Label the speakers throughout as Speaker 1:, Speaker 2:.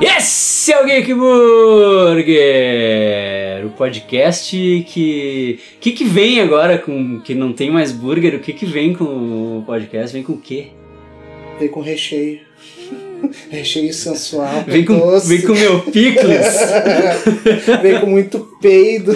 Speaker 1: Esse é o Geek Burger, o podcast que que que vem agora com que não tem mais burger, o que que vem com o podcast? Vem com o quê?
Speaker 2: Vem com recheio. recheio sensual.
Speaker 1: Vem com
Speaker 2: doce.
Speaker 1: vem com meu picles.
Speaker 2: Vem com muito peido.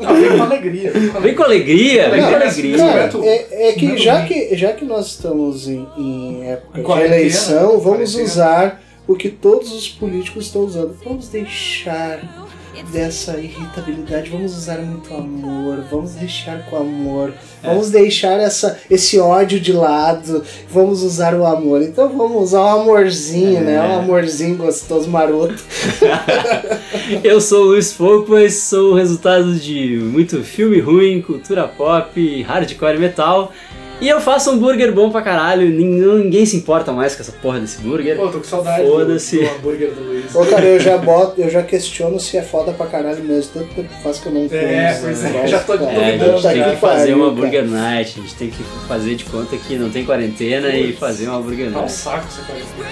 Speaker 3: Não, vem com alegria. Vem com
Speaker 1: Vem com alegria, vem com
Speaker 3: Não,
Speaker 1: alegria.
Speaker 2: Cara,
Speaker 3: Beto,
Speaker 2: é, é que
Speaker 3: Beto,
Speaker 2: já
Speaker 3: vem.
Speaker 2: que já que nós estamos em, em época
Speaker 3: Em
Speaker 2: de
Speaker 3: quarentena,
Speaker 2: eleição, vamos
Speaker 3: quarentena.
Speaker 2: usar o que todos os políticos estão usando. Vamos deixar dessa irritabilidade, vamos usar muito amor, vamos deixar com amor,
Speaker 3: É.
Speaker 2: vamos deixar essa, esse ódio de lado, vamos usar o amor. Então vamos usar um amorzinho,
Speaker 1: É.
Speaker 2: né? Um amorzinho gostoso, maroto.
Speaker 1: Eu sou o Luiz Foco, mas sou o resultado de muito filme ruim, cultura pop, hardcore e metal. E eu faço um burger bom pra caralho, nin- ninguém se importa mais com essa porra desse burger.
Speaker 3: Pô, tô com saudade
Speaker 1: Foda-se.
Speaker 3: do, do hambúrguer do Luiz.
Speaker 2: Ô, cara, eu já boto, eu já questiono se é foda pra caralho mesmo, tanto tempo faz que eu não como.
Speaker 3: É, pois é,
Speaker 2: né?
Speaker 3: já tô
Speaker 2: Cara,
Speaker 1: É, a gente
Speaker 3: duvidando,
Speaker 2: puta
Speaker 1: tem que
Speaker 2: pariu,
Speaker 1: fazer uma
Speaker 2: cara.
Speaker 1: burger night, a gente tem que fazer de conta que não tem quarentena e fazer uma burger
Speaker 3: Tá um
Speaker 1: night.
Speaker 3: saco essa quarentena.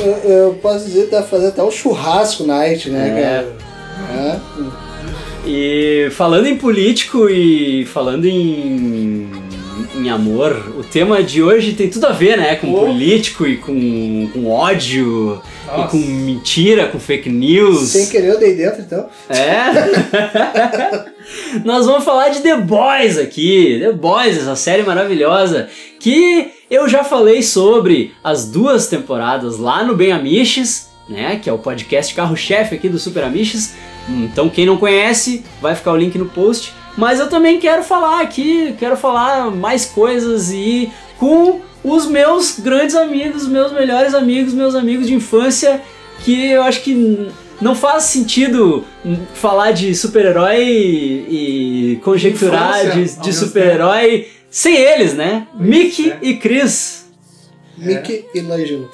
Speaker 2: Eu, eu posso dizer que dá pra fazer até um churrasco night, né,
Speaker 1: É.
Speaker 2: cara? É.
Speaker 1: E falando em político e falando em, em amor, o tema de hoje tem tudo a ver, né? Com
Speaker 3: Oh.
Speaker 1: político e com, com ódio e
Speaker 3: Nossa.
Speaker 1: com mentira, com fake news.
Speaker 2: Sem querer eu dei dentro, então.
Speaker 1: É? Nós vamos falar de The Boys aqui. The Boys, essa série maravilhosa que eu já falei sobre as duas temporadas lá no Bem Amiches, né? Que é o podcast carro-chefe aqui do Super Amiches. Então quem não conhece, vai ficar o link no post. Mas eu também quero falar aqui, quero falar mais coisas e com os meus grandes amigos, meus melhores amigos, meus amigos de infância, que eu acho que não faz sentido hum, falar de super-herói e, e conjecturar
Speaker 3: Infância, ao
Speaker 1: de- de,
Speaker 3: mesmo
Speaker 1: super-herói sem eles, né?
Speaker 3: Pois
Speaker 1: Mickey
Speaker 3: é.
Speaker 1: e Chris.
Speaker 2: Mickey e Langelo.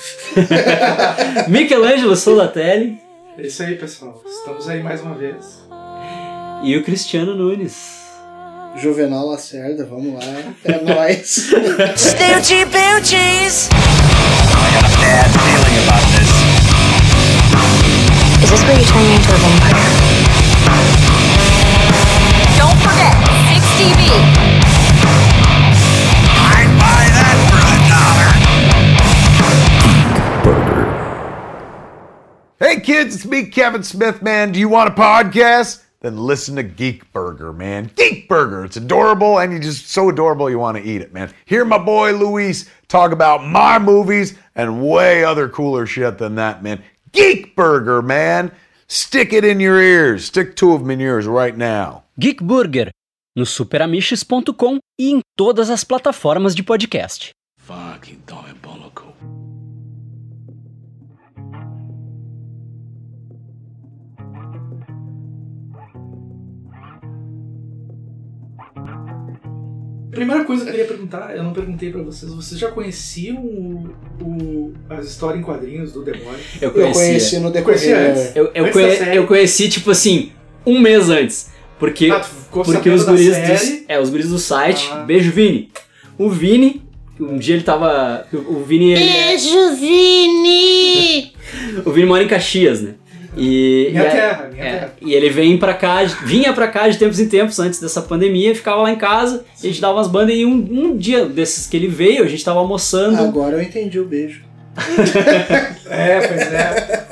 Speaker 1: Michelangelo Solatelli
Speaker 3: É isso aí, pessoal. Estamos aí mais uma vez.
Speaker 1: e o Cristiano Nunes.
Speaker 2: Juvenal Lacerda, vamos lá. É nóis.
Speaker 4: Snoochie Boochies!
Speaker 5: Is this where you turn me into a vampire?
Speaker 6: Don't forget, 6TV.
Speaker 7: Hey kids, it's me, Kevin Smith, man. Do you want a podcast? Then listen to Geek Burger, man. Geek Burger. It's adorable and you just so adorable you want to eat it, man. Hear my boy Luis talk about my movies and way other cooler shit than that, man. Geek Burger, man. Stick it in your ears. Stick two of them in yours right now.
Speaker 1: Geek Burger no superamiches.com e em todas as plataformas de podcast.
Speaker 3: Primeira coisa que eu queria perguntar, eu não perguntei pra vocês, vocês já conheciam o, o- as histórias em quadrinhos do demônio?
Speaker 1: Eu
Speaker 2: Eu
Speaker 1: conhecia.
Speaker 2: conheci no
Speaker 3: Conhecia
Speaker 2: decorrer.
Speaker 3: antes.
Speaker 1: Eu, eu,
Speaker 3: Antes
Speaker 1: conhe-
Speaker 3: da série.
Speaker 1: eu conheci, tipo assim, um mês antes. Porque,
Speaker 3: Ah, tu ficou
Speaker 1: porque
Speaker 3: sabendo
Speaker 1: os
Speaker 3: da
Speaker 1: guris
Speaker 3: série?
Speaker 1: do, é, os guris do site.
Speaker 3: Ah.
Speaker 1: Beijo, Vini. O Vini, um dia ele tava. O o Vini. ele-
Speaker 6: É.
Speaker 1: é,
Speaker 4: Beijo, Vini!
Speaker 1: o Vini mora em Caxias, né? E,
Speaker 3: Minha
Speaker 1: e a-
Speaker 3: terra, minha
Speaker 1: é,
Speaker 3: terra.
Speaker 1: e ele vem pra cá, vinha pra cá de tempos em tempos antes dessa pandemia, ficava lá em casa, a gente dava umas bandas e um, um dia desses que ele veio, a gente tava almoçando.
Speaker 2: Agora eu entendi o beijo.
Speaker 3: É, pois é.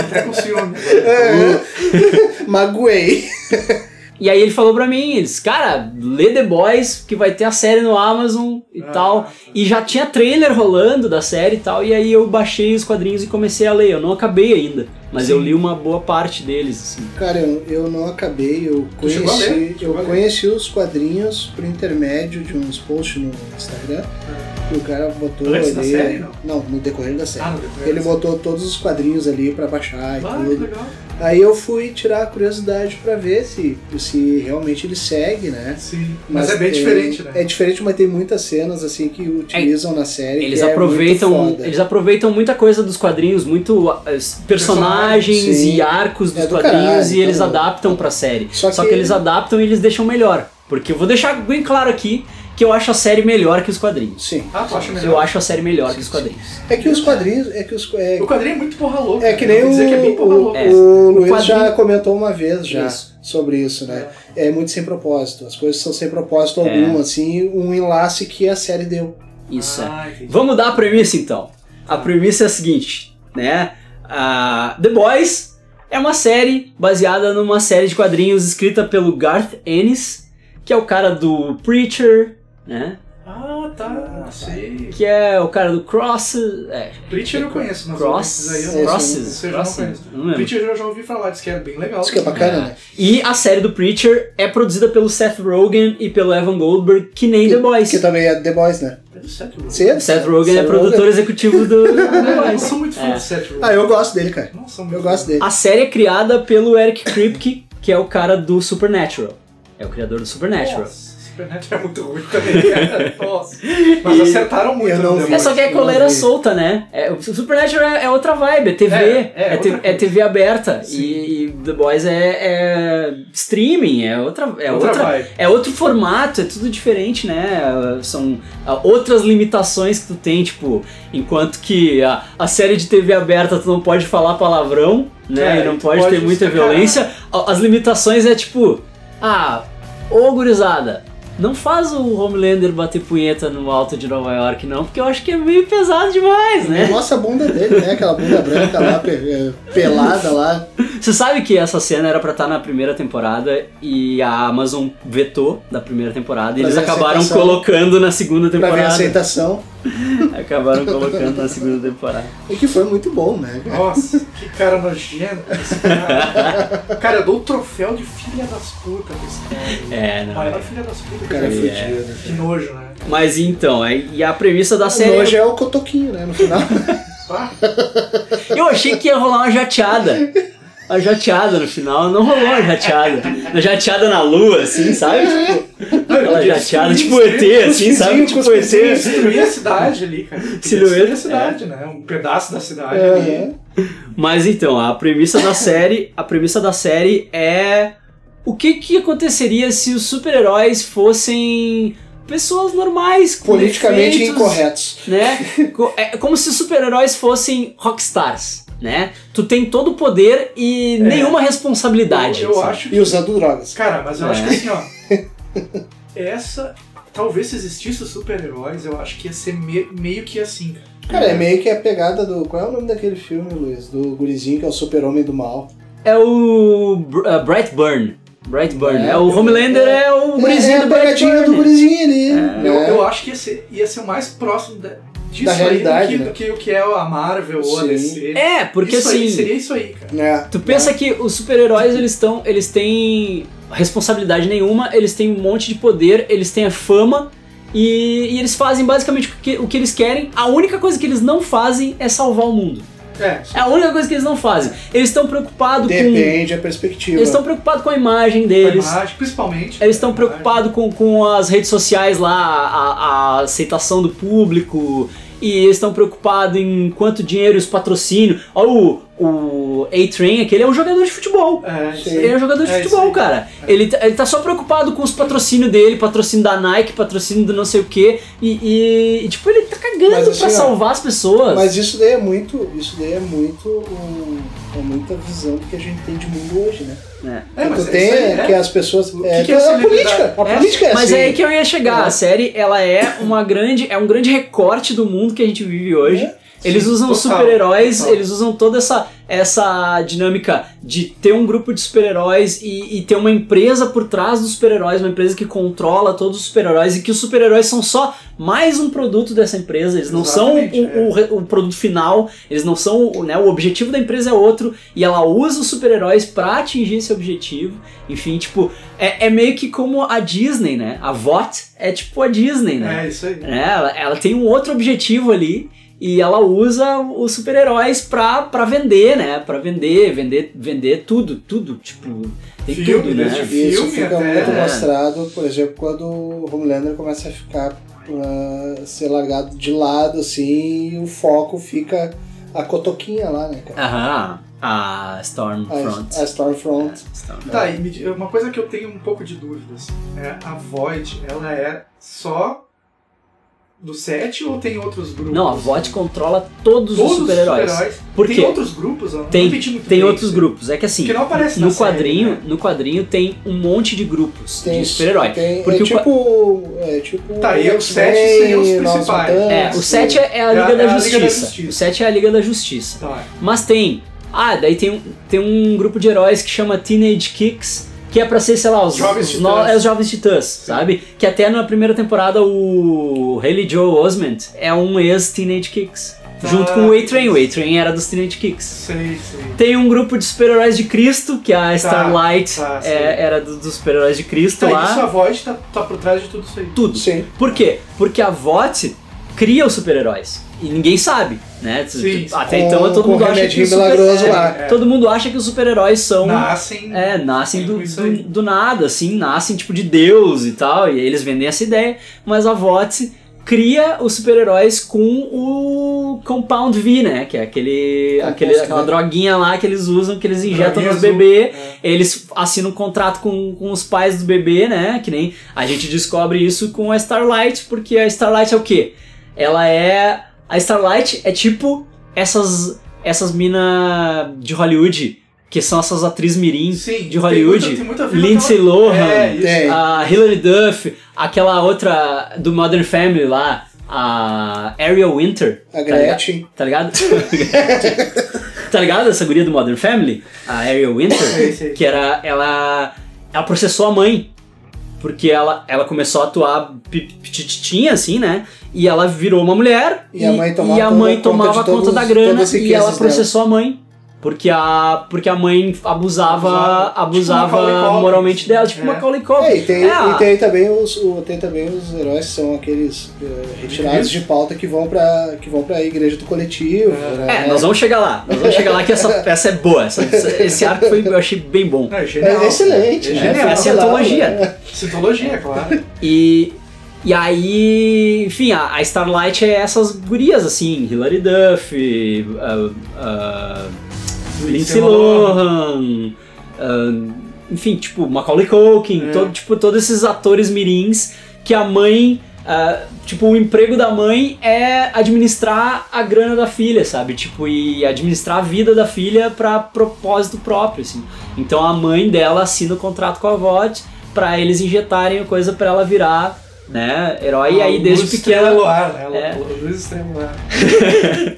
Speaker 3: Até com ciúme.
Speaker 1: É.
Speaker 2: Magoei.
Speaker 1: E aí ele falou pra mim, eles, cara, lê The Boys, que vai ter a série no Amazon e
Speaker 3: Ah.
Speaker 1: tal. E já tinha trailer rolando da série e tal, e aí eu baixei os quadrinhos e comecei a ler. Eu não acabei ainda, mas eu li uma boa parte deles, assim.
Speaker 2: Cara, eu, eu não acabei. Eu
Speaker 3: Tu chegou a ler?
Speaker 2: conheci,
Speaker 3: Chegou a
Speaker 2: eu
Speaker 3: ler?
Speaker 2: conheci os quadrinhos por intermédio de uns posts no Instagram. E o cara botou
Speaker 3: Ah. Antes da
Speaker 2: ali.
Speaker 3: série, não?
Speaker 2: não, no decorrer da série.
Speaker 3: Ah, no decorrer
Speaker 2: Ele
Speaker 3: da
Speaker 2: botou todos os quadrinhos ali pra baixar e
Speaker 3: série. Ah, que
Speaker 2: tudo.
Speaker 3: legal.
Speaker 2: Aí eu fui tirar a curiosidade pra ver se, se realmente ele segue, né?
Speaker 3: Sim. Mas, é bem
Speaker 2: tem-
Speaker 3: diferente, né?
Speaker 2: É diferente, mas tem muitas cenas assim que utilizam na série.
Speaker 1: Eles
Speaker 2: que é
Speaker 1: aproveitam,
Speaker 2: muito foda.
Speaker 1: eles aproveitam muita coisa dos quadrinhos, muito ah, personagens
Speaker 2: Sim.
Speaker 1: e arcos dos
Speaker 2: É do
Speaker 1: quadrinhos
Speaker 2: caralho,
Speaker 1: e eles
Speaker 2: então-
Speaker 1: adaptam pra série. Só
Speaker 2: Só
Speaker 1: que,
Speaker 2: que-
Speaker 1: eles adaptam e eles deixam melhor, porque eu vou deixar bem claro aqui que eu acho a série melhor que os quadrinhos.
Speaker 2: Sim.
Speaker 3: Ah, tu acha melhor?
Speaker 1: Eu acho a série melhor que os quadrinhos.
Speaker 2: É que os quadrinhos. É que os. É,
Speaker 3: O quadrinho é muito porra louca.
Speaker 2: É que
Speaker 3: né?
Speaker 2: nem
Speaker 3: Vou
Speaker 2: o,
Speaker 3: dizer que é bem porra
Speaker 2: o,
Speaker 3: louca.
Speaker 1: É.
Speaker 2: o Luiz
Speaker 1: quadrinho-
Speaker 2: já comentou uma vez já
Speaker 1: Isso.
Speaker 2: sobre isso, né? É muito sem propósito. As coisas são sem
Speaker 1: É.
Speaker 2: propósito algum, assim, um enlace que a série deu.
Speaker 1: Isso é.
Speaker 3: Ah, entendi.
Speaker 1: Vamos dar a premissa então. A premissa é a seguinte, né? Ah, The Boys é uma série baseada numa série de quadrinhos escrita pelo Garth Ennis, que é o cara do Preacher, né?
Speaker 3: Ah, tá. sei.
Speaker 1: Que é o cara do Cross. É,
Speaker 3: Preacher eu conheço, mas
Speaker 1: Cross.
Speaker 3: esses aí eu não-
Speaker 1: Crosses.
Speaker 3: esses eu não
Speaker 1: Crosses.
Speaker 3: conheço.
Speaker 1: Não lembro.
Speaker 3: Preacher eu já ouvi falar, disse que era bem legal.
Speaker 2: Isso que é bacana, né?
Speaker 1: E a série do Preacher é produzida pelo Seth Rogen e pelo Evan Goldberg, que nem The Boys.
Speaker 2: Que também é The Boys, né?
Speaker 3: É do Seth Rogen.
Speaker 2: Sim,
Speaker 1: Seth Rogen é produtor executivo do The
Speaker 3: Eu não
Speaker 1: Boys.
Speaker 3: sou muito fã
Speaker 1: É.
Speaker 3: do Seth Rogen.
Speaker 2: Ah, eu gosto dele, cara.
Speaker 3: Não sou muito
Speaker 2: Eu gosto
Speaker 3: fã.
Speaker 2: dele.
Speaker 1: A série é criada pelo Eric Kripke, que é o cara do Supernatural. É o criador do Supernatural.
Speaker 3: Nossa, Supernatural é muito ruim também, cara. Nossa. Mas acertaram muito.
Speaker 2: Eu não
Speaker 3: no
Speaker 2: vi.
Speaker 1: É
Speaker 3: The
Speaker 1: só que é
Speaker 2: Não
Speaker 1: coleira
Speaker 2: vi.
Speaker 1: solta, né? É, o Supernatural é, é outra vibe, é TV.
Speaker 3: É, é
Speaker 1: É, te-
Speaker 3: outra
Speaker 1: é TV aberta.
Speaker 3: Sim.
Speaker 1: E, e The Boys é, é streaming, é outra. É,
Speaker 3: Outra
Speaker 1: outra-
Speaker 3: vibe.
Speaker 1: é outro formato, é tudo diferente, né? São ah, outras limitações que tu tem, tipo, enquanto que a, a série de TV aberta tu não pode falar palavrão, né?
Speaker 3: É,
Speaker 1: e não
Speaker 3: tu
Speaker 1: pode,
Speaker 3: pode
Speaker 1: ter muita
Speaker 3: sacar.
Speaker 1: violência. A- As limitações é tipo, ah, ô gurizada. Não faz o Homelander bater punheta no alto de Nova York, não, porque eu acho que é meio pesado demais, né?
Speaker 2: Nossa, a bunda dele, né? Aquela bunda branca lá, pe- eh, pelada lá.
Speaker 1: Você sabe que essa cena era pra estar na primeira temporada e a Amazon vetou da primeira temporada e
Speaker 2: Pra
Speaker 1: eles
Speaker 2: ver a
Speaker 1: acabaram
Speaker 2: aceitação.
Speaker 1: colocando na segunda
Speaker 2: Pra ver a
Speaker 1: temporada.
Speaker 2: aceitação.
Speaker 1: Acabaram colocando na segunda temporada.
Speaker 2: E que foi muito bom, né? cara?
Speaker 3: Nossa, que cara nojento esse cara. é. Cara, eu dou o troféu de filha das putas pra esse cara.
Speaker 1: É, não.
Speaker 3: Maior filha das putas.
Speaker 2: O cara é
Speaker 1: Ele é.
Speaker 2: fudido. né?
Speaker 3: Que nojo, né?
Speaker 1: Mas então, é- e a premissa da série.
Speaker 2: Hoje é o cotoquinho, né? No final.
Speaker 3: Ah,
Speaker 1: Eu achei que ia rolar uma jateada. Uma jateada no final, não rolou uma jateada. Uma jateada na lua, assim, sabe? Tipo, aquela jateada, tipo ET, assim, sabe?
Speaker 2: Esquisinho com os
Speaker 1: Tipo
Speaker 2: pezinhos.
Speaker 1: ET.
Speaker 3: destruir a cidade ali, cara.
Speaker 1: Silhueta, é.
Speaker 3: Destruir a cidade, né? Um pedaço da cidade
Speaker 2: É.
Speaker 3: ali.
Speaker 1: Mas então, a premissa da série, a premissa da série é o que que aconteceria se os super-heróis fossem pessoas normais, com
Speaker 2: Politicamente
Speaker 1: defeitos,
Speaker 2: incorretos.
Speaker 1: né? Co- É como se os super-heróis fossem rockstars, né? Tu tem todo o poder e
Speaker 2: É.
Speaker 1: nenhuma responsabilidade.
Speaker 3: Eu, eu
Speaker 1: sabe?
Speaker 3: acho que
Speaker 2: E usando drogas.
Speaker 3: Cara, mas eu
Speaker 1: É.
Speaker 3: acho que assim, ó. essa. Talvez se existisse os super-heróis, eu acho que ia ser me- meio que assim, cara.
Speaker 2: Cara, é meio que a pegada do. Qual é o nome daquele filme, Luiz? Do gurizinho que é o super-homem do mal.
Speaker 1: É o Br- uh, Bright Burn. Bright Burn. É, o Homelander é, o
Speaker 2: É,
Speaker 1: gurizinho
Speaker 2: é
Speaker 1: do É.
Speaker 2: a
Speaker 1: Bright
Speaker 2: pegadinha do
Speaker 1: Burn.
Speaker 2: gurizinho ali.
Speaker 3: Eu,
Speaker 2: né?
Speaker 3: eu acho que ia ser, ia ser o mais próximo da, disso
Speaker 2: Da realidade,
Speaker 3: aí
Speaker 2: né?
Speaker 3: do que, do que o que é a Marvel ou a
Speaker 2: Sim.
Speaker 3: DC.
Speaker 1: É, porque
Speaker 3: isso
Speaker 1: assim,
Speaker 3: Aí, seria isso aí, cara.
Speaker 2: É.
Speaker 1: tu pensa que os super-heróis eles estão, eles têm responsabilidade nenhuma, eles têm um monte de poder, eles têm a fama e, e eles fazem basicamente o que, o que eles querem. A única coisa que eles não fazem é salvar o mundo.
Speaker 3: É.
Speaker 1: É a única coisa que eles não fazem. Eles estão preocupados com é eles
Speaker 2: Depende da perspectiva.
Speaker 1: estão preocupados com a imagem
Speaker 3: com É, a
Speaker 1: deles.
Speaker 3: imagem, principalmente.
Speaker 1: Eles estão
Speaker 3: com a imagem.
Speaker 1: preocupados com, com as redes sociais lá, a, a aceitação do público, e eles estão preocupados em quanto dinheiro e os patrocínios. Olha o, o A-Train, aquele é um jogador de futebol.
Speaker 3: É,
Speaker 2: Sim.
Speaker 1: Ele é um jogador de
Speaker 3: É, isso
Speaker 1: futebol,
Speaker 3: aí.
Speaker 1: cara. Ele, tá- ele tá só preocupado com os patrocínios dele, patrocínio da Nike, patrocínio do não sei o quê. E, e- e, tipo, ele tá
Speaker 2: Mas,
Speaker 1: cagando
Speaker 2: assim,
Speaker 1: pra
Speaker 2: ó,
Speaker 1: salvar as pessoas.
Speaker 2: Mas isso daí é muito. Isso daí é muito. um- é muita visão do que a gente tem de mundo hoje, né?
Speaker 1: né?
Speaker 3: É, mas
Speaker 2: tu
Speaker 3: é
Speaker 2: tem
Speaker 3: isso aí,
Speaker 2: é, que
Speaker 3: é.
Speaker 2: as pessoas.
Speaker 3: O
Speaker 2: é,
Speaker 3: que que é
Speaker 2: a
Speaker 3: celebridade?
Speaker 2: política. A política é
Speaker 1: Mas
Speaker 2: assim.
Speaker 1: é aí que eu ia chegar.
Speaker 2: É.
Speaker 1: A série, ela é uma grande, é um grande recorte do mundo que a gente vive hoje.
Speaker 2: É.
Speaker 1: Eles
Speaker 3: Sim,
Speaker 1: usam os
Speaker 3: total,
Speaker 1: super-heróis,
Speaker 3: total.
Speaker 1: eles usam toda essa, essa dinâmica de ter um grupo de super-heróis e, e ter uma empresa por trás dos super-heróis, uma empresa que controla todos os super-heróis e que os super-heróis são só mais um produto dessa empresa, eles não
Speaker 3: Exatamente, é.
Speaker 1: são o, o re- o produto final, eles não são. o- Né, o objetivo da empresa é outro e ela usa os super-heróis pra atingir esse objetivo. Enfim, tipo, é, é meio que como a Disney, né? A VOT é tipo a Disney, né?
Speaker 3: É, isso aí.
Speaker 1: né? Ela, ela tem um outro objetivo ali e ela usa os super-heróis pra, pra vender, né? Pra vender, vender, vender tudo, tudo, tipo, tem
Speaker 3: Filme,
Speaker 1: tudo, né?
Speaker 3: desde
Speaker 2: E isso
Speaker 3: Filme
Speaker 2: fica
Speaker 3: até,
Speaker 2: muito
Speaker 1: né?
Speaker 2: mostrado, por exemplo, quando o Homelander começa a ficar ah, ser largado de lado, assim, e o foco fica a cotoquinha lá, né, cara?
Speaker 1: Aham. A Stormfront. É,
Speaker 2: A, a Stormfront.
Speaker 1: Stormfront.
Speaker 3: Tá, e me di- uma coisa que eu tenho um pouco de dúvidas é a Void, ela é só do set ou tem outros grupos?
Speaker 1: Não, a VOD controla todos,
Speaker 3: Todos
Speaker 1: os super-heróis. Por
Speaker 3: tem
Speaker 1: quê?
Speaker 3: outros grupos? Eu não
Speaker 1: Tem-
Speaker 3: entendi muito
Speaker 1: Tem
Speaker 3: bem
Speaker 1: outros
Speaker 3: isso.
Speaker 1: grupos. É que assim,
Speaker 3: Porque não aparece na
Speaker 1: no
Speaker 3: série,
Speaker 1: quadrinho,
Speaker 3: né?
Speaker 1: no quadrinho tem um monte de grupos
Speaker 2: Tem-
Speaker 1: de super-herói.
Speaker 2: tem-
Speaker 1: Porque
Speaker 2: é
Speaker 1: o qua-
Speaker 2: tipo. É tipo.
Speaker 3: Tá, e
Speaker 2: X-Men,
Speaker 3: o sete seriam os
Speaker 2: Novas
Speaker 3: principais.
Speaker 1: É,
Speaker 2: Mutantes,
Speaker 1: o 7 é, é a
Speaker 3: É a-
Speaker 1: Liga
Speaker 3: é a
Speaker 1: da
Speaker 3: Liga da
Speaker 1: Justiça.
Speaker 3: Justiça.
Speaker 1: O 7 é a Liga da Justiça.
Speaker 3: Tá.
Speaker 1: Mas tem. Ah, daí tem, um- tem um grupo de heróis que chama Teenage Kicks, que é pra ser, sei lá, os
Speaker 3: Jovens
Speaker 1: os,
Speaker 3: Titãs.
Speaker 1: no- é os Jovens Titãs, sabe? Que até na primeira temporada o Haley Joe Osment é um ex-Teenage Kicks.
Speaker 3: Tá.
Speaker 1: Junto com o A-Train. O A-Train era dos Teenage Kicks.
Speaker 3: Sei, sei.
Speaker 1: Tem um grupo de super-heróis de Cristo, que é a Starlight
Speaker 3: tá, sei.
Speaker 1: é- era do- dos super-heróis de Cristo
Speaker 3: Tá, e
Speaker 1: lá.
Speaker 3: isso a Void tá, tá por trás de tudo isso aí.
Speaker 1: Tudo.
Speaker 2: Sim.
Speaker 1: Por quê? Porque a VOT cria os super-heróis. E ninguém sabe, né? Tu-
Speaker 3: Sim.
Speaker 1: tu- Até
Speaker 2: Com-
Speaker 1: então todo
Speaker 2: com
Speaker 1: mundo acha que
Speaker 2: remedinho
Speaker 1: os super-
Speaker 2: milagroso
Speaker 1: é,
Speaker 2: lá.
Speaker 1: é. Todo mundo acha que os super-heróis são.
Speaker 3: Nascem.
Speaker 1: É, nascem
Speaker 3: É,
Speaker 1: do,
Speaker 3: isso
Speaker 1: do,
Speaker 3: aí.
Speaker 1: do nada, assim, nascem tipo de Deus e tal, e aí eles vendem essa ideia, mas a VOT cria os super-heróis com o Compound V, né? Que é aquele,
Speaker 2: Composto,
Speaker 1: aquele, aquela
Speaker 2: né?
Speaker 1: droguinha lá que eles usam, que eles injetam
Speaker 3: Droguinha
Speaker 1: nos
Speaker 3: azul.
Speaker 1: bebês
Speaker 3: É.
Speaker 1: eles assinam um contrato com, com os pais do bebê, né? Que nem a gente descobre isso com a Starlight, porque a Starlight é o quê? Ela é. A Starlight é tipo essas essas mina de Hollywood, que são essas atrizes mirim
Speaker 3: Sim,
Speaker 1: de Hollywood.
Speaker 3: Tem muita, tem muita vida
Speaker 1: Lindsay
Speaker 3: com
Speaker 1: Lohan,
Speaker 3: aquela- É, isso.
Speaker 2: Tem.
Speaker 1: a Hilary Duff, aquela outra do Modern Family lá, a Ariel Winter.
Speaker 2: A Gretchen.
Speaker 1: Tá ligado? tá ligado essa guria do Modern Family? A Ariel
Speaker 3: Sei,
Speaker 1: Winter?
Speaker 3: sei.
Speaker 1: que era. Ela. Ela processou a mãe. Porque ela, ela começou a atuar pi- pititinha, assim, né? E ela virou uma mulher.
Speaker 2: E a mãe tomava
Speaker 1: e a mãe
Speaker 2: conta de
Speaker 1: tomava
Speaker 2: todos-
Speaker 1: conta da
Speaker 2: todas
Speaker 1: grana.
Speaker 2: as
Speaker 1: E
Speaker 2: riquezas
Speaker 1: ela processou a mãe. Porque a, porque a mãe
Speaker 2: Tipo
Speaker 1: abusava,
Speaker 3: Abusava. Tipo
Speaker 1: abusava
Speaker 3: Macaulay Culkin.
Speaker 1: moralmente dela, tipo
Speaker 3: É.
Speaker 1: uma Macaulay Culkin.
Speaker 2: assim. É, e, tem,
Speaker 1: É, a-
Speaker 2: e tem também os, o- tem também os heróis que são aqueles eh, retirados de pauta que vão pra, que vão pra igreja do coletivo. né?
Speaker 1: É, nós vamos chegar lá. Nós vamos chegar lá que essa peça é boa. Essa- esse arco foi, eu achei bem bom.
Speaker 3: É, genial.
Speaker 2: É excelente,
Speaker 3: É
Speaker 2: né?
Speaker 3: genial.
Speaker 1: É a cientologia.
Speaker 3: Sintologia, claro.
Speaker 1: E, e aí, enfim, a, a Starlight é essas gurias, assim, Hilary Duff, ah, ah,
Speaker 3: é
Speaker 1: Lindsay Lohan, ah, enfim, tipo, Macaulay Culkin,
Speaker 3: É.
Speaker 1: todo, tipo, todos esses atores mirins que a mãe... ah, tipo, o emprego da mãe é administrar a grana da filha, sabe? Tipo, e administrar a vida da filha pra propósito próprio, assim. Então a mãe dela assina o contrato com a VOD pra eles injetarem coisa pra ela virar, né, herói. E aí desde
Speaker 3: Estrela
Speaker 1: pequena,
Speaker 3: no ar, ela,
Speaker 1: É.
Speaker 3: Luz estrela no ar.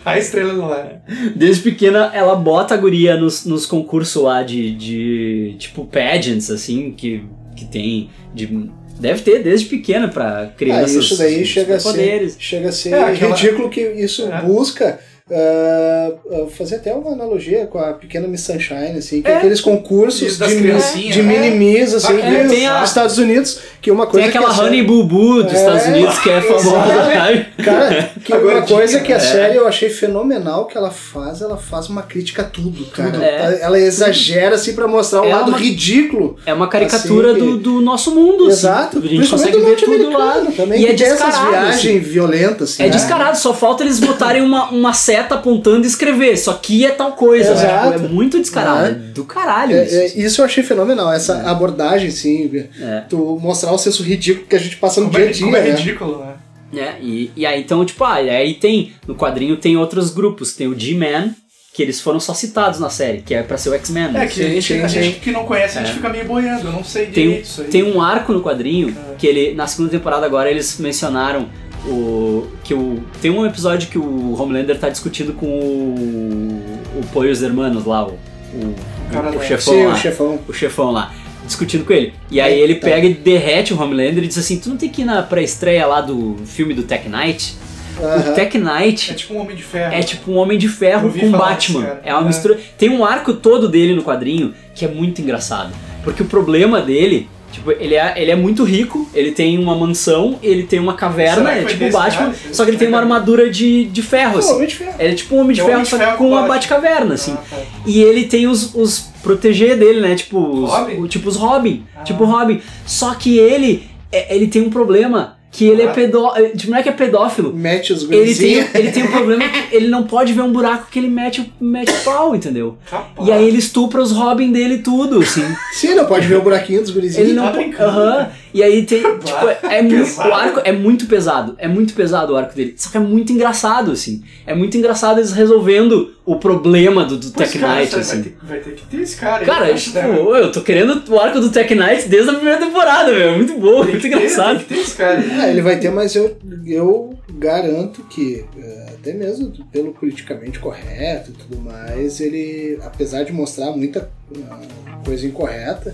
Speaker 3: a estrela no ar.
Speaker 1: desde pequena ela bota a guria nos, nos concursos lá de, de tipo pageants assim que que tem de deve ter desde pequena pra
Speaker 2: Ah,
Speaker 1: crianças.
Speaker 2: isso daí
Speaker 1: com
Speaker 2: chega a ser,
Speaker 1: superpoderes.
Speaker 2: chega a ser
Speaker 3: É, aquela-
Speaker 2: ridículo que isso
Speaker 3: É.
Speaker 2: busca ah, ah, fazer até uma analogia com a pequena Miss Sunshine, assim, que é aqueles concursos
Speaker 3: Isso das
Speaker 2: de, mi-
Speaker 3: criancinhas,
Speaker 2: de
Speaker 3: é.
Speaker 2: minimis, assim,
Speaker 3: Ah,
Speaker 1: é,
Speaker 2: dos
Speaker 1: tem a-
Speaker 2: Estados Unidos, que uma
Speaker 1: Tem
Speaker 2: coisa
Speaker 1: aquela
Speaker 2: que a
Speaker 1: Honey
Speaker 2: série-
Speaker 1: Bubu dos
Speaker 2: É,
Speaker 1: Estados Unidos que é famosa, sabe?
Speaker 2: Cara, que
Speaker 3: A
Speaker 2: uma
Speaker 3: gordinha,
Speaker 2: coisa que a
Speaker 1: é.
Speaker 2: série eu achei fenomenal que ela faz, ela faz uma crítica a tudo, cara.
Speaker 1: Tudo. É.
Speaker 2: Ela exagera, assim, pra mostrar um
Speaker 1: É
Speaker 2: lado
Speaker 1: uma-
Speaker 2: ridículo.
Speaker 1: É uma caricatura
Speaker 2: Assim,
Speaker 1: do, do nosso mundo, assim.
Speaker 2: Exato.
Speaker 1: A gente
Speaker 2: principalmente
Speaker 1: consegue
Speaker 2: do
Speaker 1: ver tudo lá.
Speaker 2: norte-americano Também,
Speaker 1: E
Speaker 2: que
Speaker 1: é
Speaker 2: tem essas
Speaker 1: descarado,
Speaker 2: viagens violentas, assim.
Speaker 1: É
Speaker 2: né?
Speaker 1: descarado, só falta eles botarem uma, uma seta apontando e escrever. Isso aqui é tal coisa. né?
Speaker 2: Exato.
Speaker 1: Tipo, é muito descarado.
Speaker 2: É.
Speaker 1: É do caralho
Speaker 2: É,
Speaker 1: isso.
Speaker 2: é,
Speaker 1: assim.
Speaker 2: isso eu achei fenomenal, essa abordagem, sim.
Speaker 1: É.
Speaker 2: Tu mostrar o senso ridículo que a gente passa no
Speaker 3: Como
Speaker 2: dia
Speaker 3: é,
Speaker 2: a dia.
Speaker 3: como é
Speaker 2: né?
Speaker 3: ridículo, né?
Speaker 1: né? E, e aí então, tipo, ah, e aí tem. No quadrinho tem outros grupos. Tem o G-Man, que eles foram só citados na série, que é pra ser o X-Men. né?
Speaker 3: É que a gente,
Speaker 2: sim,
Speaker 3: a
Speaker 2: sim.
Speaker 3: gente que não conhece, a gente fica meio boiando. Eu não sei
Speaker 1: É. Tem,
Speaker 3: direito É, isso aí. É.
Speaker 1: tem um arco no quadrinho que ele. Na segunda temporada agora eles mencionaram o. que o. Tem um episódio que o Homelander tá discutindo com o. o Poios Hermanos lá, o. O,
Speaker 3: Cara
Speaker 1: o
Speaker 3: da-
Speaker 1: chefão
Speaker 2: Sim,
Speaker 1: lá. é
Speaker 2: o chefão.
Speaker 1: o chefão lá, discutindo com ele. E aí ele
Speaker 2: Eita.
Speaker 1: pega e derrete o Homelander e diz assim: Tu não tem que ir na pré-estreia lá do filme do Tech Knight? O
Speaker 2: Aham.
Speaker 1: Tech
Speaker 3: É
Speaker 1: Knight
Speaker 3: tipo um homem de ferro.
Speaker 1: é tipo um homem de ferro
Speaker 3: Eu vi
Speaker 1: com
Speaker 3: falar
Speaker 1: Batman.
Speaker 3: disso, cara.
Speaker 1: é uma
Speaker 3: É.
Speaker 1: mistura. Tem um arco todo dele no quadrinho que é muito engraçado. Porque o problema dele. Tipo, ele é, ele é muito rico, ele tem uma mansão, ele tem uma caverna,
Speaker 3: Será que
Speaker 1: é
Speaker 3: foi
Speaker 1: tipo o
Speaker 3: desse
Speaker 1: Batman,
Speaker 3: cara? Esse
Speaker 1: só que ele tem uma
Speaker 3: cara?
Speaker 1: armadura de, de ferro,
Speaker 2: Não,
Speaker 1: assim.
Speaker 2: Homem de Ferro.
Speaker 1: Ele é tipo um homem de
Speaker 3: É um
Speaker 1: ferro,
Speaker 3: homem de
Speaker 1: só que
Speaker 3: ferro
Speaker 1: com
Speaker 3: com
Speaker 1: uma
Speaker 3: Batman.
Speaker 1: Batcaverna,
Speaker 3: Ah,
Speaker 1: assim.
Speaker 3: tá.
Speaker 1: E ele tem os, os proteger dele, né? Tipo os
Speaker 3: Robin? Ah.
Speaker 1: o- tipo os Robin. Tipo Robin. Só que ele, é- ele tem um problema. que ele é pedófilo. Tipo, não é que é pedófilo.
Speaker 2: Mete os
Speaker 1: Ele tem,
Speaker 2: gurizinhos.
Speaker 1: ele tem um problema que ele não pode ver um buraco que ele mete, o- mete o pau, entendeu?
Speaker 3: Capaz.
Speaker 1: E aí ele estupra os Robin dele e tudo, assim.
Speaker 2: Sim, não pode ver o buraquinho dos gurizinhos.
Speaker 1: Ele
Speaker 3: tá
Speaker 1: não.
Speaker 3: brincando,
Speaker 1: Aham.
Speaker 3: cara.
Speaker 1: E aí tem. Tipo, é, é muito,
Speaker 3: Pesado.
Speaker 1: o arco é muito pesado. É muito pesado o arco dele. Só que é muito engraçado, assim. É muito engraçado eles resolvendo o problema do, do
Speaker 3: Pois,
Speaker 1: Tech
Speaker 3: cara,
Speaker 1: Knight,
Speaker 3: vai
Speaker 1: assim.
Speaker 3: ter- Vai ter que ter esse cara.
Speaker 1: Cara,
Speaker 3: ele-
Speaker 1: tipo, eu tô querendo o arco do Tech Knight desde a primeira temporada, velho. É Muito bom,
Speaker 3: Tem
Speaker 1: muito
Speaker 3: que ter,
Speaker 1: engraçado.
Speaker 3: Tem que ter esse cara.
Speaker 2: É, ele vai ter, mas eu, eu garanto que, eh, até mesmo pelo politicamente correto e tudo mais, ele, apesar de mostrar muita ah, coisa incorreta,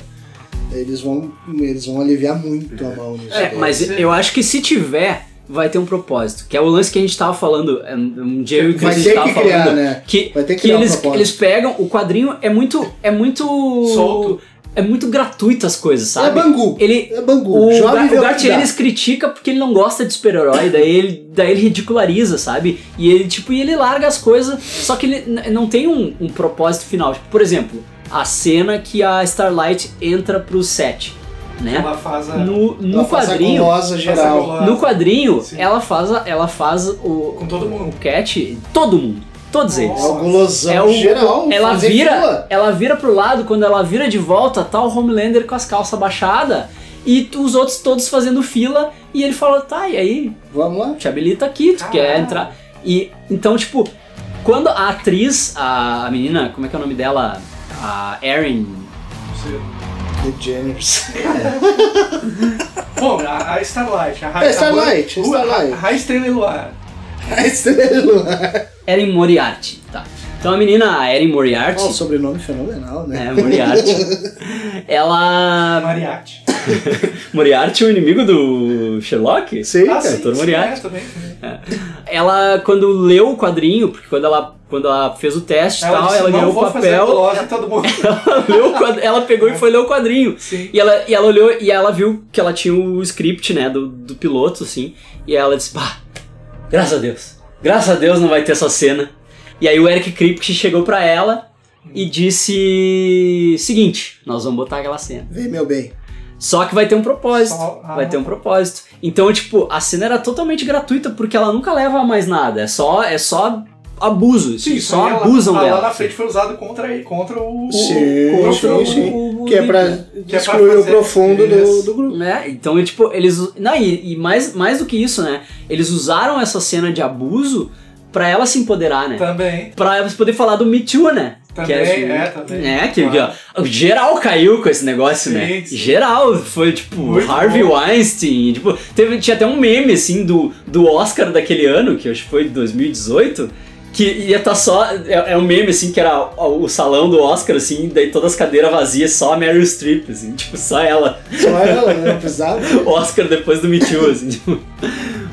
Speaker 2: eles vão, eles vão aliviar muito a mão nisso.
Speaker 3: É,
Speaker 2: daí.
Speaker 1: Mas
Speaker 3: Sim.
Speaker 1: eu acho que se tiver, vai ter um propósito. Que é o lance que a gente tava falando. é, Um dia eu e o
Speaker 2: Vai
Speaker 1: Cris a gente
Speaker 2: ter
Speaker 1: tava
Speaker 2: que criar,
Speaker 1: falando.
Speaker 2: né?
Speaker 1: Que,
Speaker 2: Vai ter que
Speaker 1: que
Speaker 2: criar um
Speaker 1: eles,
Speaker 2: propósito.
Speaker 1: eles pegam. O quadrinho é muito. É muito.
Speaker 3: Solto.
Speaker 1: É muito gratuito as coisas,
Speaker 2: é
Speaker 1: sabe?
Speaker 2: Bangu.
Speaker 1: Ele.
Speaker 2: É Bangu.
Speaker 1: O, Gar- o
Speaker 2: Jovem vê o que dá.
Speaker 1: Gartienes critica porque ele não gosta de super-herói, daí ele, daí ele ridiculariza, sabe? E ele, tipo, e ele larga as coisas, só que ele n- não tem um, um propósito final. Tipo, por exemplo, a cena que a Starlight entra pro set, né?
Speaker 3: Ela faz a.
Speaker 1: No,
Speaker 2: Ela
Speaker 1: no
Speaker 2: faz a
Speaker 1: quadrinho,
Speaker 2: gulosa
Speaker 3: a
Speaker 2: geral.
Speaker 3: gulosa.
Speaker 1: no quadrinho,
Speaker 3: Sim.
Speaker 1: ela faz, a- ela faz o
Speaker 3: Com todo mundo.
Speaker 1: o cat, todo mundo, todos
Speaker 3: Nossa.
Speaker 2: É
Speaker 1: eles.
Speaker 2: o gulosão
Speaker 1: É o-
Speaker 2: geral.
Speaker 1: Ela
Speaker 2: fazer
Speaker 1: vira,
Speaker 2: fila.
Speaker 1: ela vira pro lado, quando ela vira de volta, tá o Homelander com as calças baixadas e t- os outros todos fazendo fila e ele fala: "Tá, e aí,
Speaker 2: Vamos lá.
Speaker 1: te habilita aqui, tu quer
Speaker 3: Caralho.
Speaker 1: entrar?" E então, tipo, quando a atriz, a, a menina, como é que é o nome dela? A Erin,
Speaker 3: Não sei.
Speaker 2: DeGeneres.
Speaker 3: Bom, a, a Starlight. A Ra-
Speaker 2: É, Starlight,
Speaker 3: a Ra-
Speaker 2: Starlight.
Speaker 3: A Ra Estrela e Luar.
Speaker 2: A estrela.
Speaker 1: Erin Moriarty, tá. Então a menina, a Erin Moriarty,
Speaker 2: Ó, o sobrenome fenomenal, né?
Speaker 1: né, Moriarty. ela
Speaker 3: Mariachi.
Speaker 1: Moriarty, o inimigo do Sherlock?
Speaker 2: Sei, cara.
Speaker 1: Doutor
Speaker 3: sim,
Speaker 1: Moriarty.
Speaker 3: é, também.
Speaker 1: Ela, quando leu o quadrinho, porque quando ela, quando ela fez o teste e
Speaker 3: Ela,
Speaker 1: tal,
Speaker 3: disse,
Speaker 1: ela
Speaker 3: não
Speaker 1: ganhou
Speaker 3: vou
Speaker 1: o
Speaker 3: fazer a
Speaker 1: papel,
Speaker 3: gulosa em todo mundo.
Speaker 1: ela, leu o quad- ela pegou e foi ler o quadrinho.
Speaker 3: Sim.
Speaker 1: E ela, e ela olhou e ela viu que ela tinha o script, né, do, do piloto, assim, e ela disse, pá, graças a Deus, graças a Deus não vai ter essa cena. E aí o Eric Kripke chegou pra ela e disse, seguinte, nós vamos botar aquela cena.
Speaker 2: Vem, meu bem.
Speaker 1: Só que vai ter um propósito.
Speaker 3: Só- ah.
Speaker 1: Vai ter um propósito. Então, tipo, a cena era totalmente gratuita porque ela nunca leva a mais nada. É só, é só abuso. assim,
Speaker 3: Sim,
Speaker 1: só
Speaker 3: aí ela- tá
Speaker 1: abusam
Speaker 3: lá-
Speaker 1: dela.
Speaker 3: Lá na frente foi usado contra, ele- contra o.
Speaker 2: Sim,
Speaker 3: o-
Speaker 2: sim,
Speaker 3: contra
Speaker 1: Então,
Speaker 3: o-
Speaker 2: sim.
Speaker 1: o- o-
Speaker 2: Que é pra
Speaker 3: Que é pra
Speaker 2: excluir o
Speaker 3: fazer
Speaker 2: profundo do,
Speaker 3: isso.
Speaker 2: do grupo.
Speaker 1: Né? Então, tipo, eles. Não, e, e mais, mais do que isso, né? Eles usaram essa cena de abuso pra ela se empoderar, né?
Speaker 3: Também.
Speaker 1: Pra ela poder falar do Me Too, né?
Speaker 3: Também,
Speaker 1: tipo,
Speaker 3: é, também.
Speaker 1: né? Que,
Speaker 3: Claro.
Speaker 1: que, ó, geral caiu com esse negócio,
Speaker 3: Sim,
Speaker 1: né?
Speaker 3: sim.
Speaker 1: Geral. Foi, tipo,
Speaker 3: Muito
Speaker 1: Harvey
Speaker 3: bom.
Speaker 1: Weinstein. Tipo, teve, tinha até um meme, assim, do, do Oscar daquele ano, que acho que foi 2018, que ia tá só... É, é um meme, assim, que era o, o salão do Oscar, assim, daí todas as cadeiras vazias, só a Meryl Streep, assim. Tipo, só ela.
Speaker 2: Só ela, né? Não precisava.
Speaker 1: Oscar depois do Me Too, assim, tipo...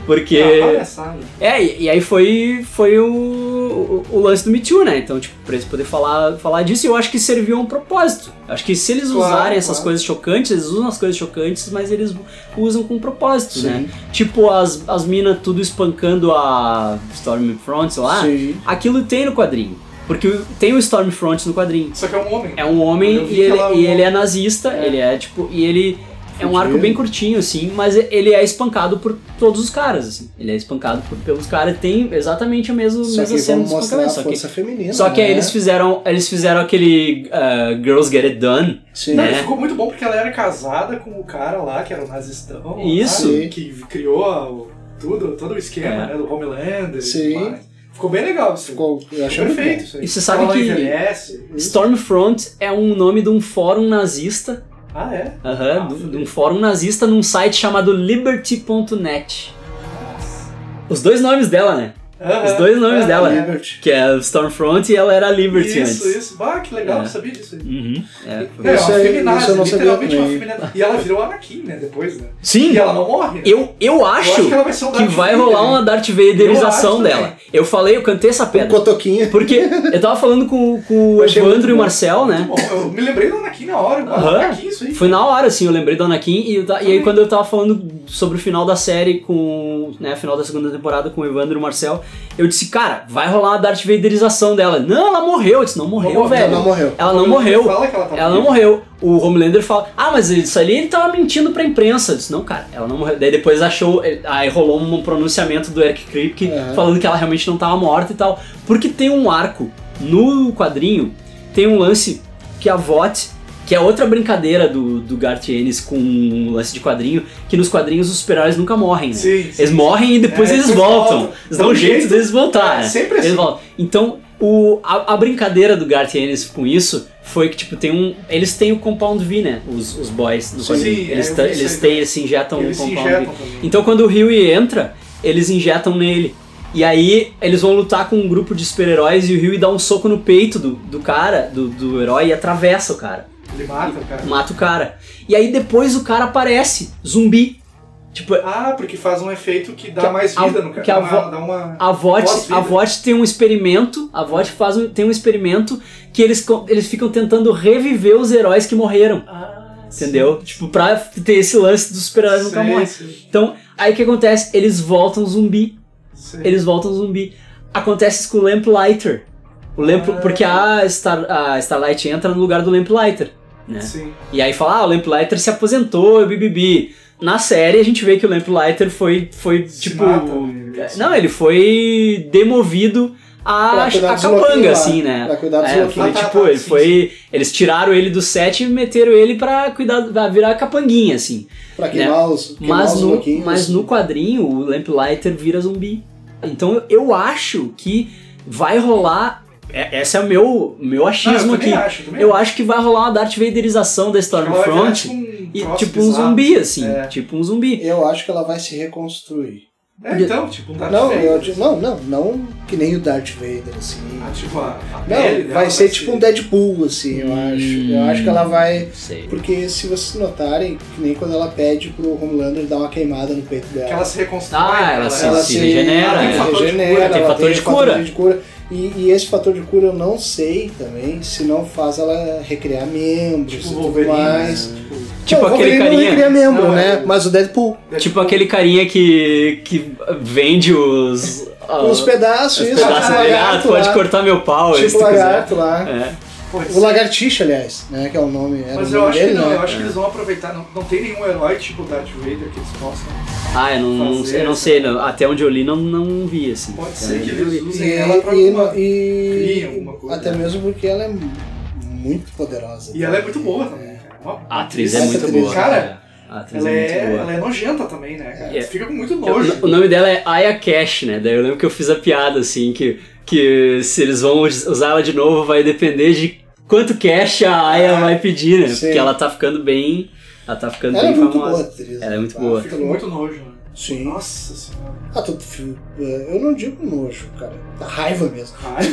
Speaker 1: Porque...
Speaker 3: Ah, palhaçada.
Speaker 1: É, e, e aí foi, foi o, o, o lance do Me Too, né? Então, tipo, pra eles poderem falar, falar disso, e eu acho que serviu a um propósito. Acho que se eles
Speaker 3: Claro,
Speaker 1: usarem essas
Speaker 3: claro.
Speaker 1: coisas chocantes, eles usam as coisas chocantes, mas eles usam com propósito,
Speaker 2: Sim.
Speaker 1: né? Tipo, as, as minas tudo espancando a Stormfront, sei lá.
Speaker 2: Sim.
Speaker 1: Aquilo tem no quadrinho. Porque tem o Stormfront no quadrinho.
Speaker 3: Só que é um homem.
Speaker 1: É um homem
Speaker 3: Eu vi
Speaker 1: e
Speaker 3: que
Speaker 1: ele,
Speaker 3: ela-
Speaker 1: e ele é nazista, ele é tipo. E ele. É um arco
Speaker 2: Fudido.
Speaker 1: bem curtinho, assim, mas ele é espancado por todos os caras, assim. Ele é espancado por- pelos caras, tem exatamente a mesma,
Speaker 2: Só
Speaker 1: mesma
Speaker 2: que
Speaker 1: cena
Speaker 2: vamos
Speaker 1: de
Speaker 2: mostrar a
Speaker 1: espancamento. Só que,
Speaker 2: força feminina.
Speaker 1: só que aí
Speaker 2: né?
Speaker 1: eles fizeram. Eles fizeram aquele ah, Girls Get It Done.
Speaker 2: Sim.
Speaker 3: Não, e
Speaker 1: né?
Speaker 3: ficou muito bom porque ela era casada com o cara lá, que era o nazistão. lá,
Speaker 1: Isso.
Speaker 3: que criou a- o- tudo, todo o esquema,
Speaker 1: É.
Speaker 3: né? Do Homelander e
Speaker 2: Sim.
Speaker 3: tudo mais. Ficou bem legal isso. aí.
Speaker 2: Ficou, eu achei
Speaker 3: Ficou
Speaker 2: muito
Speaker 3: perfeito
Speaker 2: bom.
Speaker 3: isso aí.
Speaker 1: E você sabe
Speaker 3: Ela
Speaker 1: que-
Speaker 3: envelhece.
Speaker 2: Uhum.
Speaker 1: Stormfront é um nome de um fórum nazista.
Speaker 3: Ah, é?
Speaker 1: Aham,
Speaker 3: Ah,
Speaker 1: de um- de
Speaker 3: fudeu.
Speaker 1: um fórum nazista num site chamado Liberty.net. Os dois nomes dela, né?
Speaker 3: Aham.
Speaker 1: Os dois nomes
Speaker 3: É,
Speaker 1: dela, né?
Speaker 2: Liberty.
Speaker 1: Que é Stormfront e ela era Liberty
Speaker 3: Isso,
Speaker 1: antes.
Speaker 3: isso. Ah, que legal,
Speaker 1: É.
Speaker 3: não sabia disso aí.
Speaker 1: Uhum. É, foi-
Speaker 3: Não,
Speaker 2: Isso
Speaker 3: é
Speaker 2: aí-
Speaker 3: uma feminazi,
Speaker 2: isso eu não sabia
Speaker 3: literalmente uma
Speaker 2: também.
Speaker 3: feminazi. E ela virou Anakin, né, depois, né?
Speaker 1: Sim.
Speaker 3: E ela não morre. né?
Speaker 1: Eu, eu acho,
Speaker 3: acho que ela vai ser um
Speaker 1: que,
Speaker 3: Darth
Speaker 1: vai
Speaker 3: Vader,
Speaker 1: rolar
Speaker 3: hein?
Speaker 1: uma Darth
Speaker 3: Eu
Speaker 1: Vaderização
Speaker 3: acho
Speaker 1: dela.
Speaker 3: também.
Speaker 1: Eu falei, eu cantei essa
Speaker 2: Um
Speaker 1: pedra.
Speaker 2: cotoquinho.
Speaker 1: Porque eu tava falando com, com o
Speaker 2: Eu achei
Speaker 1: Evandro
Speaker 2: muito
Speaker 1: e o
Speaker 2: bom.
Speaker 1: Marcel, né?
Speaker 3: Muito bom, eu me lembrei do Anakin na hora. eu falei,
Speaker 1: Aham.
Speaker 3: Anakin, isso aí.
Speaker 1: Foi na hora, assim, eu lembrei do Anakin. E, eu ta- e aí, quando eu tava falando sobre o final da série com. né, final da segunda temporada com o Evandro e o Marcel, Eu disse, cara, vai rolar uma Darth Vaderização dela. Não, ela morreu. Eu disse, não morreu,
Speaker 3: Não,
Speaker 1: velho.
Speaker 2: não morreu.
Speaker 1: Ela não
Speaker 3: Ele
Speaker 1: morreu.
Speaker 3: fala que ela tá
Speaker 1: não
Speaker 3: viva.
Speaker 1: morreu. O Homelander fala, ah, mas isso ali ele tava mentindo pra imprensa. Eu disse, não, cara, ela não morreu. Daí depois achou, aí rolou um pronunciamento do Eric Kripke
Speaker 2: Aham.
Speaker 1: falando que ela realmente não tava morta e tal. Porque tem um arco no quadrinho, tem um lance que a VOT, que é outra brincadeira do, do Garth Ennis com um lance de quadrinho, que nos quadrinhos os super-heróis nunca morrem, né?
Speaker 3: Sim, sim.
Speaker 1: Eles morrem e depois
Speaker 3: É,
Speaker 1: eles
Speaker 3: depois
Speaker 1: voltam.
Speaker 3: voltam.
Speaker 1: Eles dão um
Speaker 3: Dá um
Speaker 1: jeito
Speaker 3: jeito.
Speaker 1: deles voltar.
Speaker 3: É,
Speaker 1: né?
Speaker 3: sempre
Speaker 1: Eles
Speaker 3: assim.
Speaker 1: voltam. Então, o, a, a brincadeira do Garth Ennis com isso foi que, tipo, tem um. Eles têm o Compound V, né? Os, os boys do
Speaker 3: Sim,
Speaker 1: quadrinho.
Speaker 3: é,
Speaker 1: Eles,
Speaker 3: eu
Speaker 1: ta-
Speaker 3: vi isso
Speaker 1: eles
Speaker 3: aí
Speaker 1: têm, eles se injetam
Speaker 3: Eles
Speaker 1: no
Speaker 3: se
Speaker 1: Compound
Speaker 3: injetam
Speaker 1: V.
Speaker 3: também.
Speaker 1: Então, quando o Huey entra, eles injetam nele. E aí, eles vão lutar com um grupo de super-heróis e o Huey dá um soco no peito do, do cara, do, do herói, e atravessa o cara
Speaker 3: Ele mata o cara.
Speaker 1: mata o cara. E aí depois o cara aparece, zumbi. Tipo,
Speaker 3: Ah, porque faz um efeito que dá
Speaker 1: Que a-
Speaker 3: mais
Speaker 1: a-
Speaker 3: vida no cara.
Speaker 1: que a
Speaker 3: dá uma-
Speaker 1: vo-
Speaker 3: dá uma-
Speaker 1: a VOT,
Speaker 3: Pós-vida.
Speaker 1: a VOT tem um experimento, a VOT faz um- tem um experimento que eles, co- eles ficam tentando reviver os heróis que morreram,
Speaker 3: Ah,
Speaker 1: entendeu? Tipo, pra ter esse lance dos super-heróis nunca
Speaker 3: Sei,
Speaker 1: morrem.
Speaker 3: sei,
Speaker 1: Então, aí o que acontece? Eles voltam zumbi,
Speaker 3: sei.
Speaker 1: eles voltam zumbi. Acontece isso com o Lamplighter. O Lamp,
Speaker 3: Ah.
Speaker 1: Porque a, Star, a Starlight entra no lugar do Lamplighter, né?
Speaker 3: Sim.
Speaker 1: E aí fala, ah, o Lamplighter se aposentou, e bibibi. Na série a gente vê que o Lamplighter foi, foi
Speaker 3: Se
Speaker 1: tipo...
Speaker 3: mata, né?
Speaker 1: Não, é ele foi demovido a,
Speaker 2: Pra cuidar
Speaker 1: a
Speaker 2: dos louquinhos
Speaker 1: capanga,
Speaker 2: lá,
Speaker 1: assim, né?
Speaker 2: pra cuidar dos
Speaker 1: É,
Speaker 2: louquinhos.
Speaker 1: foi,
Speaker 3: Ah, tá,
Speaker 1: tipo,
Speaker 3: tá,
Speaker 1: ele
Speaker 3: sim,
Speaker 1: foi, eles tiraram ele do set e meteram ele pra cuidar, pra virar capanguinha, assim.
Speaker 2: Pra queimar os, queimar
Speaker 1: Mas
Speaker 2: os assim.
Speaker 1: no,
Speaker 2: louquinhos.
Speaker 1: mas no quadrinho, o Lamplighter vira zumbi. Então eu, eu acho que vai rolar. é- Esse é o meu, meu
Speaker 3: Não,
Speaker 1: achismo
Speaker 3: eu
Speaker 1: aqui.
Speaker 3: também acho, também
Speaker 1: Eu acho que vai rolar uma Darth Vaderização da
Speaker 3: Ela vai virar,
Speaker 1: Stormfront.
Speaker 3: tipo, um
Speaker 1: E
Speaker 3: troço
Speaker 1: tipo um
Speaker 3: bizarro.
Speaker 1: zumbi, assim.
Speaker 3: É.
Speaker 1: Tipo um zumbi.
Speaker 2: Eu acho que ela vai se reconstruir.
Speaker 3: É, então, tipo,
Speaker 1: Tá
Speaker 3: um Darth
Speaker 2: não,
Speaker 3: Vader.
Speaker 2: eu digo- não, não, não que nem o Darth Vader, assim.
Speaker 3: Ah, tipo, a, a
Speaker 2: Não,
Speaker 3: pele dela
Speaker 2: vai ser tipo um Deadpool, assim, eu acho.
Speaker 3: Hum.
Speaker 2: Eu acho que ela vai.
Speaker 1: Não sei.
Speaker 2: Porque se vocês notarem, que nem quando ela pede pro Homelander dar uma queimada no peito dela.
Speaker 3: Que ela se reconstrói.
Speaker 1: Ah, ela se-
Speaker 2: ela
Speaker 1: se regenera,
Speaker 3: né? tem
Speaker 2: ela
Speaker 3: fator de
Speaker 2: regenera,
Speaker 3: cura,
Speaker 1: tem
Speaker 2: ela
Speaker 1: fator de
Speaker 2: fator
Speaker 1: cura.
Speaker 2: de cura. E, e esse fator de cura eu não sei também se não faz ela recriar membros
Speaker 3: Tipo
Speaker 2: e tudo
Speaker 3: Wolverine.
Speaker 2: mais.
Speaker 3: né?
Speaker 1: Tipo
Speaker 2: Não, o
Speaker 1: aquele
Speaker 2: Wolverine
Speaker 1: carinha-
Speaker 2: não recria membro,
Speaker 3: Não,
Speaker 2: né?
Speaker 3: é-
Speaker 2: Mas o Deadpool.
Speaker 3: Tipo,
Speaker 1: Tipo aquele carinha que, que vende os. ah,
Speaker 2: Os pedaços,
Speaker 1: os
Speaker 2: isso.
Speaker 1: pedaços
Speaker 2: tipo
Speaker 1: do
Speaker 2: o
Speaker 1: lagarto, pode
Speaker 2: lá.
Speaker 1: cortar meu pau.
Speaker 2: Tipo
Speaker 1: se
Speaker 2: o
Speaker 1: tu quiser.
Speaker 2: lagarto lá.
Speaker 1: É.
Speaker 3: Pode
Speaker 2: O lagartixa, aliás, né? Que é o nome. Era
Speaker 3: Mas
Speaker 2: o nome
Speaker 3: eu acho
Speaker 2: dele,
Speaker 3: que não,
Speaker 2: né?
Speaker 3: eu acho que
Speaker 1: é.
Speaker 3: eles vão aproveitar. Não, não tem nenhum herói tipo Darth Vader que eles possam.
Speaker 1: Ah, eu não, não
Speaker 3: Fazer
Speaker 1: sei, eu não
Speaker 3: essa-
Speaker 1: sei, não. até onde eu li não, não vi, assim.
Speaker 3: Pode
Speaker 1: Então,
Speaker 3: ser que eles
Speaker 2: E,
Speaker 3: usem ela pra
Speaker 2: e,
Speaker 3: alguma... e...
Speaker 2: e-
Speaker 3: cria alguma coisa,
Speaker 2: até
Speaker 3: né?
Speaker 2: mesmo porque ela é mu- muito poderosa. né?
Speaker 3: ela é muito boa também, cara. Uma-
Speaker 1: A atriz é
Speaker 2: Essa
Speaker 1: muito
Speaker 2: atriz,
Speaker 1: boa.
Speaker 3: Cara,
Speaker 1: é. a atriz
Speaker 3: ela
Speaker 1: é
Speaker 3: é,
Speaker 1: muito boa.
Speaker 3: ela é nojenta também, né? Cara?
Speaker 1: É.
Speaker 3: Tu Fica com muito
Speaker 1: Eu-
Speaker 3: nojo.
Speaker 1: O nome dela é Aya Cash, né? Daí eu lembro que eu fiz a piada, assim, que, que se eles vão us- usar ela de novo vai depender de quanto cash a Aya vai pedir, né?
Speaker 2: Sim.
Speaker 1: Porque ela tá ficando bem. Ela tá ficando
Speaker 2: Ela é
Speaker 1: bem
Speaker 2: muito
Speaker 1: famosa.
Speaker 2: boa, atriz.
Speaker 1: Ela é muito
Speaker 2: Ah,
Speaker 1: boa.
Speaker 3: Fica com muito nojo, né?
Speaker 2: Sim.
Speaker 3: Nossa senhora.
Speaker 2: Ah, tu- tu- eu não digo nojo, cara. Dá raiva mesmo.
Speaker 3: Ai,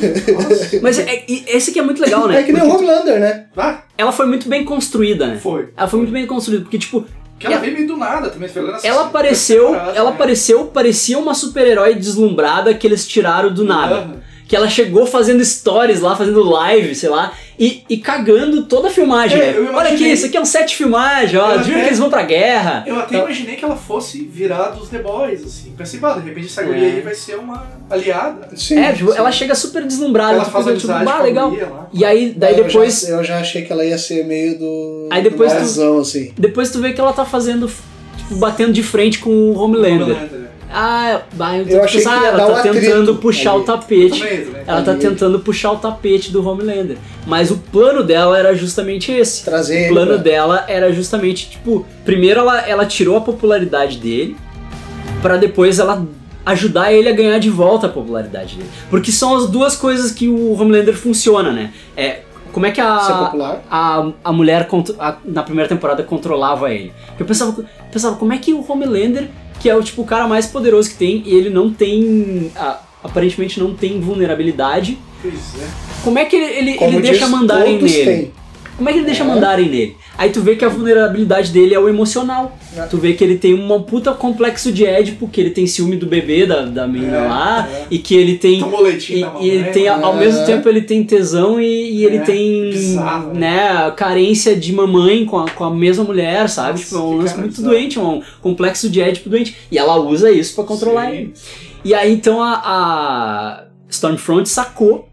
Speaker 3: nossa.
Speaker 1: Mas é- e esse que é muito legal, né?
Speaker 2: É que nem o
Speaker 1: Porque
Speaker 2: Homelander, né?
Speaker 3: Ah,
Speaker 1: ela foi muito bem construída, né?
Speaker 3: foi.
Speaker 1: Ela foi muito bem construída, porque, tipo,
Speaker 3: Porque ela
Speaker 1: Ela-
Speaker 3: veio meio do nada também. foi lá nessa-
Speaker 1: ela apareceu,
Speaker 3: nessa
Speaker 1: ela
Speaker 3: parada, né?
Speaker 1: apareceu, parecia uma super-herói deslumbrada que eles tiraram do
Speaker 3: né?
Speaker 1: nada.
Speaker 3: Aham.
Speaker 1: Que ela chegou fazendo stories lá, fazendo live, sei lá, e, e cagando toda a filmagem.
Speaker 3: É,
Speaker 1: né?
Speaker 3: eu
Speaker 1: Olha aqui,
Speaker 3: imaginei-
Speaker 1: isso aqui é um set de filmagem, ó,
Speaker 3: Eu
Speaker 1: viu
Speaker 3: até-
Speaker 1: que eles vão pra guerra.
Speaker 3: Eu até
Speaker 1: Então-
Speaker 3: imaginei que ela fosse virar dos The Boys, assim. Pensei, bah, de repente essa
Speaker 1: É.
Speaker 3: guria aí vai ser uma aliada.
Speaker 2: Sim.
Speaker 1: É, tipo, ela chega super deslumbrada,
Speaker 3: Ela
Speaker 1: tipo,
Speaker 3: faz
Speaker 1: fazendo tipo,
Speaker 3: amizade
Speaker 1: ah,
Speaker 3: com a É,
Speaker 1: legal.
Speaker 3: guria lá.
Speaker 1: E aí, daí
Speaker 2: Eu
Speaker 1: depois,
Speaker 2: já- eu já achei que ela ia ser meio do.
Speaker 1: Aí depois
Speaker 2: do
Speaker 1: tu-
Speaker 2: Marzão, assim.
Speaker 1: depois tu vê que ela tá fazendo, tipo, batendo de frente com o Homelander.
Speaker 3: é.
Speaker 1: Ah, bah, eu,
Speaker 2: Eu achei
Speaker 1: pensando,
Speaker 2: que ia
Speaker 1: ah,
Speaker 2: dar
Speaker 1: ela
Speaker 2: um
Speaker 1: tá
Speaker 2: atrito
Speaker 1: tentando puxar
Speaker 2: ali.
Speaker 1: o tapete.
Speaker 3: Também, também.
Speaker 1: Ela tá
Speaker 2: Ali.
Speaker 1: tentando puxar o tapete do Homelander. Mas o plano dela era justamente esse.
Speaker 2: Trazer
Speaker 1: O
Speaker 2: ele.
Speaker 1: plano
Speaker 2: pra-
Speaker 1: dela era justamente, tipo, primeiro ela, ela tirou a popularidade dele, pra depois ela ajudar ele a ganhar de volta a popularidade dele. Porque são as duas coisas que o Homelander funciona, né? É, como é que
Speaker 2: Ser
Speaker 1: a,
Speaker 2: popular.
Speaker 1: a, a mulher contro- a- na primeira temporada controlava ele. Eu pensava, pensava, como é que o Homelander, que é o tipo o cara mais poderoso que tem, e ele não tem. a- aparentemente não tem vulnerabilidade.
Speaker 3: Pois é.
Speaker 1: Como é que ele, ele,
Speaker 2: Como
Speaker 1: ele deixa
Speaker 2: diz,
Speaker 1: mandarem
Speaker 2: todos
Speaker 1: nele?
Speaker 2: têm.
Speaker 1: Como é que ele deixa
Speaker 2: É.
Speaker 1: mandarem nele? Aí tu vê que a vulnerabilidade dele é o emocional.
Speaker 2: É.
Speaker 1: Tu vê que ele tem um puta complexo de Édipo, que ele tem ciúme do bebê da, da menina
Speaker 3: É,
Speaker 1: lá,
Speaker 3: é.
Speaker 1: e que ele tem.
Speaker 2: Então,
Speaker 3: Tem um boletim
Speaker 1: E,
Speaker 3: na mão,
Speaker 1: e ele
Speaker 3: né?
Speaker 1: tem, ao
Speaker 2: É.
Speaker 1: mesmo tempo, ele tem tesão e, e ele
Speaker 3: É,
Speaker 1: tem,
Speaker 3: bizarro,
Speaker 1: né, a carência de mamãe com a, com a mesma mulher, sabe?
Speaker 3: Nossa,
Speaker 1: tipo, é um
Speaker 3: que
Speaker 1: lance
Speaker 3: cara
Speaker 1: muito
Speaker 3: bizarro.
Speaker 1: doente, é um complexo de Édipo doente. E ela usa isso pra controlar
Speaker 3: Sim.
Speaker 1: ele. E aí então a, a Stormfront sacou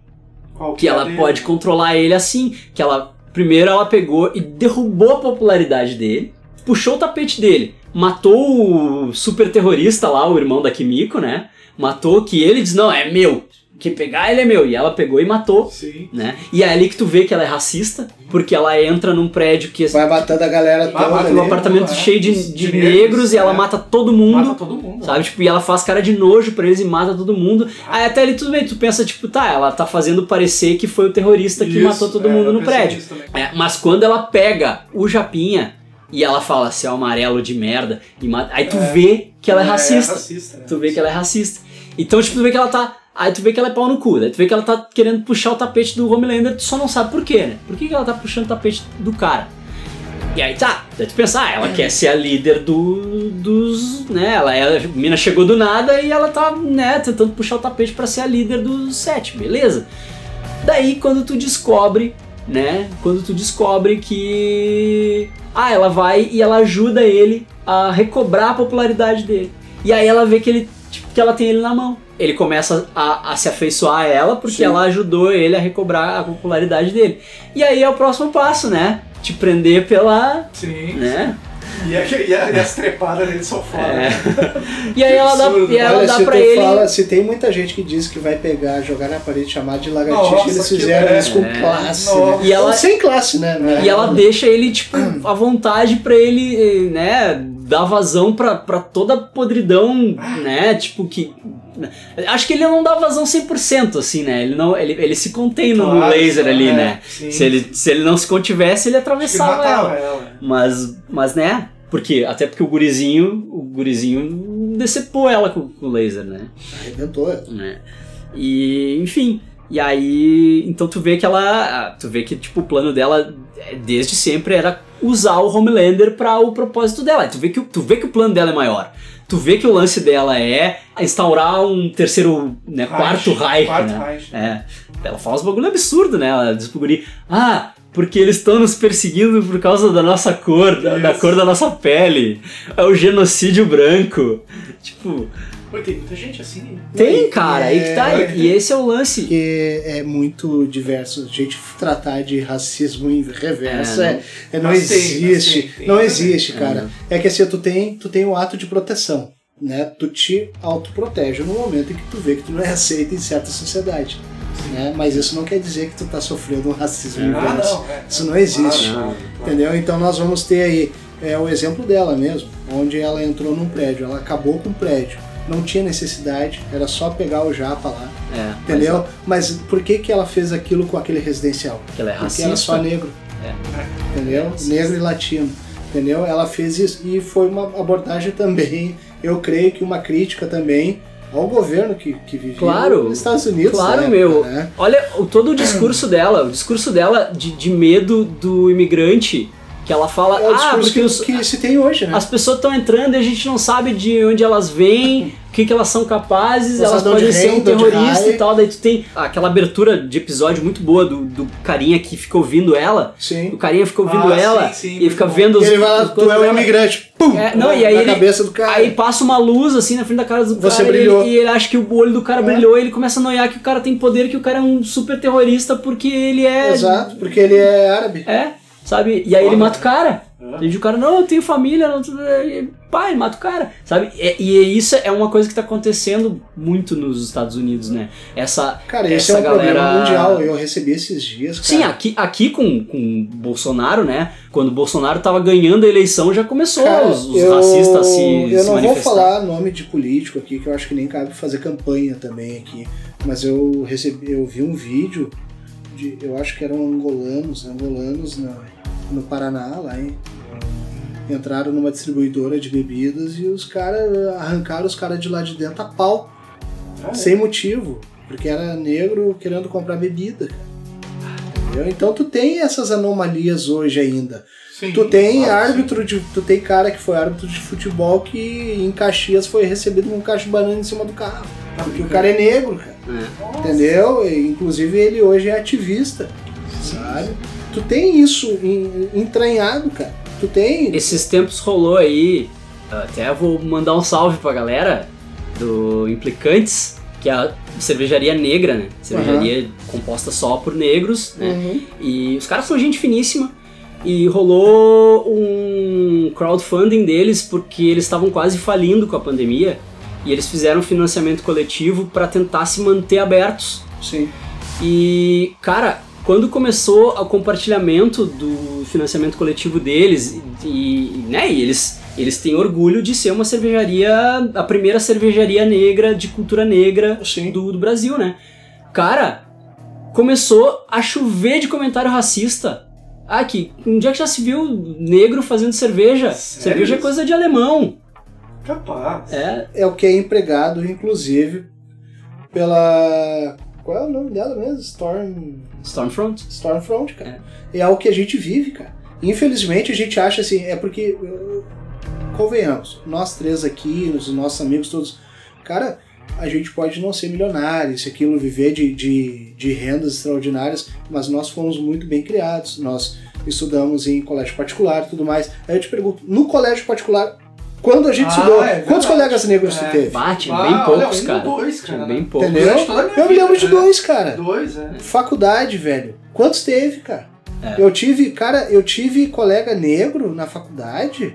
Speaker 3: Qual
Speaker 1: que ela
Speaker 3: é?
Speaker 1: pode controlar ele assim, que ela primeiro ela pegou e derrubou a popularidade dele, puxou o tapete dele, matou o super terrorista lá, o irmão da Kimiko, né? Matou que ele diz não é meu, quem pegar ele é meu e ela pegou e matou.
Speaker 3: Sim.
Speaker 1: Né? E é ali que tu vê que ela é racista, porque ela entra num prédio que é
Speaker 2: Vai matando a galera
Speaker 3: Vai
Speaker 2: toda
Speaker 3: matando
Speaker 2: ali.
Speaker 1: um apartamento
Speaker 3: é,
Speaker 1: cheio de,
Speaker 3: de
Speaker 1: de
Speaker 3: negros,
Speaker 1: negros e ela
Speaker 3: é.
Speaker 1: mata todo mundo.
Speaker 3: Mata todo mundo.
Speaker 1: Sabe? Tipo, e ela faz cara de nojo pra eles e mata todo mundo.
Speaker 3: Ah.
Speaker 1: Aí até ali tudo bem, tu pensa, tipo, tá, ela tá fazendo parecer que foi o terrorista que
Speaker 3: Isso,
Speaker 1: matou todo
Speaker 3: é,
Speaker 1: mundo
Speaker 3: eu
Speaker 1: no
Speaker 3: pensei
Speaker 1: prédio.
Speaker 3: nisso também.
Speaker 1: É, mas quando ela pega o Japinha e ela fala seu amarelo de merda, e mata, aí tu vê que ela é racista.
Speaker 3: racista, né?
Speaker 1: Tu vê que ela é racista. Então, tipo, tu vê que ela tá. Aí tu vê que ela é pau no cu, daí tu vê que ela tá querendo puxar o tapete do Homelander, tu só não sabe por quê, né? Por que, que ela tá puxando o tapete do cara? E aí tá, daí tu pensa, ah, ela quer ser a líder do, dos. né? Ela, ela, a mina chegou do nada e ela tá, né, tentando puxar o tapete pra ser a líder dos sete, beleza? Daí quando tu descobre, né? Quando tu descobre que. Ah, ela vai e ela ajuda ele a recobrar a popularidade dele. E aí ela vê que ele. tipo, que ela tem ele na mão. Ele começa a, a se afeiçoar a ela porque ela ajudou ele a recobrar a popularidade dele. E aí é o próximo passo, né? Te prender pela.
Speaker 3: Sim.
Speaker 1: né?
Speaker 3: E, a- e a- e as trepadas dele né? só fora.
Speaker 1: É. E aí ela dá,
Speaker 3: absurdo.
Speaker 1: e ela
Speaker 2: Olha,
Speaker 1: dá
Speaker 2: se
Speaker 1: pra
Speaker 2: tu
Speaker 1: ele.
Speaker 2: fala, se tem muita gente que diz que vai pegar, jogar na parede, chamar de lagartixa,
Speaker 3: Nossa,
Speaker 2: eles
Speaker 3: que
Speaker 2: fizeram
Speaker 3: é.
Speaker 2: isso com
Speaker 1: É.
Speaker 2: classe.
Speaker 3: Nossa.
Speaker 2: Né?
Speaker 1: E ela-
Speaker 2: Ou Sem classe, né?
Speaker 1: E ela deixa ele, tipo, à vontade pra ele, eh, né, dar vazão pra, pra toda a podridão, né, tipo, que... Acho que ele não dá vazão 100%, assim, né, ele não, ele, ele se contém no
Speaker 3: Claro,
Speaker 1: laser ali,
Speaker 3: é,
Speaker 1: né,
Speaker 3: sim.
Speaker 1: se ele, se ele não se contivesse, ele
Speaker 3: Acho que
Speaker 1: atravessava ela.
Speaker 3: matava ela.
Speaker 1: Mas, mas, né, porque, até porque o gurizinho, o gurizinho decepou ela com, com o laser, né
Speaker 2: Arrebentou.
Speaker 1: né? E, enfim. E aí, então tu vê que ela, tu vê que tipo o plano dela é, desde sempre era usar o Homelander para o propósito dela. Tu vê que o- tu vê que o plano dela é maior. Tu vê que o lance dela é instaurar um terceiro, né, quarto Reich,
Speaker 3: Quarto
Speaker 1: né?
Speaker 3: Reich.
Speaker 1: É. Ela fala uns bagulho absurdo, né? Ela diz pro guri, ah, porque eles estão nos perseguindo por causa da nossa cor, da, da
Speaker 3: Isso.
Speaker 1: cor da nossa pele. É o genocídio branco. Tipo,
Speaker 3: Pô, tem muita gente assim. né?
Speaker 1: tem, cara, aí que tá.
Speaker 3: É.
Speaker 1: E esse é o lance.
Speaker 2: Porque é muito diverso. A gente tratar de racismo em reverso
Speaker 1: É,
Speaker 2: é, é, não
Speaker 3: Mas tem,
Speaker 2: existe.
Speaker 3: mas tem, tem.
Speaker 2: não existe, cara. É. que assim, tu tem, tu tem o ato de proteção. Né? Tu te autoprotege no momento em que tu vê que tu não é aceito em certa sociedade. Né? Mas isso não quer dizer que tu tá sofrendo um racismo
Speaker 3: Ah,
Speaker 2: inverso.
Speaker 3: não. é.
Speaker 2: Isso Ah, não existe.
Speaker 3: Claro, claro.
Speaker 2: Entendeu? Então nós vamos ter aí é, o exemplo dela mesmo, onde ela entrou num prédio, ela acabou com o prédio, não tinha necessidade, era só pegar o japa lá,
Speaker 1: É, mas
Speaker 2: entendeu? Mas por que que ela fez aquilo com aquele residencial?
Speaker 1: é Que ela é
Speaker 2: Porque
Speaker 1: racista. É.
Speaker 2: era só negro, entendeu? Negro e latino, entendeu? Ela fez isso e foi uma abordagem também, eu creio que uma crítica também ao governo que, que vivia
Speaker 1: Claro.
Speaker 2: nos Estados Unidos.
Speaker 1: Claro,
Speaker 2: na época,
Speaker 1: meu.
Speaker 2: né?
Speaker 1: Olha o, todo o discurso dela, o discurso dela de, de medo do imigrante, que ela fala,
Speaker 2: É
Speaker 1: ah,
Speaker 2: o discurso
Speaker 1: porque
Speaker 2: que,
Speaker 1: os,
Speaker 2: que se tem hoje, né?
Speaker 1: É. as pessoas estão entrando e a gente não sabe de onde elas vêm, o que, que elas são capazes,
Speaker 2: Elas
Speaker 1: elas
Speaker 2: dão de
Speaker 1: podem ser um
Speaker 2: renda, de
Speaker 1: terrorista
Speaker 2: raio.
Speaker 1: e tal. Daí tu tem aquela abertura de episódio muito boa do, do carinha que fica ouvindo ela.
Speaker 2: Sim.
Speaker 1: O carinha fica ouvindo
Speaker 3: Ah, sim,
Speaker 1: ela
Speaker 3: sim,
Speaker 1: e
Speaker 3: muito
Speaker 1: fica
Speaker 3: bom.
Speaker 1: vendo os.
Speaker 2: Ele vai lá,
Speaker 1: os
Speaker 2: tu é um
Speaker 1: dela.
Speaker 2: imigrante. Pum!
Speaker 1: É, não, e
Speaker 2: na
Speaker 1: aí ele-
Speaker 2: cabeça do cara.
Speaker 1: Aí passa uma luz assim na frente da cara do
Speaker 2: Você
Speaker 1: cara e ele-
Speaker 2: brilhou. É.
Speaker 1: e ele acha que o olho do cara brilhou e ele começa a noiar que o cara tem poder, que o cara é um super terrorista porque ele é.
Speaker 2: Exato, porque ele é árabe.
Speaker 1: É, sabe? E aí ele
Speaker 3: Foda.
Speaker 1: mata o cara.
Speaker 3: É.
Speaker 2: né?
Speaker 1: Ele diz o cara, não, eu tenho família, não, tu- e- pai, mata o cara, sabe? E, e isso é uma coisa que tá acontecendo muito nos Estados Unidos, né? Essa.
Speaker 2: Cara, esse
Speaker 1: essa
Speaker 2: é um
Speaker 1: galera...
Speaker 2: problema mundial. Eu recebi esses dias, cara.
Speaker 1: Sim, aqui, aqui com, com Bolsonaro, né? Quando Bolsonaro tava ganhando a eleição, já começou
Speaker 2: Cara,
Speaker 1: os, os
Speaker 2: eu-
Speaker 1: racistas se,
Speaker 2: Eu
Speaker 1: se
Speaker 2: não vou
Speaker 1: manifestar.
Speaker 2: falar nome de político aqui, que eu acho que nem cabe fazer campanha também aqui. Mas eu recebi, eu vi um vídeo de. Eu acho que eram angolanos, angolanos na, no Paraná, lá em. Entraram numa distribuidora de bebidas e os caras arrancaram os caras de lá de dentro a pau. Sem motivo. Porque era negro querendo comprar bebida. cara. Entendeu? Então tu tem essas anomalias hoje ainda.
Speaker 3: Sim,
Speaker 2: Tu tem
Speaker 3: claro, sim.
Speaker 2: árbitro de. Tu tem cara que foi árbitro de futebol que em Caxias foi recebido com um cacho de banana em cima do carro. Porque o cara é negro, cara.
Speaker 3: É.
Speaker 2: Entendeu? E, inclusive ele hoje é ativista. Sabe? Tu tem isso em- entranhado, cara. Tu tem.
Speaker 1: Esses tempos rolou aí, até vou mandar um salve pra galera. do Implicantes, que é a cervejaria negra, né? Cervejaria composta só por negros, né?
Speaker 2: Uhum.
Speaker 1: E os caras são gente finíssima. E rolou um crowdfunding deles porque eles estavam quase falindo com a pandemia e eles fizeram um financiamento coletivo para tentar se manter abertos.
Speaker 2: Sim.
Speaker 1: E, cara, quando começou o compartilhamento do financiamento coletivo deles, e, e, né, e eles, eles têm orgulho de ser uma cervejaria, a primeira cervejaria negra, de cultura negra
Speaker 2: Sim.
Speaker 1: do, do Brasil, né? Cara, começou a chover de comentário racista. Ah, que um dia que já se viu negro fazendo cerveja.
Speaker 3: Sério
Speaker 1: Cerveja é
Speaker 3: isso?
Speaker 1: coisa de alemão.
Speaker 3: Capaz.
Speaker 1: É,
Speaker 2: É o que é empregado, inclusive, pela. Qual é o nome dela mesmo? Storm.
Speaker 1: Stormfront.
Speaker 2: Stormfront, cara. E é o que a gente vive, cara. Infelizmente a gente acha assim, é porque. uh, Convenhamos, nós três aqui, os nossos amigos todos. Cara, a gente pode não ser milionário, se aquilo viver de, de, de rendas extraordinárias, mas nós fomos muito bem criados, nós estudamos em colégio particular e tudo mais. Aí eu te pergunto, no colégio particular, quando a gente
Speaker 3: Ah,
Speaker 2: estudou,
Speaker 3: é
Speaker 2: quantos
Speaker 3: verdade.
Speaker 2: colegas negros tu
Speaker 3: É.
Speaker 2: teve?
Speaker 1: Bate,
Speaker 3: Ah,
Speaker 1: bem
Speaker 3: olha,
Speaker 1: poucos,
Speaker 3: um,
Speaker 1: cara.
Speaker 3: dois,
Speaker 1: Tinha
Speaker 3: cara.
Speaker 1: Bem poucos.
Speaker 2: Entendeu?
Speaker 3: Durante toda a minha
Speaker 2: Eu me lembro de
Speaker 3: vida, né?
Speaker 2: dois, cara.
Speaker 3: Dois, é.
Speaker 2: Faculdade, velho. Quantos teve, cara? Eu tive, cara, eu tive colega negro na faculdade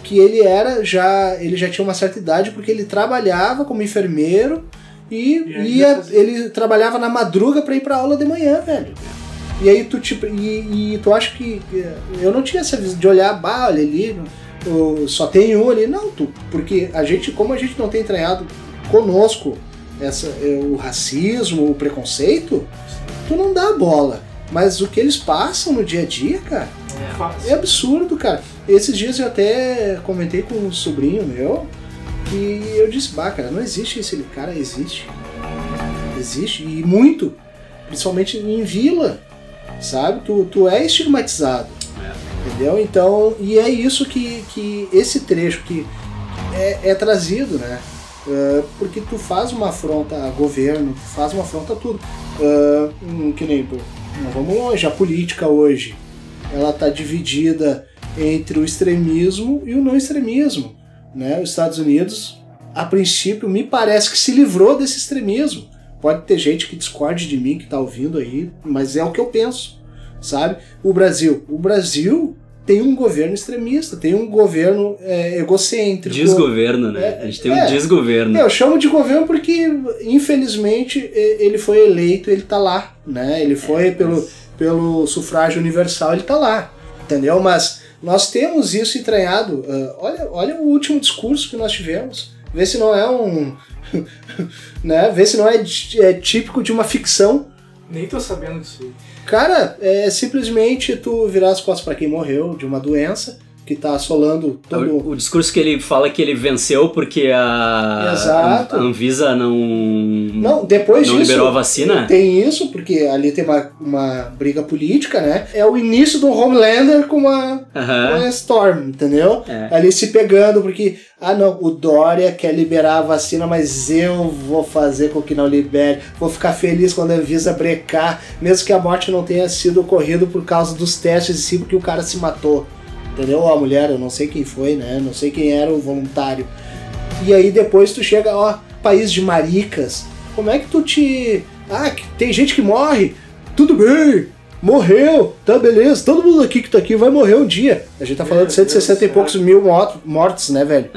Speaker 2: que ele era já, ele já tinha uma certa idade porque ele trabalhava como enfermeiro e,
Speaker 3: E ainda
Speaker 2: ia,
Speaker 3: fazia.
Speaker 2: ele trabalhava na madruga pra ir pra aula de manhã, velho. E aí tu tipo, e, e tu acha que eu não tinha essa visão de olhar, bah, olha ali, o- só tem um ali, não, tu, porque a gente, como a gente não tem treinado conosco essa, é, o racismo, o preconceito, tu não dá bola. Mas o que eles passam no dia a dia, cara, é
Speaker 3: Fácil.
Speaker 2: absurdo, cara. Esses dias eu até comentei com um sobrinho meu que eu disse, bah, cara, não existe esse cara, existe. Existe, e muito. Principalmente em vila, sabe? Tu, tu é estigmatizado. Entendeu? Então, e é isso que, que esse trecho que é, é trazido, né? Ah, porque tu faz uma afronta a governo, tu faz uma afronta a tudo. Ah, hum, que nem, pô, não vamos longe, a política hoje ela está dividida entre o extremismo e o não extremismo. Né? Os Estados Unidos, a princípio, me parece que se livrou desse extremismo. Pode ter gente que discorde de mim, que está ouvindo aí, mas é o que eu penso, sabe? O Brasil. O Brasil tem um governo extremista, tem um governo é, egocêntrico.
Speaker 1: Desgoverno, né?
Speaker 2: É,
Speaker 1: a gente tem um
Speaker 2: é.
Speaker 1: desgoverno.
Speaker 2: Eu chamo de governo porque, infelizmente, e- ele foi eleito, ele tá lá, né?
Speaker 1: É,
Speaker 2: Ele foi pelo, pelo sufrágio universal, ele tá lá, entendeu? Mas nós temos isso entranhado. ah, olha, olha o último discurso que nós tivemos. Vê se não é um... né? Vê se não é ti- é típico de uma ficção.
Speaker 3: Nem tô sabendo disso. aí.
Speaker 2: Cara, é simplesmente tu virar as costas para quem morreu de uma doença que tá assolando todo...
Speaker 1: O, o discurso que ele fala que ele venceu porque a,
Speaker 2: Exato.
Speaker 1: a Anvisa não, não,
Speaker 2: Não, depois disso...
Speaker 1: liberou a vacina.
Speaker 2: Tem isso, porque ali tem uma, uma briga política, né? É o início do Homelander com uma, com
Speaker 1: Aham.
Speaker 2: uma Storm, entendeu?
Speaker 1: É.
Speaker 2: Ali se pegando, porque, ah não, o Dória quer liberar a vacina, mas eu vou fazer com que não libere. Vou ficar feliz quando a Anvisa brecar, mesmo que a morte não tenha sido ocorrida por causa dos testes e sim porque o cara se matou. Entendeu? Ou A mulher, eu não sei quem foi, né? Não sei quem era o voluntário. E aí depois tu chega, ó, país de maricas. Como é que tu te. Ah, que tem gente que morre. Tudo bem. Morreu, tá beleza. Todo mundo aqui que tá aqui vai morrer um dia. A gente tá falando de
Speaker 3: Meu
Speaker 2: 160 e
Speaker 3: Deus, Uhum.
Speaker 2: poucos mil mot- mortos, né, velho?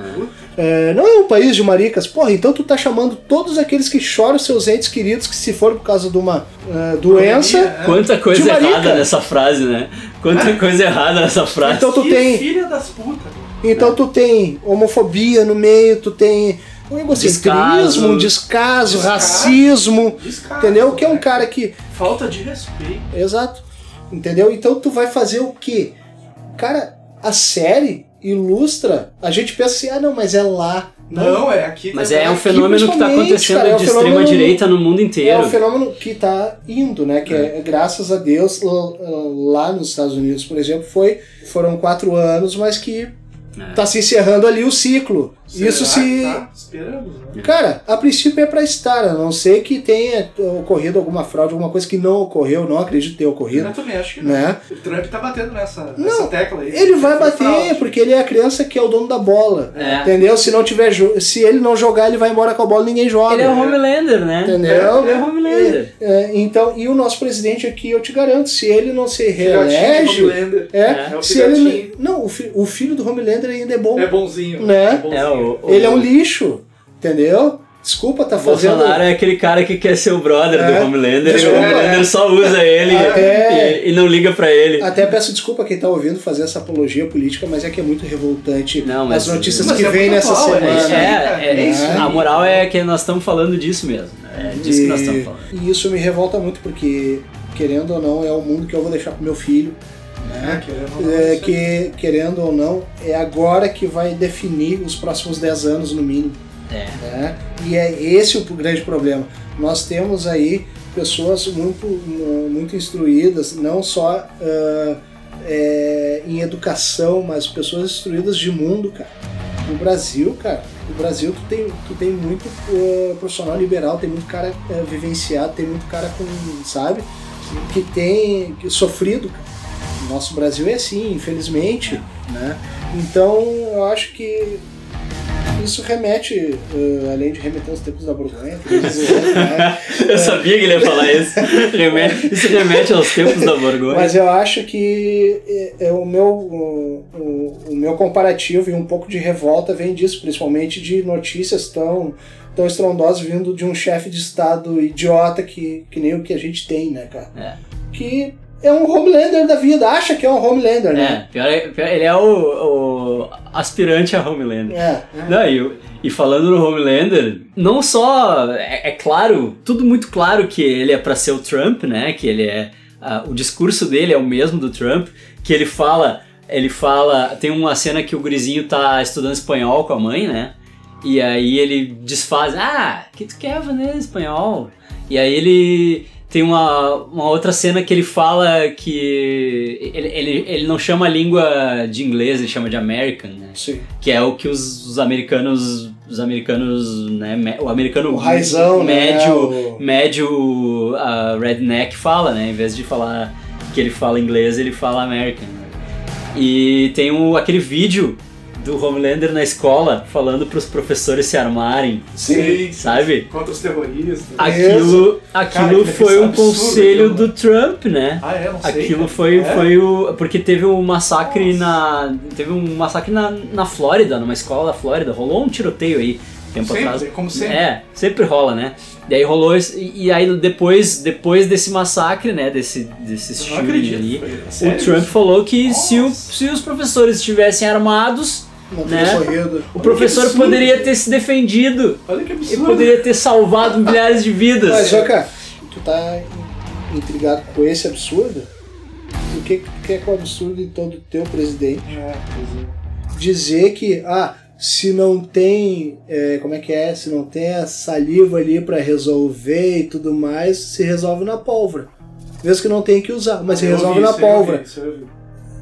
Speaker 2: É, não é um país de maricas. Porra, então tu tá chamando todos aqueles que choram seus entes queridos que se foram por causa de uma ah, doença.
Speaker 3: Pandemia, é.
Speaker 1: Quanta coisa
Speaker 2: De
Speaker 1: errada
Speaker 2: marica. É.
Speaker 1: nessa frase, né? Quanta coisa errada nessa frase.
Speaker 2: Então tu
Speaker 3: Que
Speaker 2: tem,
Speaker 3: Filha das putas.
Speaker 2: então tu tem homofobia no meio, tu tem um egocentrismo, um descaso,
Speaker 3: Descaso.
Speaker 2: racismo.
Speaker 3: Descaso,
Speaker 2: Entendeu? Que é um
Speaker 3: né?
Speaker 2: cara que.
Speaker 3: Falta de respeito.
Speaker 2: Exato. Entendeu? Então tu vai fazer o quê? Cara, a série ilustra. A gente pensa assim, ah não, mas é lá.
Speaker 3: Não, é aqui.
Speaker 1: Mas
Speaker 3: também.
Speaker 1: é um
Speaker 2: Aqui,
Speaker 1: fenômeno que tá
Speaker 2: principalmente,
Speaker 1: acontecendo
Speaker 2: cara, é um
Speaker 1: de
Speaker 2: fenômeno-
Speaker 1: extrema direita no mundo
Speaker 2: É
Speaker 1: inteiro.
Speaker 2: um fenômeno que tá indo, né? Que é, graças a Deus, l- l- lá nos Estados Unidos, por exemplo, foi, foram quatro anos, mas que tá se encerrando ali o ciclo. Isso
Speaker 3: É. Será
Speaker 2: se-
Speaker 3: que Tá? Esperamos, né?
Speaker 2: Cara, a princípio é pra estar, a não ser que tenha ocorrido alguma fraude, alguma coisa que não ocorreu, não acredito ter
Speaker 3: Eu
Speaker 2: ocorrido,
Speaker 3: também acho que não.
Speaker 2: né?
Speaker 3: O Trump tá batendo nessa,
Speaker 2: Não,
Speaker 3: nessa tecla aí.
Speaker 2: Ele vai
Speaker 3: Foi fraude.
Speaker 2: bater, porque ele é a criança que é o dono da bola.
Speaker 1: É.
Speaker 2: Entendeu? Se não tiver jo- se ele não jogar, ele vai embora com a bola e ninguém joga.
Speaker 1: Ele é o Homelander, né?
Speaker 2: Entendeu?
Speaker 1: Ele é o Homelander.
Speaker 2: É, então, e o nosso presidente aqui, eu te garanto, se ele não se
Speaker 3: Filhotinho do
Speaker 2: reelege,
Speaker 3: Homelander.
Speaker 2: é,
Speaker 3: É o
Speaker 2: se ele
Speaker 3: filhotinho.
Speaker 2: não, o, fi- o filho do Homelander ainda é bom.
Speaker 3: É bonzinho.
Speaker 2: Né?
Speaker 3: bonzinho.
Speaker 1: É, o, o-
Speaker 2: Ele é um lixo, entendeu? Desculpa, tá
Speaker 1: O
Speaker 2: fazendo.
Speaker 1: Bolsonaro é aquele cara que quer ser o brother
Speaker 2: É.
Speaker 1: do Homelander e o
Speaker 2: Desculpa,
Speaker 1: Homelander
Speaker 3: é.
Speaker 1: só usa ele
Speaker 2: É.
Speaker 1: e, e não liga pra ele.
Speaker 2: Até peço desculpa a quem tá ouvindo fazer essa apologia política, mas é que é muito revoltante
Speaker 1: Não, mas-
Speaker 2: as notícias
Speaker 3: Mas
Speaker 2: que
Speaker 3: é
Speaker 2: vêm
Speaker 3: muito
Speaker 2: nessa
Speaker 3: atual, é
Speaker 2: semana.
Speaker 3: isso,
Speaker 1: É, é,
Speaker 3: É
Speaker 2: isso.
Speaker 1: a moral é que nós estamos falando disso mesmo. É disso que nós estamos falando.
Speaker 2: E isso me revolta muito, porque, querendo ou não, é o mundo que eu vou deixar pro meu filho.
Speaker 3: É, que ele é um-
Speaker 2: É, que, querendo ou não, é agora que vai definir os próximos 10 anos, no mínimo.
Speaker 1: É.
Speaker 2: né? E é esse o grande problema. Nós temos aí pessoas muito, muito instruídas, não só ah, é, em educação, mas pessoas instruídas de mundo, cara. No Brasil, cara, no Brasil tu tem, tu tem muito eh, profissional liberal, tem muito cara eh, vivenciado, tem muito cara com, sabe, que tem que, sofrido, cara. O nosso Brasil é assim, infelizmente, né? Então, eu acho que isso remete, eh, além de remeter aos tempos da Borgonha, que eles zoam, né?
Speaker 1: Eu sabia que ele ia falar isso. Remete- isso remete aos tempos da Borgonha.
Speaker 2: mas eu acho que é, é o, meu, o, o- o meu comparativo e um pouco de revolta vem disso, principalmente de notícias tão, tão estrondosas vindo de um chefe de Estado idiota que, que nem o que a gente tem, né, cara?
Speaker 1: É.
Speaker 2: Que é um Homelander da vida, acha que é um Homelander, né?
Speaker 1: É, pior é, pior- ele é o, o aspirante a Homelander.
Speaker 2: É.
Speaker 1: Não, e, o- e falando no Homelander, não só é, é claro, tudo muito claro que ele é pra ser o Trump, né? Que ele é ah, o discurso dele é o mesmo do Trump, que ele fala, ele fala, tem uma cena que o grisinho tá estudando espanhol com a mãe, né? E aí ele desfaz, ah, que tu quer aprender espanhol? E aí ele tem uma, uma outra cena que ele fala que ele, ele, ele não chama a língua de inglês, ele chama de American, né?
Speaker 2: Sim.
Speaker 1: que é o que os, os americanos os americanos né me- o americano
Speaker 2: O raizão, né?
Speaker 1: médio
Speaker 2: O-
Speaker 1: médio ah, redneck fala né em vez de falar que ele fala inglês ele fala American né? e tem o, aquele vídeo do Homelander na escola falando pros professores se armarem
Speaker 2: Sim.
Speaker 3: Sim,
Speaker 1: sabe
Speaker 3: Contra os terroristas.
Speaker 1: aquilo aquilo
Speaker 3: Cara, que
Speaker 1: foi um
Speaker 3: absurdo
Speaker 1: conselho
Speaker 3: aquilo,
Speaker 1: do Trump né
Speaker 3: Ah, é? Não sei.
Speaker 1: Aquilo
Speaker 3: cara.
Speaker 1: foi,
Speaker 3: É?
Speaker 1: foi o. Porque teve um massacre na. Teve um massacre na, na Flórida, numa escola da Flórida. Rolou um tiroteio aí tempo
Speaker 3: Sempre,
Speaker 1: atrás.
Speaker 3: como sempre.
Speaker 1: É, sempre rola, né? E aí rolou esse- e, e aí depois, depois desse massacre, né? Desse, desse
Speaker 3: Eu
Speaker 1: shooting
Speaker 3: não acredito.
Speaker 1: aí.
Speaker 3: foi-
Speaker 1: O
Speaker 3: sério?
Speaker 1: Trump falou que se, o-
Speaker 3: Nossa.
Speaker 1: se os professores estivessem armados,
Speaker 2: Não tem
Speaker 1: Né?
Speaker 2: sorrido.
Speaker 1: o professor
Speaker 3: absurdo.
Speaker 1: poderia ter se defendido
Speaker 3: Olha que
Speaker 1: e
Speaker 3: absurdo.
Speaker 1: poderia ter salvado milhares de vidas.
Speaker 2: Mas, ô, cara, tu tá intrigado com esse absurdo? O que, que é que é o absurdo então do teu presidente
Speaker 3: É, pois é.
Speaker 2: dizer que, ah, se não tem, é, como é que é, se não tem a saliva ali pra resolver e tudo mais, se resolve na pólvora. Mesmo que não tenha que usar, mas se
Speaker 3: Ah, Eu
Speaker 2: resolve
Speaker 3: ouvi
Speaker 2: na
Speaker 3: isso, eu ouvi
Speaker 2: pólvora.
Speaker 3: isso, eu ouvi.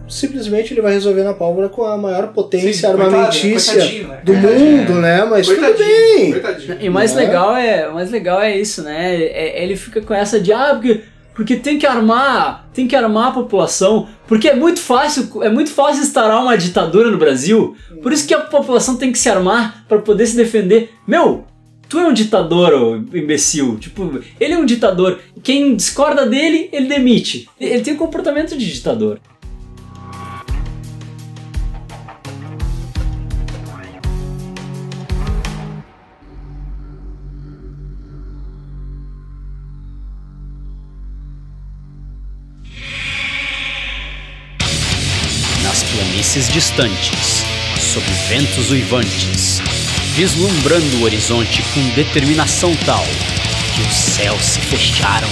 Speaker 2: Simplesmente ele vai resolver na pólvora com a maior potência
Speaker 3: Sim, coitado,
Speaker 2: armamentícia
Speaker 3: coitadinho, né?
Speaker 2: do
Speaker 3: Coitadinho,
Speaker 2: mundo, né? Mas tudo
Speaker 3: Coitadinho,
Speaker 2: bem.
Speaker 3: coitadinho.
Speaker 1: E o mais
Speaker 2: Né?
Speaker 1: legal é, o mais legal é isso, né? É- ele fica com essa de ah, porque, porque tem que armar, tem que armar a população, porque é muito fácil, é muito fácil instaurar uma ditadura no Brasil. Por isso que a população tem que se armar pra poder se defender. Meu, tu é um ditador, ô imbecil. Tipo, ele é um ditador. Quem discorda dele, ele demite. Ele tem um comportamento de ditador. nas planícies distantes, sob ventos uivantes, vislumbrando o horizonte com determinação tal que os céus se fecharam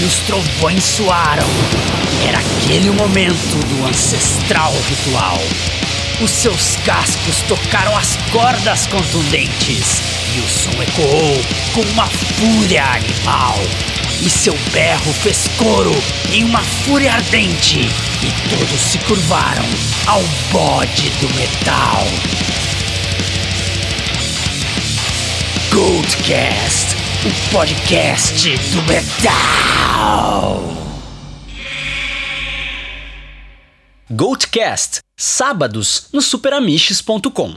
Speaker 1: e os trovões soaram. Era aquele o momento do ancestral ritual. Os seus cascos tocaram as cordas contundentes e o som ecoou com uma fúria animal. E seu berro fez coro em uma fúria ardente e todos se curvaram ao bode do metal.
Speaker 8: Goldcast, o podcast do metal. Goldcast, sábados no superamiches.com.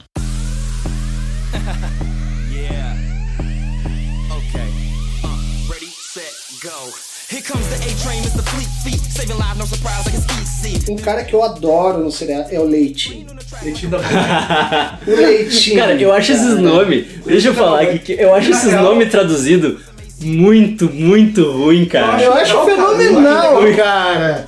Speaker 2: Um cara que eu adoro no cereal é o Leite.
Speaker 3: Leitinho da Band.
Speaker 2: O Leitinho.
Speaker 1: Cara, eu acho esses nomes. Deixa eu falar aqui. que Eu acho
Speaker 3: Na
Speaker 1: esses
Speaker 3: real-
Speaker 1: nomes traduzidos muito, muito ruim,
Speaker 2: Eu
Speaker 1: cara.
Speaker 2: acho fenomenal, cara.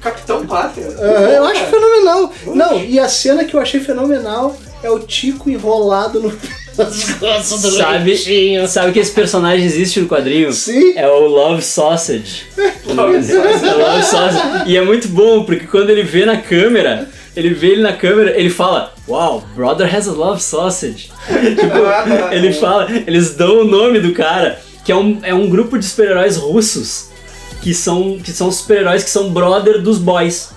Speaker 3: Capitão
Speaker 2: É,
Speaker 3: Pátria.
Speaker 2: Aham, eu acho fenomenal. Não, e a cena que eu achei fenomenal é o Tico enrolado no nas costas do
Speaker 1: Sabe, sabe que esse personagem existe no quadrinho?
Speaker 2: Sim.
Speaker 1: É o Love Sausage. O nome dele é Love Sausage. E é muito bom, porque quando ele vê na câmera, ele vê ele na câmera, ele fala: Wow, brother has a love sausage. tipo, ele fala, eles dão o nome do cara, que é um, é um grupo de super-heróis russos, que são, que são super-heróis que são brother dos boys.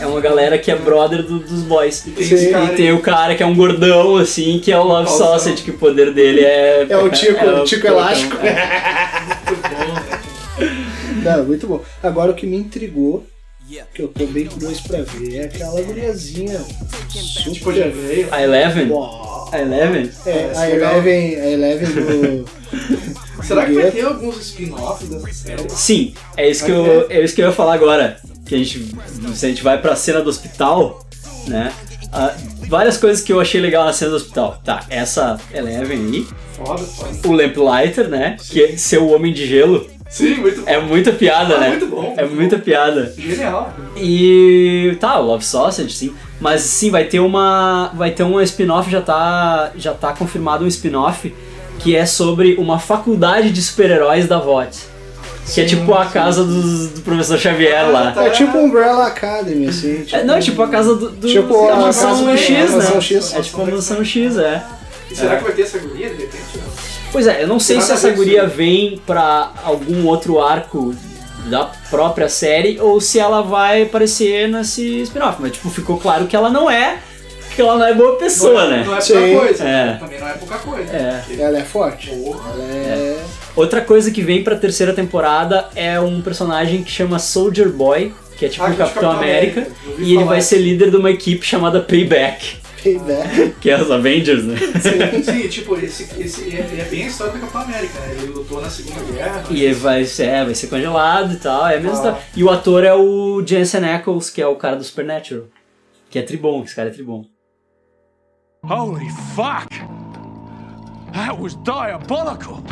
Speaker 1: É uma galera que é brother do- dos boys. E
Speaker 3: tem esse cara
Speaker 1: e tem o cara que é um gordão, assim, que é o Love
Speaker 3: Pauzão.
Speaker 1: Sausage, que o poder dele é.
Speaker 2: É o Tico, o Tico é elástico. Não, muito bom. Agora o que me intrigou, que eu tô bem curioso pra ver, é aquela guriazinha
Speaker 3: Tipo, já
Speaker 2: super...
Speaker 3: veio.
Speaker 1: A Eleven?
Speaker 2: Uau.
Speaker 1: A Eleven?
Speaker 2: É,
Speaker 3: Parece
Speaker 2: a
Speaker 3: legal.
Speaker 2: Eleven, a Eleven do...
Speaker 3: Será que vai ter alguns spin-offs dessa série?
Speaker 1: Sim, é isso, que eu, é isso que eu ia falar agora. Que a gente, se a gente vai pra cena do hospital, né? ah, várias coisas que eu achei legal na cena do hospital. Tá, essa Eleven aí,
Speaker 3: Foda, foda.
Speaker 1: o Lamplighter, né? Que é ser o homem de gelo.
Speaker 3: Sim, muito bom.
Speaker 1: É muita piada,
Speaker 3: Ah,
Speaker 1: né?
Speaker 3: muito bom.
Speaker 1: É muita piada.
Speaker 3: Genial.
Speaker 1: E tá, o Love Sausage, sim. Mas sim, vai ter uma. Vai ter um spin-off, já tá. Já tá confirmado um spin-off que é sobre uma faculdade de super-heróis da VOT. Que é tipo a casa dos- do professor Xavier lá.
Speaker 2: É tipo Umbrella Academy, assim. Tipo...
Speaker 1: É, não, é tipo a casa do. do
Speaker 2: Tipo
Speaker 1: da
Speaker 2: a
Speaker 1: mansão
Speaker 2: casa
Speaker 1: do
Speaker 2: do-
Speaker 1: X,
Speaker 2: a
Speaker 1: né?
Speaker 2: mansão X.
Speaker 1: É tipo a mansão X, é.
Speaker 3: E será que vai ter essa guria de repente?
Speaker 1: Pois é, eu não sei
Speaker 3: Tem
Speaker 1: se
Speaker 3: nada a
Speaker 1: essa
Speaker 3: ver,
Speaker 1: guria vem pra algum outro arco da própria série ou se ela vai aparecer nesse spin-off. Mas, tipo, ficou claro que ela não é, que ela não é boa pessoa,
Speaker 3: não, é-
Speaker 1: né?
Speaker 3: não é
Speaker 2: Sim.
Speaker 3: pouca coisa.
Speaker 1: É.
Speaker 3: Também não é pouca coisa.
Speaker 1: É.
Speaker 2: Ela é forte?
Speaker 3: Porra.
Speaker 2: Ela é...
Speaker 1: Outra coisa que vem pra terceira temporada é um personagem que chama Soldier Boy, que é tipo
Speaker 3: Ah,
Speaker 1: o
Speaker 3: que é de
Speaker 1: Capitão
Speaker 3: Capitão
Speaker 1: América,
Speaker 3: América, eu ouvi
Speaker 1: e ele
Speaker 3: falar.
Speaker 1: vai ser líder de uma equipe chamada Payback,
Speaker 2: Payback.
Speaker 1: que é os Avengers, né?
Speaker 3: Sim, tipo, esse, esse é, é bem a história do Capitão América, né? Ele lutou na Segunda Guerra.
Speaker 1: E ele vai ser, é, vai ser congelado e tal, é a mesma
Speaker 3: Ah.
Speaker 1: história. E o ator é o Jensen Ackles, que é o cara do Supernatural. Que é tribom, esse cara é tribom.
Speaker 9: Holy fuck! That was diabolical!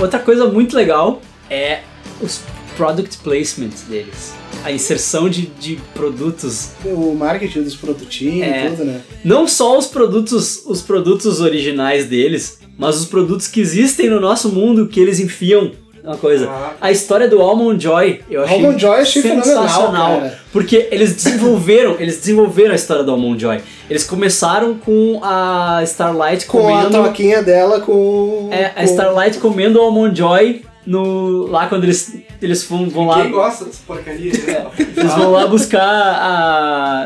Speaker 1: Outra coisa muito legal é os product placements deles. A inserção de, de produtos.
Speaker 2: O marketing dos produtinhos
Speaker 1: É.
Speaker 2: e tudo, né?
Speaker 1: Não só os produtos, os produtos originais deles, mas os produtos que existem no nosso mundo que eles enfiam É uma coisa.
Speaker 3: Ah.
Speaker 1: A história do Almond Joy, eu achei
Speaker 2: Almond Joy eu achei fenomenal,
Speaker 1: sensacional.
Speaker 2: cara.
Speaker 1: Porque eles desenvolveram, eles desenvolveram a história do Almond Joy. Eles começaram com a Starlight
Speaker 2: Com a
Speaker 1: comendo
Speaker 2: toquinha dela com...
Speaker 1: É, a
Speaker 2: com-
Speaker 1: Starlight comendo o Almond Joy no, lá quando eles, eles vão, vão lá. É.
Speaker 3: Quem gosta dessa porcaria? né?
Speaker 1: Eles vão lá buscar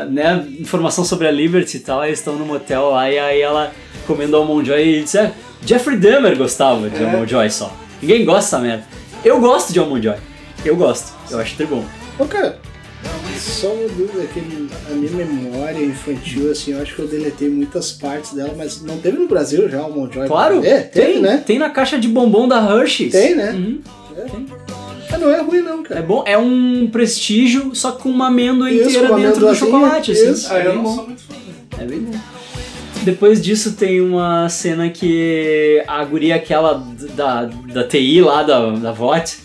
Speaker 1: a né, informação sobre a Liberty e tal, aí eles estão no motel lá e aí ela comendo Almond Joy e diz, é, Jeffrey Dahmer gostava
Speaker 2: É.
Speaker 1: de Almond Joy só. Ninguém gosta dessa merda. Eu gosto de Almond Joy. Eu gosto. Eu acho tri bom.
Speaker 2: Ô, cara, só uma dúvida, aquele, a minha memória infantil, assim, eu acho que eu deletei muitas partes dela, mas não teve no Brasil já o Montjoy?
Speaker 1: Claro,
Speaker 2: É, teve, né?
Speaker 1: Tem na caixa de bombom da Hershey's.
Speaker 2: Tem, né?
Speaker 1: Uhum.
Speaker 2: Ah, não é ruim não,
Speaker 1: É
Speaker 2: cara.
Speaker 1: bom, é um prestígio, só com uma amêndoa
Speaker 2: Isso,
Speaker 1: inteira
Speaker 2: uma
Speaker 1: dentro do
Speaker 2: amendoazinha,
Speaker 1: chocolate. assim.
Speaker 2: isso.
Speaker 3: Ah,
Speaker 1: É
Speaker 3: eu
Speaker 1: bem
Speaker 3: não
Speaker 1: bom.
Speaker 3: sou muito fã. né?
Speaker 1: É bem bom. Depois disso tem uma cena que a guria aquela d- da, da TI lá, da, da VOT,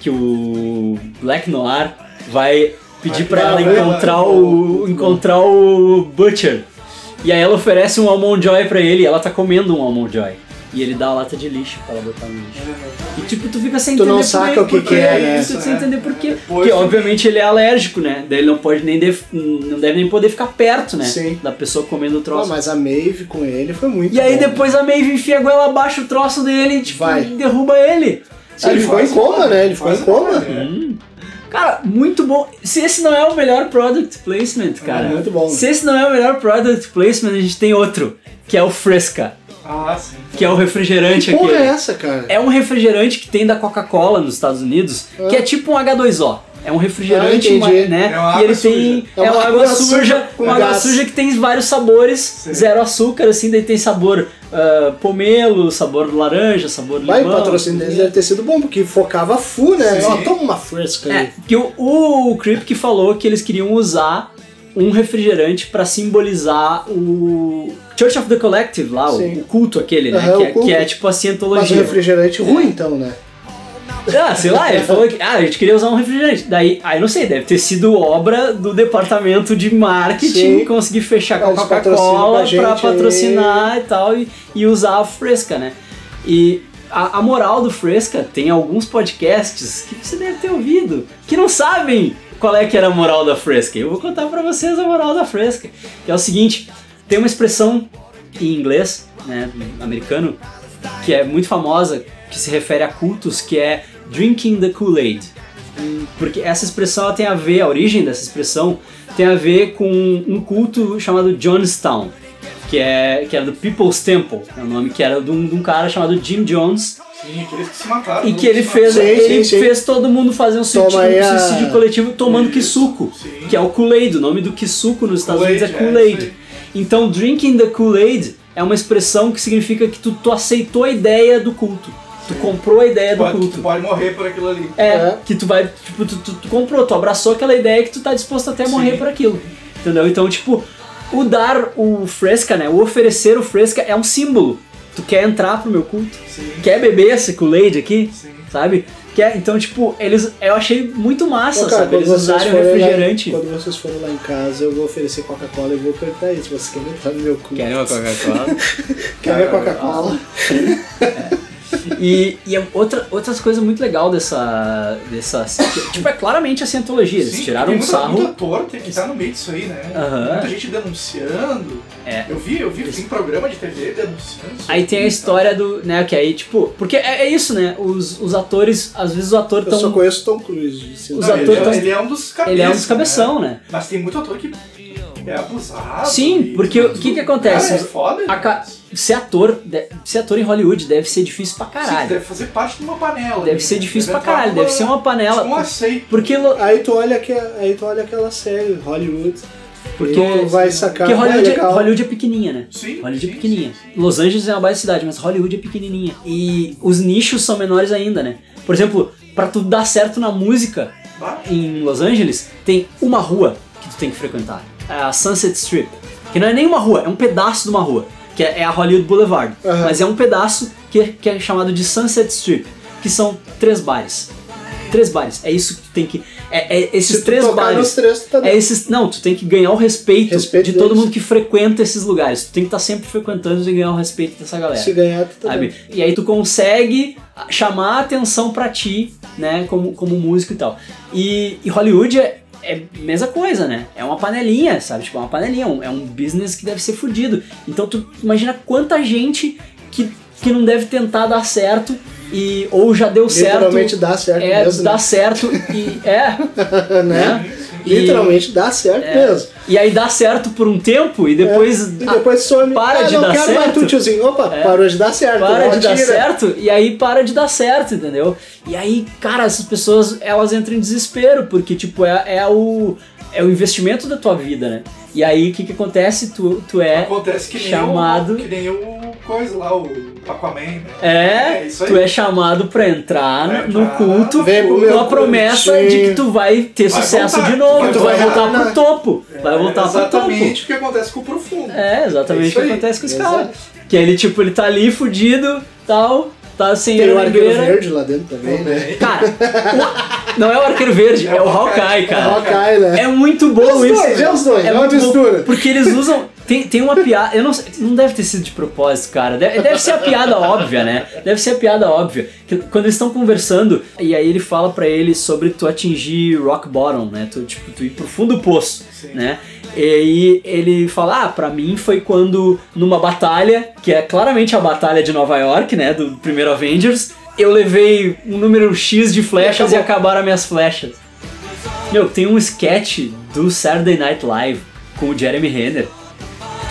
Speaker 1: que o Black Noir vai pedir pra ela encontrar o, encontrar o Butcher. E aí ela oferece um Almond Joy pra ele, e ela tá comendo um Almond Joy. E ele dá a lata de lixo pra ela botar no lixo.
Speaker 3: É,
Speaker 1: E tipo, tu fica sem
Speaker 2: Tu
Speaker 1: entender
Speaker 2: não
Speaker 1: por
Speaker 2: saca
Speaker 1: quê,
Speaker 2: o que
Speaker 1: porque
Speaker 2: que é,
Speaker 1: é
Speaker 2: né?
Speaker 1: isso,
Speaker 3: Isso,
Speaker 1: sem
Speaker 3: é.
Speaker 1: entender por quê.
Speaker 3: Depois
Speaker 1: Porque
Speaker 3: tu-
Speaker 1: obviamente ele é alérgico, né? Daí ele não pode nem def- não deve nem poder ficar perto, né?
Speaker 2: Sim.
Speaker 1: Da pessoa comendo o
Speaker 2: Pô,
Speaker 1: troço.
Speaker 2: mas a Maeve com ele foi muito
Speaker 1: E aí
Speaker 2: bom.
Speaker 1: depois a Maeve enfia a goela abaixo o troço dele e tipo,
Speaker 2: Vai.
Speaker 1: derruba ele.
Speaker 2: Sim, ele ficou em
Speaker 3: Quase
Speaker 2: coma, né? Ele ficou em
Speaker 3: quase
Speaker 2: coma.
Speaker 3: nada,
Speaker 1: Hum.
Speaker 3: né?
Speaker 1: Cara, muito bom. Se esse não é o melhor product placement, cara.
Speaker 2: É muito bom.
Speaker 1: Se esse não é o melhor product placement, a gente tem outro, que é o Fresca,
Speaker 3: Ah, sim.
Speaker 1: que é o refrigerante
Speaker 2: Que porra é
Speaker 1: aqui.
Speaker 2: essa, cara?
Speaker 1: É um refrigerante que tem da Coca-Cola nos Estados Unidos, que é tipo um H2O. É um refrigerante,
Speaker 2: Ah, entendi.
Speaker 1: uma- né?
Speaker 3: É uma
Speaker 1: e ele
Speaker 3: água
Speaker 1: tem
Speaker 2: suja.
Speaker 1: é uma água suja,
Speaker 2: com
Speaker 1: uma água
Speaker 2: gás.
Speaker 1: suja que tem vários sabores, zero açúcar assim, daí tem sabor ah, pomelo, sabor laranja, sabor
Speaker 2: Vai, o
Speaker 1: limão. é,
Speaker 2: patrocínio deles deve ter sido bom, porque focava full, né?
Speaker 3: Sim.
Speaker 2: Ó, toma uma fresca
Speaker 1: É,
Speaker 2: aí.
Speaker 1: que o, o Creep que falou que eles queriam usar um refrigerante pra simbolizar o Church of the Collective lá, o,
Speaker 2: Sim.
Speaker 1: o culto aquele, né?
Speaker 2: Aham,
Speaker 1: que,
Speaker 2: o
Speaker 1: é,
Speaker 2: culto.
Speaker 1: que é tipo a
Speaker 2: Mas um
Speaker 1: cientologia.
Speaker 2: refrigerante ruim, então, né?
Speaker 1: Ah, sei lá, ele falou que ah, a gente queria usar um refrigerante. Daí, aí não sei, deve ter sido obra do departamento de marketing
Speaker 2: Sim.
Speaker 1: conseguir fechar com a
Speaker 2: É, Eles patrocinam com
Speaker 1: Coca-Cola
Speaker 2: a gente
Speaker 1: pra
Speaker 2: aí.
Speaker 1: patrocinar e tal e, e usar a fresca, né? E a, a moral do Fresca tem alguns podcasts que você deve ter ouvido que não sabem qual é que era a moral da Fresca. Eu vou contar pra vocês a moral da Fresca, que é o seguinte, tem uma expressão em inglês, né, americano, que é muito famosa, que se refere a cultos, que é drinking the Kool-Aid. Porque essa expressão ela tem a ver, a origem dessa expressão tem a ver com um culto chamado Jonestown, que é que era do People's Temple, é o nome que era de um, de um cara chamado Jim Jones,
Speaker 3: Sim, aqueles que se mataram.
Speaker 1: e
Speaker 3: né?
Speaker 1: que ele fez
Speaker 2: Sim,
Speaker 1: ele
Speaker 2: sim, sim.
Speaker 1: fez todo mundo fazer um suicídio,
Speaker 2: Toma aí a-
Speaker 1: um suicídio coletivo tomando kisuko,
Speaker 3: Sim.
Speaker 1: que é o Kool-Aid, o nome do kisuko nos Estados
Speaker 3: Kool-Aid,
Speaker 1: Unidos é
Speaker 3: é,
Speaker 1: Kool-Aid.
Speaker 3: isso aí.
Speaker 1: então, drinking the Kool-Aid é uma expressão que significa que tu, tu aceitou a ideia do culto, tu comprou a ideia É do
Speaker 3: Pode, tu
Speaker 1: culto.
Speaker 3: pode morrer por aquilo ali.
Speaker 1: É,
Speaker 2: É.
Speaker 1: que tu vai, tipo, tu, tu- tu comprou, tu abraçou aquela ideia que tu tá disposto até a morrer por aquilo. Entendeu? Então, tipo, o dar o fresca, né? O oferecer o fresca é um símbolo. Tu quer entrar pro meu culto?
Speaker 3: Sim.
Speaker 1: Quer beber esse Kool-Aid aqui?
Speaker 3: Sim.
Speaker 1: Sabe? Quer, então, tipo, eles. Eu achei muito massa,
Speaker 2: Ô, cara,
Speaker 1: sabe? Eles usarem o é um refrigerante.
Speaker 2: Lá, quando vocês forem lá em casa, eu vou oferecer Coca-Cola e vou apertar isso. Vocês querem entrar no meu cu?
Speaker 1: Querem uma Coca-Cola?
Speaker 2: Quer ver Coca-Cola?
Speaker 1: E, e outra, outras coisas muito legal dessa. dessa tipo, é claramente a cientologia. Eles
Speaker 3: Sim,
Speaker 1: tiraram
Speaker 3: tem
Speaker 1: um
Speaker 3: muita-
Speaker 1: sarro.
Speaker 3: Muita torta que tá no meio disso aí, né?
Speaker 1: Aham.
Speaker 3: Muita gente denunciando.
Speaker 1: É.
Speaker 3: Eu vi, eu vi, tem programa de TV denunciando. isso
Speaker 1: Aí
Speaker 3: aqui,
Speaker 1: tem a história do, né, que aí, tipo, porque é, é isso, né, os, os atores, às vezes o ator
Speaker 2: Eu só
Speaker 1: tão,
Speaker 2: conheço Tom Cruise. de cinema.
Speaker 1: Os
Speaker 3: Não,
Speaker 1: atores
Speaker 3: ele,
Speaker 1: tão-
Speaker 3: é, ele é um dos cabeças.
Speaker 1: ele é um dos
Speaker 3: né?
Speaker 1: cabeção, né?
Speaker 3: Mas tem muito ator que é abusado.
Speaker 1: Sim,
Speaker 3: e
Speaker 1: porque o
Speaker 3: tudo.
Speaker 1: que que acontece?
Speaker 3: Cara, é foda.
Speaker 1: né. A ca-
Speaker 3: gente.
Speaker 1: Ser ator, de- ser ator em Hollywood deve ser difícil pra
Speaker 3: Sim,
Speaker 1: caralho.
Speaker 3: deve fazer parte de uma panela.
Speaker 1: Deve
Speaker 3: né?
Speaker 1: ser difícil pra
Speaker 3: entrar
Speaker 1: caralho,
Speaker 3: numa-
Speaker 1: deve ser uma panela.
Speaker 3: tipo um aceito.
Speaker 1: Porque lo-
Speaker 2: Aí tu, olha que, aí tu olha aquela série, Hollywood.
Speaker 1: Porque-
Speaker 2: Porque tu vai sacar.
Speaker 1: porque
Speaker 2: ah,
Speaker 1: Hollywood, é,
Speaker 2: legal.
Speaker 1: Hollywood é pequenininha, né?
Speaker 3: Sim,
Speaker 1: Hollywood é
Speaker 3: sim,
Speaker 1: pequenininha.
Speaker 3: sim,
Speaker 1: Los Angeles é uma baita cidade, mas Hollywood é pequenininha. E os nichos são menores ainda, né? Por exemplo, pra tu dar certo na música,
Speaker 3: Bah,
Speaker 1: em Los Angeles, tem uma rua que tu tem que frequentar. É a Sunset Strip. Que não é nem uma rua, é um pedaço de uma rua. Que é é a Hollywood Boulevard.
Speaker 2: Aham.
Speaker 1: Mas é um pedaço que, que é chamado de Sunset Strip. Que são três bares. Três bares. É isso que tu tem que... É, é esses
Speaker 2: Se tu
Speaker 1: três
Speaker 2: tocar
Speaker 1: bares.
Speaker 2: nos três, tu tá
Speaker 1: é
Speaker 2: dentro.
Speaker 1: esses, não, tu tem que ganhar o respeito,
Speaker 2: Respeito
Speaker 1: de todo
Speaker 2: deles.
Speaker 1: mundo que frequenta esses lugares. Tu tem que estar sempre frequentando e ganhar o respeito dessa galera
Speaker 2: Se ganhar, tu tá
Speaker 1: sabe?
Speaker 2: dentro.
Speaker 1: E aí tu consegue chamar a atenção pra ti, né, como, como músico e tal. E, e Hollywood é, é a mesma coisa, né? É uma panelinha, sabe? Tipo, é uma panelinha, um- é um business que deve ser fudido. Então tu imagina quanta gente que, que não deve tentar dar certo e ou já deu certo.
Speaker 2: Literalmente dá certo
Speaker 1: É,
Speaker 2: mesmo.
Speaker 1: dá certo e é,
Speaker 2: né?
Speaker 1: né? E- é.
Speaker 2: Literalmente dá certo mesmo.
Speaker 1: E aí dá certo por um tempo e depois
Speaker 2: É, E depois some.
Speaker 1: para
Speaker 2: ah,
Speaker 1: de
Speaker 2: não
Speaker 1: dar
Speaker 2: quero mais
Speaker 1: certo. É.
Speaker 2: tu, tiozinho. Opa, parou de dar certo. né?
Speaker 1: para
Speaker 2: ó,
Speaker 1: de dar
Speaker 2: tira.
Speaker 1: certo e aí para de dar certo, entendeu? E aí, cara, essas pessoas elas entram em desespero porque tipo é, é o é o investimento da tua vida, né? E aí o que que acontece? Tu tu é
Speaker 3: Acontece que nem
Speaker 1: Chamado-
Speaker 3: o. Que nem o coisa lá, o Aquaman, né?
Speaker 1: é,
Speaker 3: isso aí.
Speaker 1: tu é chamado pra entrar
Speaker 3: Pra
Speaker 1: Ah, no, no
Speaker 3: entrar.
Speaker 1: culto
Speaker 2: Vem pro
Speaker 1: com
Speaker 2: meu
Speaker 1: a promessa
Speaker 2: cultinho.
Speaker 1: de que tu vai ter
Speaker 3: Vai
Speaker 1: sucesso
Speaker 3: voltar,
Speaker 1: de novo,
Speaker 3: vai
Speaker 1: tu vai
Speaker 2: voltar,
Speaker 1: voltar pro
Speaker 2: né?
Speaker 1: topo, vai voltar pro topo.
Speaker 3: Exatamente o que acontece com o profundo.
Speaker 1: É,
Speaker 3: É
Speaker 1: exatamente
Speaker 3: isso
Speaker 1: o que
Speaker 3: aí.
Speaker 1: acontece com esse
Speaker 2: Exato.
Speaker 1: cara. Que ele, tipo, ele tá ali fudido, tal, tá sem
Speaker 3: um
Speaker 2: Tem o arqueiro
Speaker 1: olheira.
Speaker 2: verde lá dentro também, né?
Speaker 1: Cara, Não é o Arqueiro Verde, é, o Hawkeye, cara.
Speaker 2: Hawkeye, né?
Speaker 1: É muito bom
Speaker 2: Os
Speaker 1: isso.
Speaker 2: dois, é os dois, é uma
Speaker 1: muito bom,
Speaker 2: mistura.
Speaker 1: porque eles usam. Tem, tem uma piada. Eu não sei. Não deve ter sido de propósito, cara. Deve, deve ser a piada óbvia, né? Deve ser a piada óbvia. Que quando eles estão conversando, e aí ele fala pra ele sobre tu atingir rock bottom, né? Tu, tipo, tu ir pro fundo do poço, né? E aí ele fala, ah, pra mim foi quando numa batalha, que é claramente a batalha de Nova York, né? Do primeiro Avengers, eu levei um número X de flechas e acabaram minhas flechas. Meu, tem um sketch do Saturday Night Live com o Jeremy Renner,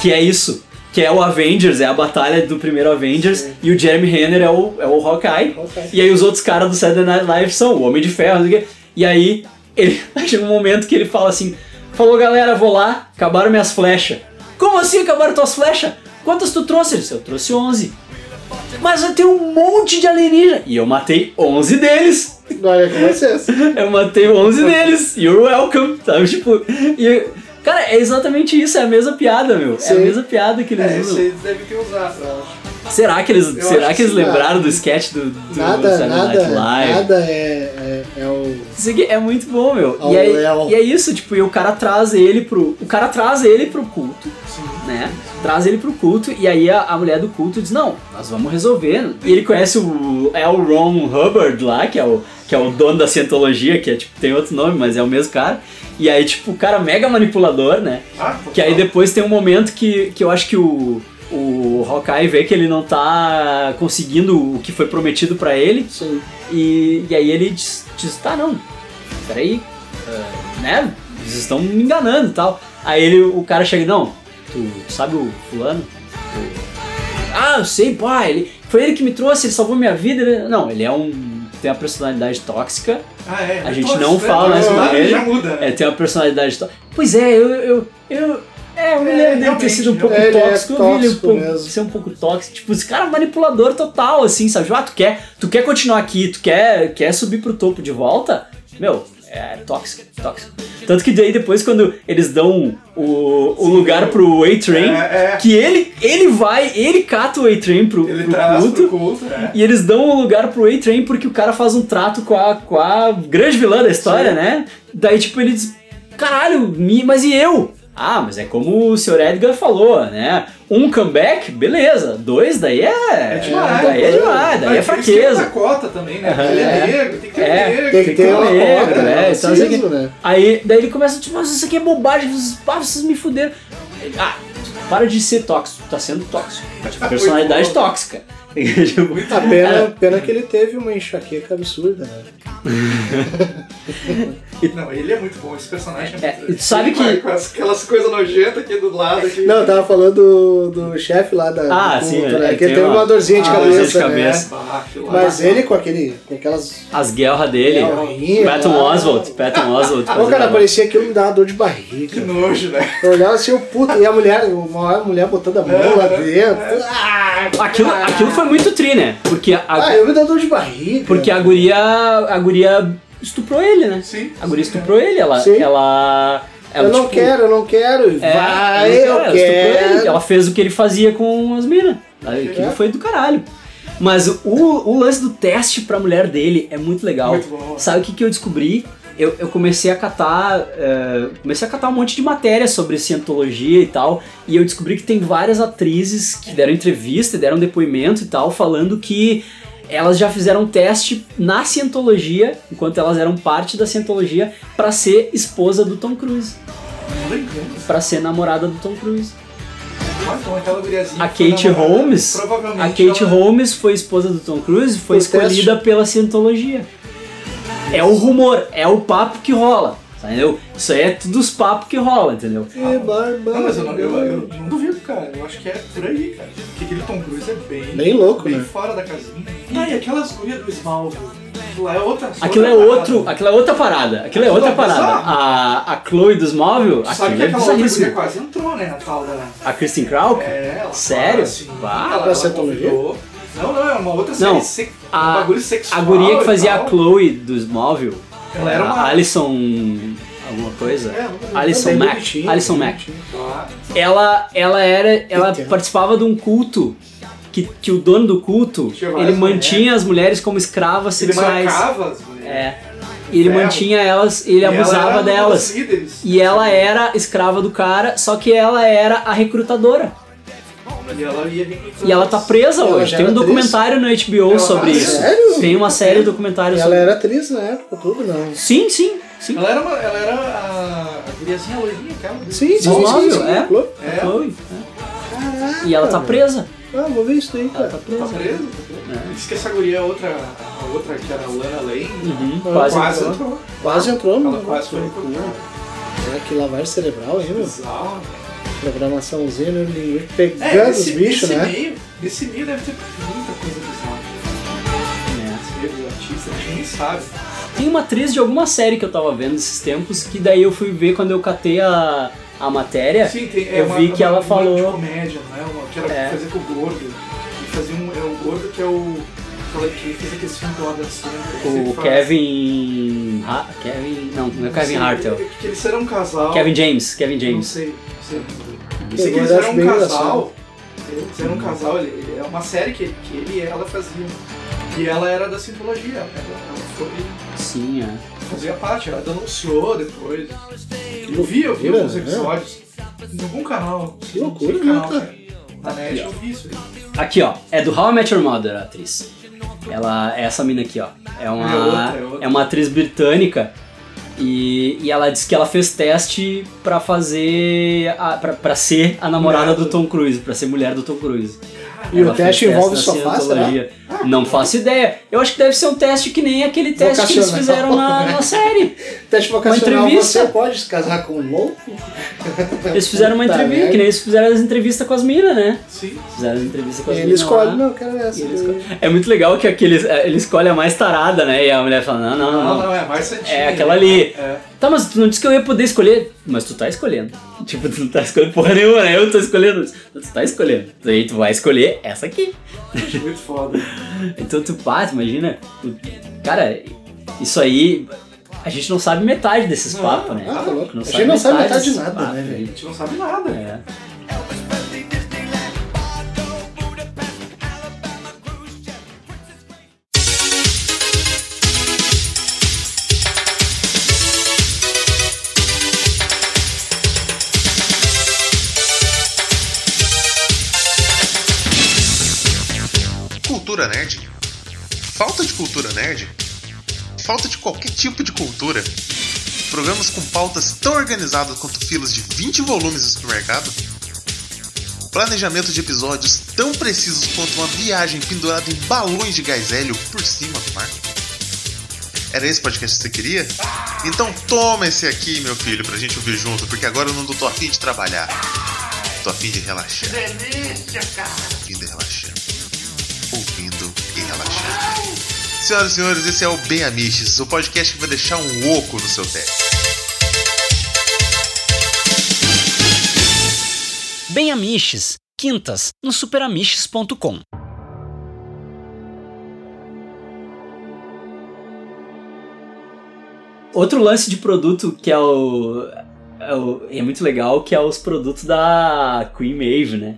Speaker 1: que é isso. Que é o Avengers, é a batalha do primeiro Avengers, e o Jeremy Renner é o, é o Hawkeye.
Speaker 2: Hawkeye.
Speaker 1: E aí os outros caras do Saturday Night Live são o Homem de Ferro, não sei o quê. E aí ele chega um momento que ele fala assim: Falou galera, vou lá, acabaram minhas flechas. Como assim acabaram tuas flechas? Quantas tu trouxe? Ele disse, Eu trouxe 11. Mas eu tenho um monte de alienígena. E eu matei 11 deles.
Speaker 2: Olha é com vocês.
Speaker 1: Eu matei 11 deles. You're welcome. Sabe? Tipo, e, cara, é exatamente isso. É a mesma piada, meu. É a
Speaker 2: Sim.
Speaker 1: mesma piada que eles
Speaker 3: É, isso
Speaker 1: usam.
Speaker 3: eles devem ter usado, eu acho.
Speaker 1: Será que eles, será
Speaker 3: acho
Speaker 1: que eles
Speaker 2: que sim,
Speaker 1: lembraram do sketch do, do
Speaker 2: Nada,
Speaker 1: Saturday
Speaker 2: nada,
Speaker 1: Night Live?
Speaker 2: nada é, é, é o.
Speaker 1: Isso aqui é muito bom, meu.
Speaker 2: Ao
Speaker 1: e, aí-
Speaker 2: léu.
Speaker 1: e é isso, tipo, e o cara traz ele pro. O cara traz ele pro culto, né? Traz ele pro culto, e aí a, a mulher do culto diz, não, nós vamos resolver. E ele conhece o. É o Ron Hubbard lá, que é o, que é o dono da cientologia, que é tipo, tem outro nome, mas é o mesmo cara. E aí, tipo, o cara mega manipulador, né?
Speaker 3: Ah,
Speaker 1: Que aí depois tem um momento que, que eu acho que o, o Hawkeye vê que ele não tá conseguindo o que foi prometido pra ele.
Speaker 2: Sim.
Speaker 1: E, e aí ele diz, diz, tá não, peraí, ah, né? Vocês estão me enganando e tal. Aí ele, o cara chega, não, tu sabe o fulano? Tu- Ah, eu sei, pá, ele, foi ele que me trouxe, ele salvou minha vida. ele- Não, ele é um. tem uma personalidade tóxica.
Speaker 3: Ah, é.
Speaker 1: A gente não fala mais
Speaker 3: né?
Speaker 1: sobre ele.
Speaker 3: Já muda.
Speaker 1: É, tem uma personalidade tóxica. Pois é, eu. eu, eu é, eu me
Speaker 3: É,
Speaker 1: lembro dele ter
Speaker 3: realmente,
Speaker 1: sido um pouco
Speaker 2: é, ele é
Speaker 1: tóxico, eu vi ele um
Speaker 2: tóxico
Speaker 1: pouco-
Speaker 2: mesmo.
Speaker 1: ser um pouco tóxico. Tipo, esse cara é manipulador total, assim, sabe? Ah, tu quer, tu quer continuar aqui, tu quer, quer subir pro topo de volta? Meu, é tóxico, tóxico. Tanto que daí depois, quando eles dão o, o lugar pro A-Train,
Speaker 3: É, é.
Speaker 1: que ele, ele vai, ele cata o A-Train pro,
Speaker 3: Ele
Speaker 1: pro
Speaker 3: traz
Speaker 1: culto.
Speaker 3: pro culto, é.
Speaker 1: E eles dão o lugar pro A-Train porque o cara faz um trato com a, com a grande vilã da história, né? Daí, tipo, ele diz: caralho, me- mas e eu? Ah, mas é como o Sr. Edgar falou, né? Um comeback, beleza. Dois, daí é.
Speaker 3: É demais.
Speaker 1: Daí é demais, daí é
Speaker 3: Mas tem que ter
Speaker 1: fraqueza.
Speaker 3: uma cota também, né?
Speaker 1: Aham.
Speaker 3: Ele é negro, tem que ter
Speaker 1: É.
Speaker 3: um negro.
Speaker 2: Tem que ter uma
Speaker 1: negro,
Speaker 2: cota,
Speaker 1: né?
Speaker 2: né?
Speaker 1: Então, assim,
Speaker 2: Racismo, né?
Speaker 1: Aí, daí ele começa, tipo, mas isso aqui é bobagem, vocês, ah, vocês me fuderam. Ah, para de ser tóxico, tá sendo tóxico. Tipo, personalidade tóxica. Tipo,
Speaker 2: A pena, pena que ele teve uma enxaqueca absurda, né?
Speaker 3: Não, ele é muito bom, esse personagem
Speaker 1: É,
Speaker 3: é, muito
Speaker 1: e tu sabe
Speaker 3: Com-
Speaker 1: que-
Speaker 3: Com as- aquelas coisas nojentas aqui do lado. Aqui.
Speaker 2: Não, eu tava falando do, do chefe lá da.
Speaker 1: Ah,
Speaker 2: do
Speaker 1: sim,
Speaker 2: culto, né?
Speaker 1: é,
Speaker 2: Que ele
Speaker 1: tem
Speaker 2: teve uma,
Speaker 1: uma-
Speaker 2: dorzinha de
Speaker 1: uma
Speaker 2: cabeça.
Speaker 1: dorzinha de cabeça.
Speaker 2: Né?
Speaker 3: Ah, que lá.
Speaker 2: Mas ele com aquele. com aquelas.
Speaker 1: As guerras dele.
Speaker 2: É, horrível,
Speaker 1: Patton
Speaker 2: né?
Speaker 1: Oswald. Patton Oswald.
Speaker 2: Ô, cara,
Speaker 1: fazendo-
Speaker 2: parecia aquilo me dava dor de
Speaker 3: Que
Speaker 2: barriga.
Speaker 3: nojo, né?
Speaker 2: Eu olhava assim, o puto, e a mulher, uma hora a mulher botando a mão lá
Speaker 1: É.
Speaker 2: dentro.
Speaker 1: Aquilo, aquilo foi muito tri, né? Porque a,
Speaker 2: Ah, eu me dá dor de barriga.
Speaker 1: porque a guria. A guria estuprou ele, né?
Speaker 3: Sim.
Speaker 1: A guria estuprou ele. Ela.
Speaker 2: Sim.
Speaker 1: Ela. ela,
Speaker 2: eu não
Speaker 1: tipo,
Speaker 2: quero, eu não quero.
Speaker 1: é,
Speaker 2: Vai,
Speaker 1: ela
Speaker 2: eu
Speaker 1: estuprou ele.
Speaker 2: quero.
Speaker 1: Ela fez o que ele fazia com as minas. Aquilo
Speaker 2: É.
Speaker 1: foi do caralho. Mas o, o lance do teste pra mulher dele é muito legal.
Speaker 3: Muito bom.
Speaker 1: Sabe o que, que eu descobri? Eu, eu comecei a catar. eh, comecei a catar um monte de matéria sobre cientologia e tal. E eu descobri que tem várias atrizes que deram entrevista, e deram depoimento e tal, falando que elas já fizeram teste na cientologia, enquanto elas eram parte da cientologia, pra ser esposa do Tom Cruise. Pra ser namorada do Tom Cruise.
Speaker 3: Mas não, aquela guriazinha
Speaker 1: A
Speaker 3: que foi
Speaker 1: Kate
Speaker 3: namorada,
Speaker 1: Holmes.
Speaker 3: Provavelmente
Speaker 1: A Kate
Speaker 3: ela-
Speaker 1: Holmes foi esposa do Tom Cruise, foi
Speaker 2: O
Speaker 1: escolhida pela cientologia. É o rumor, é o papo que rola. Entendeu? Isso aí é tudo os papos que rola, entendeu?
Speaker 2: Que barba-
Speaker 3: Não, mas eu não, eu, eu não duvido, cara. Eu acho que é por aí, cara. Porque aquele Tom Cruise é bem.
Speaker 2: Bem louco,
Speaker 3: bem
Speaker 2: né?
Speaker 3: fora da casinha. Tá, e aquelas gurias do Smallville? Aquilo lá é outra
Speaker 1: Aquilo é
Speaker 3: outra
Speaker 1: outro,
Speaker 3: parada.
Speaker 1: aquilo é outra parada. Aquilo é
Speaker 3: Aquilo
Speaker 1: outra
Speaker 3: é
Speaker 1: parada.
Speaker 3: bizarro.
Speaker 1: A, a Chloe dos móvel,
Speaker 3: Tu Sabe
Speaker 1: aquilo
Speaker 3: que
Speaker 1: é
Speaker 3: aquela outra guria
Speaker 1: bizarríssimo.
Speaker 3: quase entrou, né? A tal da.
Speaker 1: A Kristen Krauk?
Speaker 3: É, ela
Speaker 1: Sério?
Speaker 3: Assim,
Speaker 1: Bah,
Speaker 3: ela,
Speaker 2: pra
Speaker 3: ela
Speaker 2: Scientology?
Speaker 3: convidou. Não, não, é uma outra série.
Speaker 1: Não,
Speaker 3: sec- um
Speaker 1: a-
Speaker 3: bagulho sexual.
Speaker 1: A guria que
Speaker 3: e
Speaker 1: fazia
Speaker 3: tal.
Speaker 1: a Chloe dos móvel,
Speaker 3: Ela era uma.
Speaker 1: a Alison alguma coisa?
Speaker 3: É, não lembro.
Speaker 1: Alison
Speaker 2: Bem
Speaker 1: Mack,
Speaker 2: bonitinho,
Speaker 1: Alison
Speaker 2: bem
Speaker 1: Mack.
Speaker 2: bonitinho.
Speaker 3: Tá.
Speaker 1: ela ela era ela
Speaker 2: Entendo.
Speaker 1: participava de um culto que, que o dono do culto
Speaker 3: Tinha
Speaker 1: ele
Speaker 3: várias
Speaker 1: mantinha as mulheres como escravas
Speaker 3: é. Ele
Speaker 1: sexuais
Speaker 3: marcava as mulheres.
Speaker 1: é E ele
Speaker 3: Ferro.
Speaker 1: mantinha elas, ele
Speaker 3: E ela
Speaker 1: abusava
Speaker 3: era uma
Speaker 1: delas.
Speaker 3: das líderes.
Speaker 1: E ela é- era escrava do cara, só que ela era a recrutadora.
Speaker 3: E ela ia recrutando
Speaker 1: E ela tá
Speaker 3: as-
Speaker 1: presa
Speaker 2: Ela
Speaker 1: hoje.
Speaker 2: já
Speaker 1: Tem um
Speaker 2: era atriz?
Speaker 1: documentário no HBO
Speaker 3: Ela- tá
Speaker 1: sobre isso.
Speaker 2: Sério?
Speaker 1: Tem uma série documentário
Speaker 2: Ela
Speaker 1: sobre
Speaker 2: era atriz na época, tudo não.
Speaker 1: Sim, sim, sim.
Speaker 3: Ela era, uma, ela era a, a guriazinha loirinha, aquela.
Speaker 2: Sim, sim, sim, sim,
Speaker 1: Móvel,
Speaker 2: sim.
Speaker 1: é?
Speaker 2: Clo-
Speaker 1: A
Speaker 3: É,
Speaker 1: Chloe. né? E ela tá presa.
Speaker 2: Ah, vou ver isso daí,
Speaker 1: Ela
Speaker 2: cara.
Speaker 1: tá
Speaker 3: tá
Speaker 1: presa.
Speaker 3: presa. tá presa. Diz que essa guria é outra, a outra que era a Lana Lane.
Speaker 1: Uhum,
Speaker 2: Ah,
Speaker 1: quase.
Speaker 3: Quase
Speaker 2: entrou.
Speaker 3: entrou.
Speaker 2: Quase entrou,
Speaker 3: Ela
Speaker 2: mano.
Speaker 3: quase foi recrutada.
Speaker 2: Será que lavagem cerebral aí, meu?
Speaker 3: Bizarro.
Speaker 2: Programaçãozinha, neurolinguística,
Speaker 3: É,
Speaker 2: pegando
Speaker 3: nesse-
Speaker 2: os bichos,
Speaker 3: nesse
Speaker 2: né?
Speaker 3: Meio, nesse meio deve ter muita coisa bizarra. Esse
Speaker 1: É.
Speaker 3: meio dos artistas, a gente nem sabe.
Speaker 1: Tem uma atriz de alguma série que eu tava vendo esses tempos, que daí eu fui ver quando eu catei a, a matéria.
Speaker 3: Sim, tem,
Speaker 1: É,
Speaker 3: é
Speaker 1: eu vi que ela
Speaker 3: uma
Speaker 1: falou-
Speaker 3: De comédia, não é? Uma, que era
Speaker 1: É.
Speaker 3: fazer com o gordo. Ele fazia um. É o gordo que é o. Que fez aquele filme do Adam Sandler. que ele
Speaker 1: O
Speaker 3: faz-
Speaker 1: Kevin. Ha- Kevin. Não, não é
Speaker 3: não
Speaker 1: Kevin
Speaker 3: sei,
Speaker 1: Hartel.
Speaker 3: Que eles eram um casal.
Speaker 1: Kevin James, Kevin
Speaker 3: Não
Speaker 1: James.
Speaker 3: sei. Não sei. Eu
Speaker 2: Eu
Speaker 3: sei que eles
Speaker 2: acho
Speaker 3: eram um
Speaker 2: bem
Speaker 3: casal. Eles eram um casal. Ele, ele- é uma série que, que ele e ela faziam. E ela era da Scientologia. Ela, ela foi,
Speaker 1: Sim, é.
Speaker 3: fazia parte. Ela denunciou depois. Eu vi, eu vi
Speaker 2: Loucura,
Speaker 3: alguns
Speaker 2: né?
Speaker 3: episódios. Em algum canal. Que
Speaker 2: loucura,
Speaker 3: canal,
Speaker 2: né,
Speaker 3: cara? Na net eu vi isso. aí.
Speaker 1: Aqui, ó. É do How I Met Your Mother, a atriz. Ela é essa mina aqui, ó. É uma,
Speaker 3: É outra, é outra.
Speaker 1: é uma atriz britânica. E, e ela disse que ela fez teste pra fazer. A, pra, pra ser a namorada do Tom Cruise, pra ser mulher do Tom Cruise.
Speaker 2: E
Speaker 1: Ela
Speaker 2: o
Speaker 1: fez
Speaker 2: teste envolve né?
Speaker 1: na
Speaker 2: sofá, será?
Speaker 1: Scientologia. Não faço ideia. Eu acho que deve ser um teste que nem aquele teste que eles
Speaker 2: Vocacional.
Speaker 1: fizeram na, na série.
Speaker 2: Teste vocacional,
Speaker 1: entrevista.
Speaker 2: você pode se casar com um louco? Tá
Speaker 1: Eles fizeram uma
Speaker 2: Puta
Speaker 1: entrevista,
Speaker 2: merda.
Speaker 1: que nem eles fizeram as entrevistas com as minas, né?
Speaker 3: Sim.
Speaker 1: Fizeram as entrevistas com as
Speaker 2: Ele
Speaker 1: minas
Speaker 2: escolhe,
Speaker 1: lá.
Speaker 2: não, eu quero essa.
Speaker 1: E ele escolhe. É muito legal que aqueles, ele escolhe a mais tarada, né? E a mulher fala, não, não,
Speaker 3: Não,
Speaker 1: não.
Speaker 2: Ah,
Speaker 3: não, é mais antiga.
Speaker 1: É aquela ali.
Speaker 3: É.
Speaker 1: Tá, mas tu não disse que eu ia poder escolher. Mas tu tá escolhendo. Tipo, tu não tá escolhendo porra nenhuma, né? Eu tô escolhendo. Mas tu tá escolhendo. Daí tu vai escolher essa aqui.
Speaker 3: Acho muito foda.
Speaker 1: Então tu passa, imagina. tu- Cara, isso aí. A gente não sabe metade desses
Speaker 3: Não,
Speaker 1: papos, né?
Speaker 2: Ah, tá louco.
Speaker 1: Não
Speaker 2: a gente não sabe metade de
Speaker 1: desses
Speaker 2: nada,
Speaker 1: papos,
Speaker 2: né, velho?
Speaker 3: A gente não sabe nada.
Speaker 1: É.
Speaker 10: Cultura nerd? Falta de cultura nerd? Falta de qualquer tipo de cultura? Programas com pautas tão organizadas quanto filas de 20 volumes no supermercado? Planejamento de episódios tão precisos quanto uma viagem pendurada em balões de gás hélio por cima do mar? Era esse podcast que você queria? Então toma esse aqui, meu filho, pra gente ouvir junto, porque agora eu não tô afim de trabalhar. Tô afim de relaxar. delícia, cara! Afim de relaxar ouvindo e relaxando. Senhoras e senhores, esse é o Bem Amiches, o podcast que vai deixar um oco no seu teto.
Speaker 8: Bem Amiches, quintas no superamiches.com.
Speaker 1: Outro lance de produto que é o, é o- é muito legal, que é os produtos da Queen Maeve, né?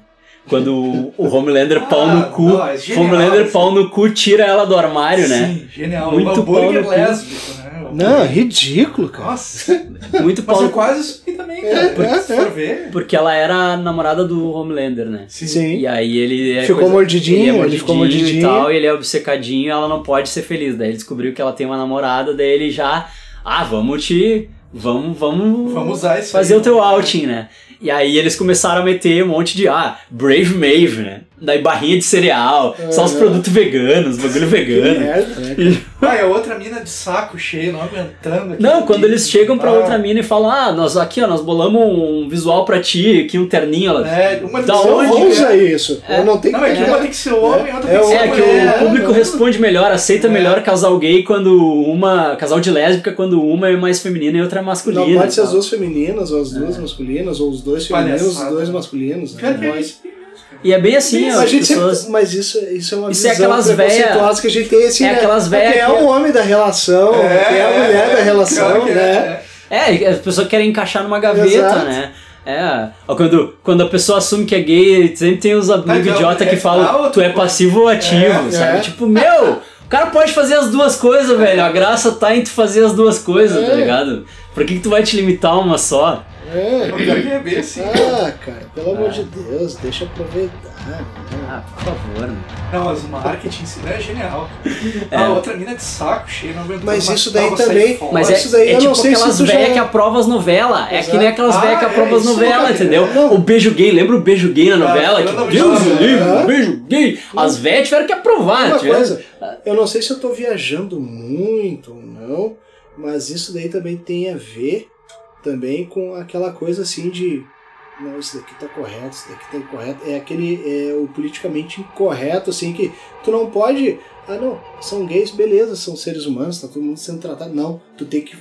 Speaker 1: Quando o, o Homelander pau
Speaker 3: Ah,
Speaker 1: no cu,
Speaker 3: não, é genial,
Speaker 1: Homelander
Speaker 3: isso.
Speaker 1: pau no cu tira ela do armário, né?
Speaker 3: Sim, genial.
Speaker 1: Muito
Speaker 3: o
Speaker 1: pau no
Speaker 3: hambúrguer
Speaker 1: cu.
Speaker 3: lésbico, né? O
Speaker 2: Não, ridículo, cara.
Speaker 3: Nossa,
Speaker 1: Muito
Speaker 3: mas
Speaker 1: pau
Speaker 3: é
Speaker 1: no cu,
Speaker 3: quase isso aqui também, cara.
Speaker 2: É, é,
Speaker 3: Se for ver.
Speaker 1: porque ela era a namorada do Homelander, né?
Speaker 2: Sim.
Speaker 1: E aí ele é
Speaker 2: Ficou
Speaker 1: coisa-
Speaker 2: mordidinho,
Speaker 1: ele, é
Speaker 2: ele ficou
Speaker 1: e
Speaker 2: mordidinho.
Speaker 1: tal, e ele é obcecadinho, ela não pode ser feliz. Daí ele descobriu que ela tem uma namorada, daí ele já, ah, vamos te, vamos, vamos,
Speaker 3: Vamos usar isso.
Speaker 1: fazer
Speaker 3: aí.
Speaker 1: o teu outing, né? E aí eles começaram a meter um monte de, ah, Brave Maeve, né? Daí barrinha de cereal, só os
Speaker 3: É.
Speaker 2: Aham.
Speaker 1: produtos veganos, bagulho
Speaker 2: Que
Speaker 1: vegano.
Speaker 2: merda, né?
Speaker 3: Ah, é outra mina de saco cheio, não aguentando. aqui.
Speaker 1: Não, quando eles chegam pra
Speaker 3: Ah,
Speaker 1: outra mina e falam, ah, nós aqui, ó, nós bolamos um visual pra ti, aqui um terninho, ela...
Speaker 3: É, uma
Speaker 1: Da
Speaker 3: tem que ser
Speaker 1: onde,
Speaker 2: Não
Speaker 3: homem,
Speaker 2: usa
Speaker 3: né?
Speaker 2: isso.
Speaker 1: É.
Speaker 2: Eu não tenho
Speaker 3: Não, é que uma tem que ser homem, outra tem
Speaker 2: É,
Speaker 3: que ser
Speaker 1: É que
Speaker 3: mulher.
Speaker 1: o público responde melhor, aceita
Speaker 3: É.
Speaker 1: melhor casal gay quando uma. casal de lésbica quando uma é mais feminina e outra é masculina.
Speaker 2: Não pode
Speaker 1: e
Speaker 2: ser as
Speaker 1: tal. É.
Speaker 2: duas femininas, ou as duas masculinas, ou os dois femininos,
Speaker 3: Palhaçada.
Speaker 2: os dois masculinos. né?
Speaker 3: Pior que é
Speaker 2: Mas-
Speaker 3: isso.
Speaker 1: E é bem assim,
Speaker 2: Mas
Speaker 1: ó,
Speaker 2: a
Speaker 1: as
Speaker 2: gente sempre-
Speaker 1: pessoas.
Speaker 2: mas isso, isso é uma
Speaker 1: Isso é
Speaker 2: visão
Speaker 1: aquelas véia-
Speaker 2: preconceituosa que a gente tem assim,
Speaker 1: é
Speaker 2: né?
Speaker 1: aquelas véia
Speaker 2: Quem é
Speaker 1: que-
Speaker 2: o homem da relação, quem é a mulher da relação,
Speaker 3: claro que é,
Speaker 2: né?
Speaker 3: é.
Speaker 1: É, as pessoas querem encaixar numa gaveta,
Speaker 2: Exato.
Speaker 1: né? É, ó, quando, quando a pessoa assume que é
Speaker 2: Tá,
Speaker 1: gay, sempre tem os amigos
Speaker 3: então,
Speaker 1: idiota
Speaker 3: é
Speaker 1: que falam
Speaker 3: tal,
Speaker 1: tu é
Speaker 3: tu-
Speaker 1: passivo ou ativo,
Speaker 2: É,
Speaker 1: sabe?
Speaker 2: é.
Speaker 1: Tipo, meu, O cara pode fazer as duas coisas, velho. A graça tá em tu fazer as duas coisas, tá
Speaker 2: É.
Speaker 1: ligado? Por que, que tu vai te limitar a uma só?
Speaker 2: É,
Speaker 3: queria ver assim.
Speaker 2: Ah, cara, pelo amor de Deus, deixa eu aproveitar.
Speaker 1: Ah, por favor, né?
Speaker 3: Não, mas o marketing se é genial.
Speaker 1: É.
Speaker 3: A outra mina de saco cheia, não aguentou.
Speaker 2: Mas
Speaker 3: uma
Speaker 2: isso daí
Speaker 3: tábua sair
Speaker 2: também-
Speaker 3: fora.
Speaker 1: Mas
Speaker 2: Mas
Speaker 1: é,
Speaker 2: isso daí
Speaker 1: é
Speaker 2: eu
Speaker 1: tipo
Speaker 2: não sei se
Speaker 1: aquelas
Speaker 2: isso já
Speaker 1: velhas
Speaker 2: é-
Speaker 1: que aprovam as novelas. É que nem aquelas
Speaker 3: Ah,
Speaker 1: velhas que
Speaker 3: é,
Speaker 1: aprovam as
Speaker 3: isso
Speaker 1: novelas,
Speaker 3: nunca-
Speaker 1: entendeu?
Speaker 2: não.
Speaker 1: O beijo gay, lembra o beijo gay na novela?
Speaker 3: eu
Speaker 1: Que
Speaker 3: não me
Speaker 1: Deus
Speaker 3: lembro.
Speaker 1: livre,
Speaker 2: É.
Speaker 1: o beijo gay. As velhas tiveram que aprovar,
Speaker 2: Uma
Speaker 1: tiveram...
Speaker 2: coisa, eu não sei se eu tô viajando muito ou não, mas isso daí também tem a ver também com aquela coisa assim de não, isso daqui tá correto, isso daqui tá incorreto. É aquele é, o politicamente incorreto, assim, que tu não pode. Ah não, são gays, beleza, são seres humanos, tá todo mundo sendo tratado. Não, tu tem que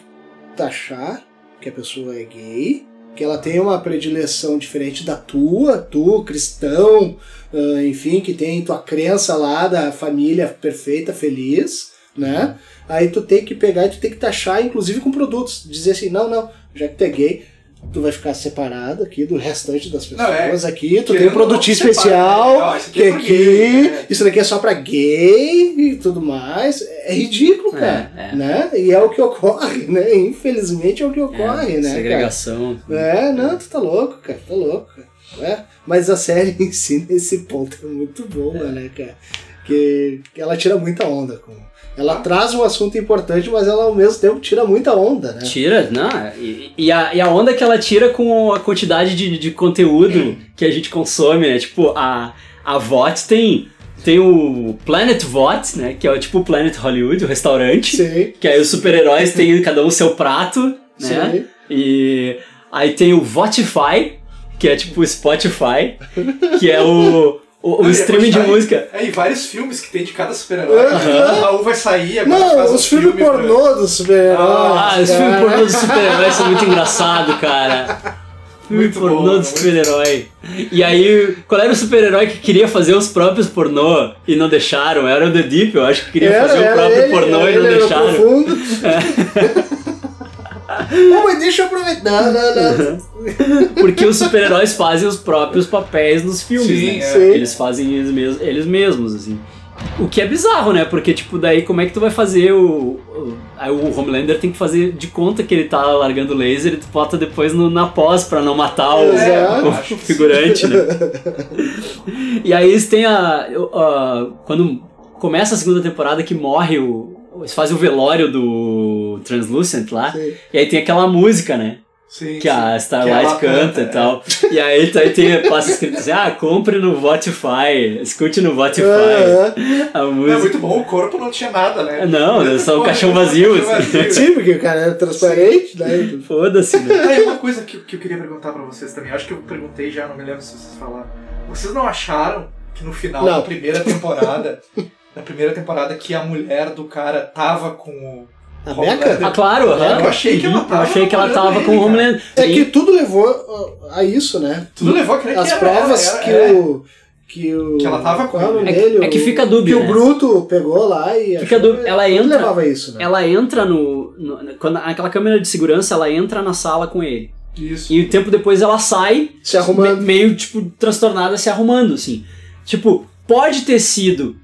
Speaker 2: taxar que a pessoa é gay, que ela tem uma predileção diferente da tua, tu, cristão, ah, enfim, que tem tua crença lá da família perfeita, feliz, né? Aí tu tem que pegar e tu tem que taxar, inclusive com produtos. Dizer assim, não, não, já que tu é gay, tu vai ficar separado aqui do restante das
Speaker 3: Não, é.
Speaker 2: pessoas aqui, tu tem
Speaker 3: Querendo
Speaker 2: um produtinho
Speaker 3: ou não, separa,
Speaker 2: especial,
Speaker 3: né? Ó, isso aqui
Speaker 2: que
Speaker 3: é pra gay,
Speaker 2: aqui,
Speaker 3: né?
Speaker 2: isso daqui é só pra gay e tudo mais. É ridículo,
Speaker 1: É,
Speaker 2: cara.
Speaker 1: é.
Speaker 2: Né? E é o que ocorre, né? Infelizmente é o que ocorre,
Speaker 1: É,
Speaker 2: né? cara?
Speaker 1: Segregação.
Speaker 2: É, não, tu tá louco, cara, tá louco. cara. É, mas a série em si, nesse ponto, é muito boa, né, cara? Que ela tira muita onda. Com... Ela
Speaker 1: Ah.
Speaker 2: traz um assunto importante, mas ela ao mesmo tempo tira muita onda, né?
Speaker 1: Tira, não. é, E, e a, e a onda que ela tira com a quantidade de, de conteúdo que a gente consome, né? Tipo, a, a VOT tem, tem o Planet VOT, né? Que é o tipo Planet Hollywood, o restaurante.
Speaker 2: Sim,
Speaker 1: Que aí os super-heróis têm cada um seu prato, né?
Speaker 2: sim.
Speaker 1: E aí tem o Votify, que é tipo o Spotify, que é o, o, o
Speaker 3: Ah, é,
Speaker 1: streaming de
Speaker 3: Spotify.
Speaker 1: música.
Speaker 3: É, e vários filmes que tem de cada super-herói. Então,
Speaker 2: Aham.
Speaker 3: O Raul vai sair agora. faz
Speaker 2: Não,
Speaker 3: um
Speaker 2: os filmes
Speaker 3: filme
Speaker 2: pornô dos super-heróis.
Speaker 1: Ah, os
Speaker 2: cara.
Speaker 1: filmes pornô dos super-heróis são muito engraçado, cara. Filme
Speaker 3: Muito bom,
Speaker 1: pornô do
Speaker 3: muito-
Speaker 1: super-herói. E aí, qual era o super-herói que queria fazer os próprios pornô e não deixaram? Era o The Deep, eu acho que queria
Speaker 2: Era,
Speaker 3: um
Speaker 1: fazer o
Speaker 2: era
Speaker 1: próprio
Speaker 2: ele,
Speaker 1: pornô
Speaker 2: era
Speaker 1: e não
Speaker 2: ele, era
Speaker 1: deixaram.
Speaker 2: profundo. Não, mas deixa eu aproveitar. Não, não, não.
Speaker 1: Porque os super-heróis fazem os próprios papéis nos filmes,
Speaker 3: Sim,
Speaker 1: né?
Speaker 3: é.
Speaker 1: Eles fazem eles mesmos, eles mesmos, assim. O que é bizarro, né? Porque, tipo, daí como é que tu vai fazer o. o- Aí o Homelander tem que fazer de conta que ele tá largando laser e tu bota depois no- na pós pra não matar o,
Speaker 2: Exato.
Speaker 1: o figurante, né? E aí eles têm a, a- Quando começa a segunda temporada que morre o. Eles fazem o velório do Translucent lá.
Speaker 2: Sim.
Speaker 1: E aí tem aquela música, né?
Speaker 3: Sim,
Speaker 1: que a
Speaker 3: Que
Speaker 1: Starlight
Speaker 3: ela
Speaker 1: canta é.
Speaker 3: canta,
Speaker 1: e tal. E aí, tá- aí tem, passa escrito assim: ah, compre no Spotify, escute no Spotify
Speaker 2: Aham.
Speaker 1: a
Speaker 3: É
Speaker 1: música.
Speaker 3: muito bom, o corpo não tinha nada, né?
Speaker 1: Não,
Speaker 3: Dentro
Speaker 1: só
Speaker 3: do
Speaker 1: um
Speaker 3: corpo,
Speaker 1: caixão
Speaker 3: só um
Speaker 1: vazio,
Speaker 3: caixão
Speaker 1: assim.
Speaker 3: vazio.
Speaker 2: Sim, porque o cara é transparente, né?
Speaker 1: Foda-se, né?
Speaker 3: Ah, e uma coisa que, que eu queria perguntar pra vocês também, acho que eu perguntei já, não me lembro se vocês falaram. Vocês não acharam que no final
Speaker 2: Não.
Speaker 3: da primeira temporada, na primeira temporada que a mulher do cara tava com o
Speaker 2: A
Speaker 3: Homelander?
Speaker 2: Meca?
Speaker 1: Ah, claro, aham.
Speaker 3: Eu achei que ela
Speaker 1: Uhum,
Speaker 3: tava
Speaker 1: eu achei que ela tava
Speaker 3: namorando
Speaker 1: com o
Speaker 3: ele,
Speaker 1: né? Homeland.
Speaker 2: É que tudo levou a a isso, né?
Speaker 3: Tudo levou a crer que
Speaker 2: As
Speaker 3: era
Speaker 2: provas
Speaker 3: ela, era-
Speaker 2: que
Speaker 3: é.
Speaker 2: o. Que o.
Speaker 3: Que ela tava com
Speaker 2: qual é o nome
Speaker 1: É que-
Speaker 2: dele?
Speaker 1: é que
Speaker 2: O-
Speaker 1: fica dúbio,
Speaker 2: Que
Speaker 1: né?
Speaker 2: o Bruto pegou lá e.
Speaker 1: Fica
Speaker 2: achou-
Speaker 1: dúbio. Ela
Speaker 2: tudo
Speaker 1: entra-
Speaker 2: levava isso, né?
Speaker 1: Ela entra no. no- quando, aquela câmera de segurança, ela entra na sala com ele.
Speaker 3: Isso.
Speaker 1: E um tempo depois ela sai
Speaker 2: Se arrumando.
Speaker 1: Me- meio, tipo, transtornada, se arrumando, assim. Tipo, pode ter sido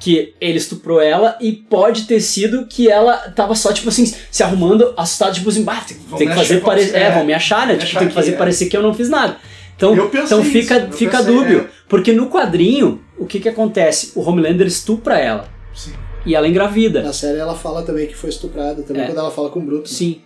Speaker 1: que ele estuprou ela e pode ter sido que ela tava só, tipo assim, se arrumando, assustada, tipo assim, bah, tem,
Speaker 3: Vão
Speaker 1: tem
Speaker 3: me
Speaker 1: que fazer
Speaker 3: achar, vão-
Speaker 1: parecer... É,
Speaker 3: é,
Speaker 1: vão me achar, né?
Speaker 3: me
Speaker 1: Tipo,
Speaker 3: achar
Speaker 1: tem que
Speaker 3: que
Speaker 1: fazer
Speaker 3: é.
Speaker 1: parecer que eu não fiz nada. Então,
Speaker 3: Eu pensei
Speaker 1: então fica,
Speaker 3: isso, eu
Speaker 1: fica
Speaker 3: pensei,
Speaker 1: dúbio.
Speaker 3: é.
Speaker 1: Porque no quadrinho, o que que acontece? O Homelander estupra ela.
Speaker 3: Sim.
Speaker 1: E ela engravida.
Speaker 2: Na série ela fala também que foi estuprada, também
Speaker 1: É.
Speaker 2: quando ela fala com o Bruto.
Speaker 1: Sim.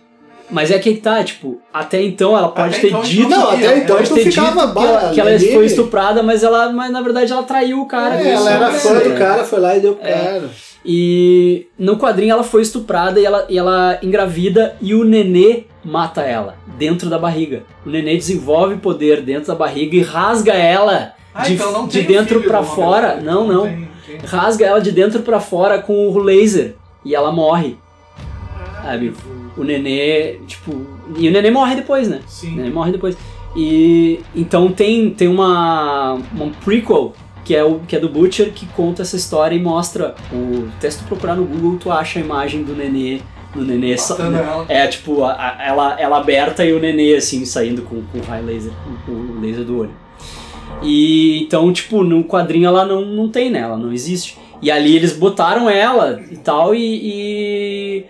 Speaker 1: Mas é que aí tá, tipo, até então ela pode
Speaker 3: Até
Speaker 1: ter
Speaker 3: então a gente
Speaker 1: dito...
Speaker 2: Não, até
Speaker 3: Ela
Speaker 2: então
Speaker 1: pode
Speaker 2: tu
Speaker 1: ter
Speaker 2: ficava
Speaker 1: dito que ela,
Speaker 2: bala
Speaker 1: que ela
Speaker 2: ali.
Speaker 1: foi estuprada, mas ela, mas na verdade ela traiu o cara.
Speaker 2: É,
Speaker 1: viu?
Speaker 2: ela
Speaker 1: Isso
Speaker 2: era
Speaker 1: não
Speaker 2: fã
Speaker 1: sei,
Speaker 2: do
Speaker 1: né?
Speaker 2: cara, foi lá e deu pro cara.
Speaker 1: E no quadrinho ela foi estuprada e ela, e ela engravida e o nenê mata ela dentro da barriga. O nenê desenvolve poder dentro da barriga e rasga ela
Speaker 3: Ah,
Speaker 1: de,
Speaker 3: então não
Speaker 1: de
Speaker 3: tem
Speaker 1: dentro
Speaker 3: filho
Speaker 1: pra
Speaker 3: do
Speaker 1: fora.
Speaker 3: Homelander.
Speaker 1: Não, não.
Speaker 3: tem- tem.
Speaker 1: Rasga ela de dentro pra fora com o laser e ela morre. Sabe? O nenê, tipo. E o nenê morre depois, né?
Speaker 3: Sim.
Speaker 1: né, Ele morre depois. E então tem, tem uma, uma prequel que é, o, que é do Butcher que conta essa história e mostra o até se tu procurar no Google tu acha a imagem do nenê do nenê sa-
Speaker 3: Matando ela.
Speaker 1: é tipo a- a- ela, ela aberta e o nenê assim saindo com, com o raio laser com, com o laser do olho e então tipo no quadrinho ela não, não tem né ela não existe E ali eles botaram ela e tal, e. e-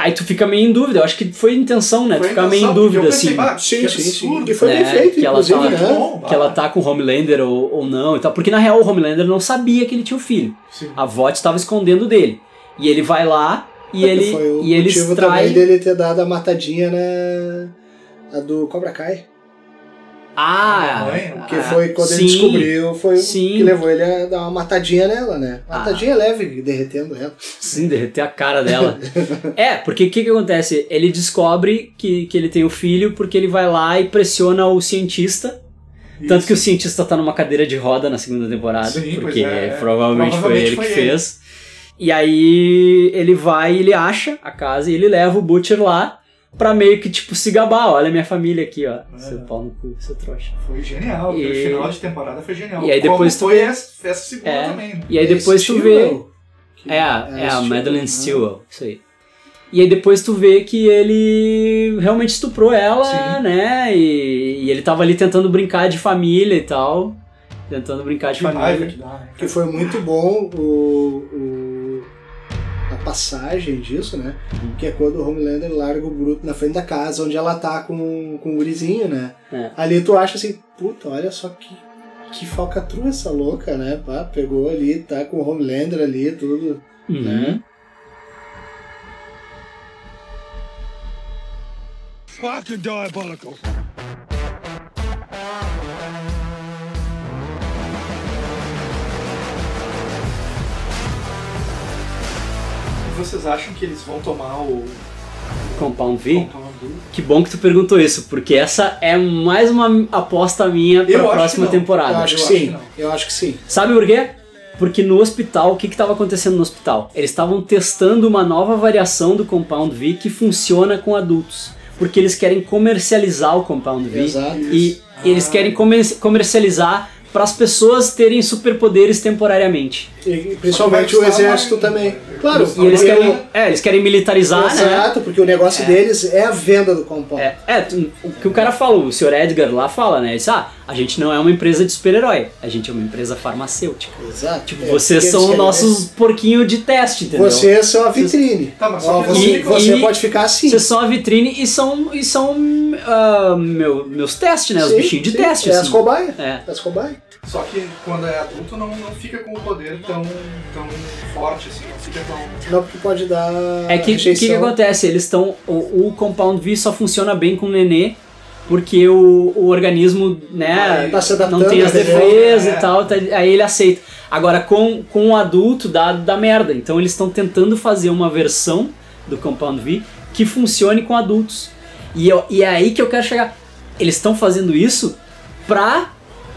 Speaker 1: Aí tu fica meio em dúvida, eu acho que foi a intenção, né? tu fica meio em dúvida, assim.
Speaker 2: Sim, sim, sim.
Speaker 3: absurdo.
Speaker 2: E foi
Speaker 1: né,
Speaker 2: bem feito,
Speaker 1: que ela
Speaker 2: inclusive,
Speaker 1: tava-
Speaker 2: né?
Speaker 3: Bom,
Speaker 1: que ela tá com o Homelander ou, ou não e tal. Porque na real o Homelander não sabia que ele tinha um filho.
Speaker 3: tá. Sim.
Speaker 1: A Vought estava escondendo dele. E ele vai lá e
Speaker 2: Porque
Speaker 1: ele,
Speaker 2: foi o
Speaker 1: e ele
Speaker 2: motivo
Speaker 1: extrai.
Speaker 2: também dele ter dado a matadinha na a do Cobra Kai,
Speaker 1: Ah,
Speaker 3: Mãe,
Speaker 2: que
Speaker 1: ah,
Speaker 2: foi quando
Speaker 1: sim.
Speaker 2: ele descobriu, foi o
Speaker 1: sim. Ah.
Speaker 2: que levou ele a dar uma matadinha nela, né? Matadinha leve, derretendo ela.
Speaker 1: Sim, derreter a cara dela. é, porque o que, que acontece? Ele descobre que, que ele tem o filho porque ele vai lá e pressiona o cientista. Tanto que o cientista tá numa cadeira de roda na segunda temporada,
Speaker 3: Sim, pois
Speaker 1: porque
Speaker 3: é, é.
Speaker 1: provavelmente, foi
Speaker 3: Provavelmente
Speaker 1: ele
Speaker 3: foi
Speaker 1: que
Speaker 3: ele.
Speaker 1: fez. E aí ele vai, ele acha a casa e ele leva o Butcher lá pra meio que tipo se gabar. Olha a minha família aqui,
Speaker 3: É.
Speaker 1: ó. Seu pau no cu, seu trouxa.
Speaker 3: Foi genial.
Speaker 1: E-
Speaker 3: O final de temporada foi genial.
Speaker 1: e aí depois
Speaker 3: Como foi essa, essa segunda
Speaker 1: É.
Speaker 3: também. né?
Speaker 1: E aí depois tu vê.
Speaker 2: Stewart, que
Speaker 1: É, a- é, a
Speaker 2: Stewart,
Speaker 1: Madeline
Speaker 2: né?
Speaker 1: Stewart, isso aí. E aí depois tu vê que ele realmente estuprou ela,
Speaker 3: Sim.
Speaker 1: né? E, e ele tava ali tentando brincar de família e tal. Tentando brincar de
Speaker 3: Que raiva
Speaker 1: família.
Speaker 3: que dá, né?
Speaker 2: Que foi muito bom o, o- a passagem disso, né?
Speaker 1: Uhum.
Speaker 2: Que é quando o Homelander larga o Bruto na frente da casa, onde ela tá com, com o gurizinho, né?
Speaker 1: É.
Speaker 2: Ali tu acha assim, puta, olha só que, que falcatrua essa louca, né? Pá, pegou ali, tá com o Homelander ali, tudo.
Speaker 1: Uhum.
Speaker 9: Fucking diabolical.
Speaker 3: E Vocês acham que eles vão tomar o.
Speaker 1: Compound V.
Speaker 3: Compound V?
Speaker 1: Que bom que tu perguntou isso, porque essa é mais uma aposta minha pra
Speaker 3: Eu acho
Speaker 1: próxima
Speaker 3: que não.
Speaker 2: Eu
Speaker 1: temporada.
Speaker 2: acho que
Speaker 3: eu acho
Speaker 2: sim,
Speaker 3: que não.
Speaker 2: eu acho que sim.
Speaker 1: Sabe por quê? Porque no hospital, o que estava acontecendo no hospital? Eles estavam testando uma nova variação do Compound V que funciona com adultos. Porque eles querem comercializar o Compound V.
Speaker 2: Exato.
Speaker 1: E eles querem comer- comercializar para as pessoas terem superpoderes temporariamente.
Speaker 2: E principalmente o
Speaker 3: Só vai custar
Speaker 2: exército
Speaker 3: mais,
Speaker 2: também.
Speaker 3: né?
Speaker 2: Claro,
Speaker 1: E eles
Speaker 2: porque-
Speaker 1: querem, é, eles querem militarizar, né?
Speaker 2: Exato, porque o negócio
Speaker 1: É.
Speaker 2: deles é a venda do compound.
Speaker 1: É, é, tu- o que o cara fala, o senhor Edgar lá fala, né? Ele diz, ah, a gente não é uma empresa de super-herói, a gente é uma empresa farmacêutica.
Speaker 2: Exato.
Speaker 1: Tipo,
Speaker 2: É,
Speaker 1: vocês
Speaker 2: porque eles
Speaker 1: são
Speaker 2: querem-
Speaker 1: nossos porquinhos de teste, entendeu?
Speaker 2: Vocês são a é vitrine.
Speaker 3: Tá, mas
Speaker 2: Ó,
Speaker 3: só que
Speaker 2: você
Speaker 1: eles-
Speaker 2: você
Speaker 1: e-
Speaker 2: pode ficar assim.
Speaker 1: Vocês são a vitrine e são, e são ah, meu- meus testes, né? Os
Speaker 2: Sim,
Speaker 1: bichinhos de
Speaker 2: sim.
Speaker 1: teste,
Speaker 2: É
Speaker 1: assim.
Speaker 2: as cobaias.
Speaker 1: É.
Speaker 2: As cobaias.
Speaker 3: Só que quando é adulto não, não fica com o poder tão, tão forte assim, não fica tão.
Speaker 2: Não, porque pode dar.
Speaker 1: É que o que,
Speaker 2: rejeição.
Speaker 1: que acontece? Eles estão. O, o Compound V só funciona bem com o nenê, porque o, o organismo, né,
Speaker 2: Vai, tá se adaptando,
Speaker 1: não tem as
Speaker 2: né,
Speaker 1: defesas
Speaker 3: é.
Speaker 1: e tal, tá- aí ele aceita. Agora, com, com o adulto dá, dá merda. Então eles estão tentando fazer uma versão do Compound V que funcione com adultos. E, eu- e é aí que eu quero chegar. Eles estão fazendo isso pra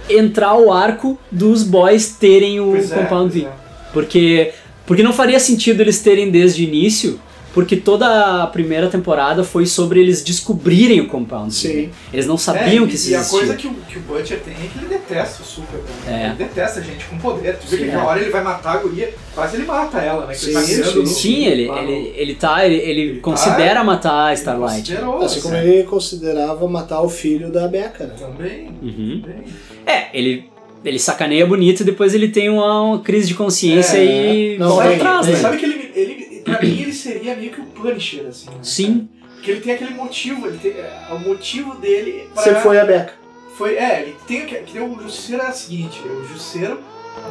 Speaker 1: entrar o arco dos boys terem o
Speaker 3: Pois é,
Speaker 1: Compound V.
Speaker 3: pois é.
Speaker 1: Porque, porque não faria sentido eles terem desde o início, porque toda a primeira temporada foi sobre eles descobrirem o Compound.
Speaker 2: Sim.
Speaker 1: né? Eles não sabiam
Speaker 3: É,
Speaker 1: que isso
Speaker 3: E
Speaker 1: existia.
Speaker 3: a coisa que o, que o Butcher tem é que ele detesta o Super. né?
Speaker 1: É.
Speaker 3: Ele detesta a gente com poder. Tu vê
Speaker 1: Sim,
Speaker 3: que
Speaker 1: é.
Speaker 3: na hora ele vai matar a guria, quase ele mata ela, né? Que ele tá
Speaker 2: Sim,
Speaker 3: mirando no-
Speaker 1: Sim, ele,
Speaker 3: lá no-
Speaker 1: ele, ele tá, ele, ele
Speaker 3: Ele
Speaker 1: considera
Speaker 3: tá,
Speaker 1: matar a
Speaker 3: ele
Speaker 1: Starlight. Tá
Speaker 3: considerou,
Speaker 2: Assim como
Speaker 1: é.
Speaker 3: né?
Speaker 2: ele considerava matar o filho da Becca, né?
Speaker 3: Também.
Speaker 1: Uhum.
Speaker 3: também.
Speaker 1: É, ele, ele sacaneia bonito e depois ele tem uma, uma crise de consciência
Speaker 2: É,
Speaker 1: e
Speaker 2: não,
Speaker 1: volta
Speaker 2: bem,
Speaker 1: atrás,
Speaker 2: bem.
Speaker 1: né?
Speaker 3: Sabe que ele, ele. Pra mim ele seria meio que o Punisher, assim. né?
Speaker 1: Sim,
Speaker 3: Porque ele tem aquele motivo, ele tem, é, o motivo dele pra-
Speaker 2: Sempre foi a Becca.
Speaker 3: Foi, é, ele tem que, que o Jusceiro é o seguinte, o Jusceiro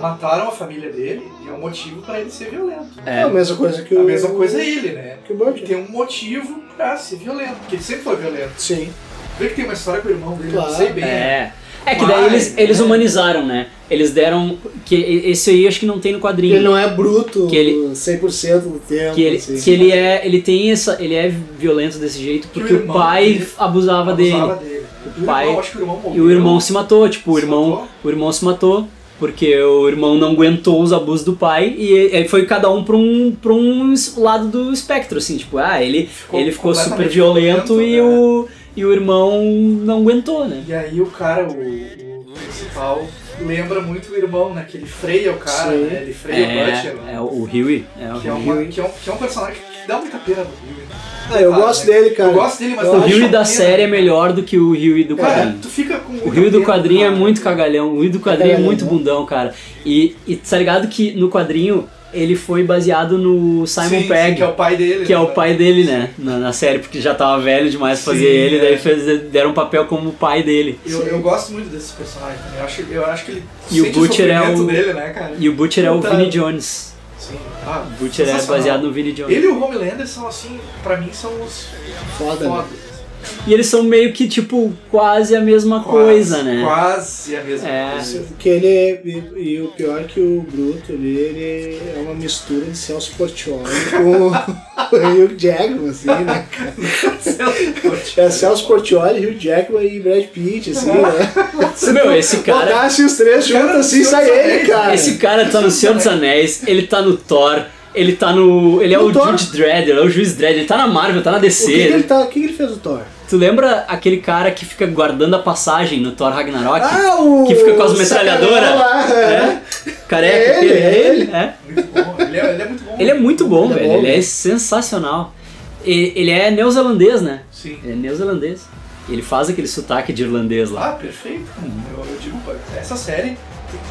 Speaker 3: mataram a família dele e é um motivo pra ele ser violento.
Speaker 2: É.
Speaker 1: é.
Speaker 2: a mesma coisa que
Speaker 3: A
Speaker 2: o.
Speaker 3: mesma coisa é ele, né?
Speaker 2: que o
Speaker 3: Ele
Speaker 2: Butcher.
Speaker 3: tem um motivo pra ser violento, porque ele sempre foi violento.
Speaker 2: Sim.
Speaker 3: Vê que tem uma história com o irmão dele, eu não
Speaker 2: Claro.
Speaker 3: sei bem.
Speaker 1: É. É que daí
Speaker 3: Mas,
Speaker 1: eles, eles
Speaker 3: né?
Speaker 1: humanizaram, né? Eles deram. que Esse aí acho que não tem no quadrinho.
Speaker 2: Ele não é bruto
Speaker 1: Que ele-
Speaker 2: 100% do tempo.
Speaker 1: Que ele,
Speaker 2: assim.
Speaker 1: que ele é. Ele tem essa. Ele é violento desse jeito
Speaker 3: Que o
Speaker 1: porque o,
Speaker 3: irmão
Speaker 1: pai
Speaker 3: dele
Speaker 1: abusava, dele.
Speaker 3: Abusava dele.
Speaker 1: O pai-
Speaker 3: irmão, acho que o irmão
Speaker 1: E
Speaker 3: morreu.
Speaker 1: o irmão se matou, tipo, o
Speaker 3: Se
Speaker 1: irmão.
Speaker 3: matou?
Speaker 1: O irmão se matou. Porque o irmão não aguentou os abusos do pai e ele foi cada um pra um, pra um es- lado do espectro, assim, tipo, ah, ele ficou, ele ficou super
Speaker 3: completamente né?
Speaker 1: violento, e,
Speaker 3: violento,
Speaker 1: o, e o irmão não aguentou, né?
Speaker 3: E aí o cara, o, o principal lembra muito o irmão, né? Que ele freia o cara,
Speaker 2: Sim.
Speaker 3: né? Ele freia o Butcher.
Speaker 1: É,
Speaker 3: né?
Speaker 1: é o Huey. É
Speaker 3: Que é,
Speaker 1: o
Speaker 3: uma,
Speaker 1: Huey.
Speaker 3: que, é um, que é um personagem que dá muita pena do Huey. né?
Speaker 2: Ah, eu
Speaker 3: Cara,
Speaker 2: gosto
Speaker 3: né?
Speaker 2: dele, cara.
Speaker 3: Eu gosto dele,
Speaker 1: O
Speaker 3: mas eu acho É.
Speaker 1: Huey
Speaker 3: uma
Speaker 1: da
Speaker 3: pena.
Speaker 1: série é melhor do que o Huey do
Speaker 3: Cara,
Speaker 1: quadrinho.
Speaker 3: tu fica com
Speaker 1: O Rio do quadrinho é muito
Speaker 3: cagado.
Speaker 1: cagalhão. O Rio do quadrinho é
Speaker 2: Cagalhão,
Speaker 1: muito
Speaker 2: né?
Speaker 1: bundão, cara. E, e tá ligado que no quadrinho ele foi baseado no Simon
Speaker 3: sim,
Speaker 1: Pegg,
Speaker 3: sim, que é o pai dele. né, cara?
Speaker 1: pai dele, né? Na, na série, porque já tava velho demais pra fazer
Speaker 3: Sim,
Speaker 1: ele,
Speaker 3: é.
Speaker 1: daí fez, deram um papel como o pai dele.
Speaker 3: Eu, eu gosto muito desse personagem. né? Eu acho, eu acho que ele
Speaker 1: E o
Speaker 3: sente
Speaker 1: Butcher é
Speaker 3: sofrimento
Speaker 1: o-
Speaker 3: dele, né, cara?
Speaker 1: E o Butcher é o
Speaker 3: Puta-
Speaker 1: Vinnie Jones.
Speaker 3: Sim. Ah,
Speaker 1: O Butcher é
Speaker 3: sensacional.
Speaker 1: baseado no Vinnie Jones.
Speaker 3: Ele e o Homelander são, assim, pra mim, são os
Speaker 2: Foda, né?
Speaker 3: fodas.
Speaker 1: E eles são meio que, tipo, quase a mesma
Speaker 3: Quase,
Speaker 1: coisa, né?
Speaker 3: Quase a mesma
Speaker 1: É.
Speaker 3: coisa.
Speaker 2: Que ele é, e, e o pior é que o Bruto ele, ele é uma mistura de Celso Portioli com o Hugh Jackman, assim, né? É Celso Portioli, Hugh Jackman e Brad Pitt, assim, né?
Speaker 1: Meu, esse cara...
Speaker 2: Botasse os três juntos assim, sai ele, cara. é
Speaker 1: Esse cara tá no Senhor dos Anéis, ele tá no Thor, ele tá no. Ele é
Speaker 2: No
Speaker 1: o
Speaker 2: Thor.
Speaker 1: Judge Dredd, é o juiz Dredd, ele tá na Marvel, tá na
Speaker 2: O
Speaker 1: DC.
Speaker 2: que, que ele tá, o que, que ele fez o Thor?
Speaker 1: Tu lembra aquele cara que fica guardando a passagem no Thor Ragnarok?
Speaker 2: Ah, o.
Speaker 1: que fica com as
Speaker 2: o sacanão
Speaker 1: metralhadoras?
Speaker 2: lá, é.
Speaker 1: Careca,
Speaker 2: É ele,
Speaker 1: aquele,
Speaker 2: é
Speaker 1: ele,
Speaker 2: ele.
Speaker 1: é.
Speaker 3: Muito bom. Ele é, ele é muito bom.
Speaker 1: Ele é muito bom,
Speaker 2: Ele é
Speaker 1: velho.
Speaker 2: bom,
Speaker 1: ele é
Speaker 2: né?
Speaker 1: sensacional. E- ele é neozelandês, né?
Speaker 3: Sim.
Speaker 1: Ele é neozelandês. Ele faz aquele sotaque de irlandês lá.
Speaker 3: Ah, perfeito. cara. Eu, eu digo, pô, essa série,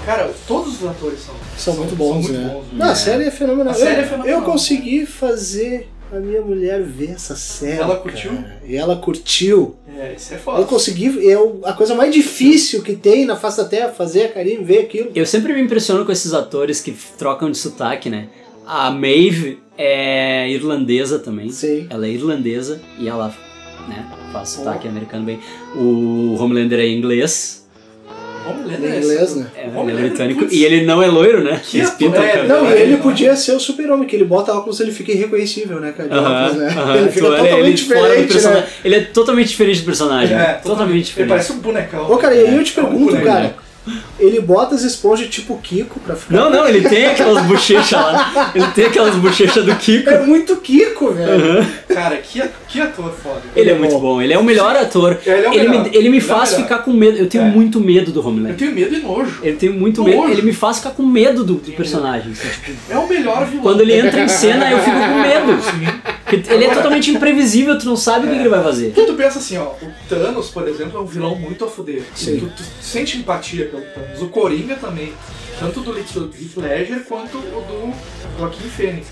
Speaker 3: cara, todos os atores são,
Speaker 2: São muito bons,
Speaker 3: são muito
Speaker 2: né?
Speaker 3: bons,
Speaker 2: Não, a série é fenomenal.
Speaker 3: A série é
Speaker 2: Eu-
Speaker 3: fenomenal.
Speaker 2: Eu consegui fazer a minha mulher ver essa série.
Speaker 3: Ela curtiu?
Speaker 2: cara. E ela curtiu.
Speaker 3: É, isso é
Speaker 2: Eu
Speaker 3: foda.
Speaker 2: consegui, eu, a coisa mais difícil que tem na face da terra, fazer a Karine ver aquilo.
Speaker 1: Eu sempre me impressiono com esses atores que f- trocam de sotaque, né? A Maeve é irlandesa também.
Speaker 2: Sei.
Speaker 1: Ela é irlandesa e ela, né, faz sotaque americano bem. O Homelander é inglês,
Speaker 2: Em
Speaker 3: Homelander é
Speaker 2: inglês, né?
Speaker 1: é,
Speaker 3: Homelander,
Speaker 1: ele é britânico,
Speaker 3: putz.
Speaker 1: e ele não é loiro, né?
Speaker 3: Que
Speaker 1: Eles pintam o
Speaker 3: é,
Speaker 1: cabelo.
Speaker 2: Não, e
Speaker 3: Verdade,
Speaker 2: ele
Speaker 3: né?
Speaker 2: podia ser o super-homem, que ele bota óculos ele fica irreconhecível, né, cara? de óculos, né?
Speaker 1: Aham, aham.
Speaker 2: Ele fica
Speaker 1: Tu olha
Speaker 2: totalmente
Speaker 1: fora do
Speaker 2: diferente,
Speaker 1: persona-
Speaker 2: né?
Speaker 1: Ele é totalmente diferente do personagem.
Speaker 3: É,
Speaker 1: totalmente, diferente.
Speaker 3: Ele parece um bonecão.
Speaker 2: Ô, cara, e aí eu te
Speaker 3: É um
Speaker 2: pergunto,
Speaker 3: boneco.
Speaker 2: cara, ele bota as esponjas tipo Kiko pra ficar...
Speaker 1: Não, não, ele tem aquelas bochechas lá. Ele tem aquelas bochechas do Kiko.
Speaker 2: É muito Kiko, velho.
Speaker 3: Cara, que, que ator foda.
Speaker 1: Ele é muito bom, ele é o melhor ator.
Speaker 3: Ele é o
Speaker 1: Ele
Speaker 3: melhor.
Speaker 1: me, ele me
Speaker 3: Ele é o
Speaker 1: faz
Speaker 3: melhor.
Speaker 1: ficar com medo. Eu tenho
Speaker 3: É.
Speaker 1: muito medo do Homelander.
Speaker 3: Eu tenho medo e nojo.
Speaker 1: Ele tem muito
Speaker 3: Tô
Speaker 1: medo.
Speaker 3: longe.
Speaker 1: Ele me faz ficar com medo do, do personagem. assim, tipo,
Speaker 3: É o melhor vilão.
Speaker 1: quando ele entra em cena, eu fico com medo.
Speaker 3: Sim.
Speaker 1: Porque ele é totalmente imprevisível, tu não sabe o que, que ele vai fazer.
Speaker 3: Porque tu pensa assim, ó, o Thanos, por exemplo, é um vilão muito a fuder. Tu, tu sente empatia pelo Thanos. O Coringa também. Tanto do Heath Heath Ledger quanto o do Joaquim Fênix.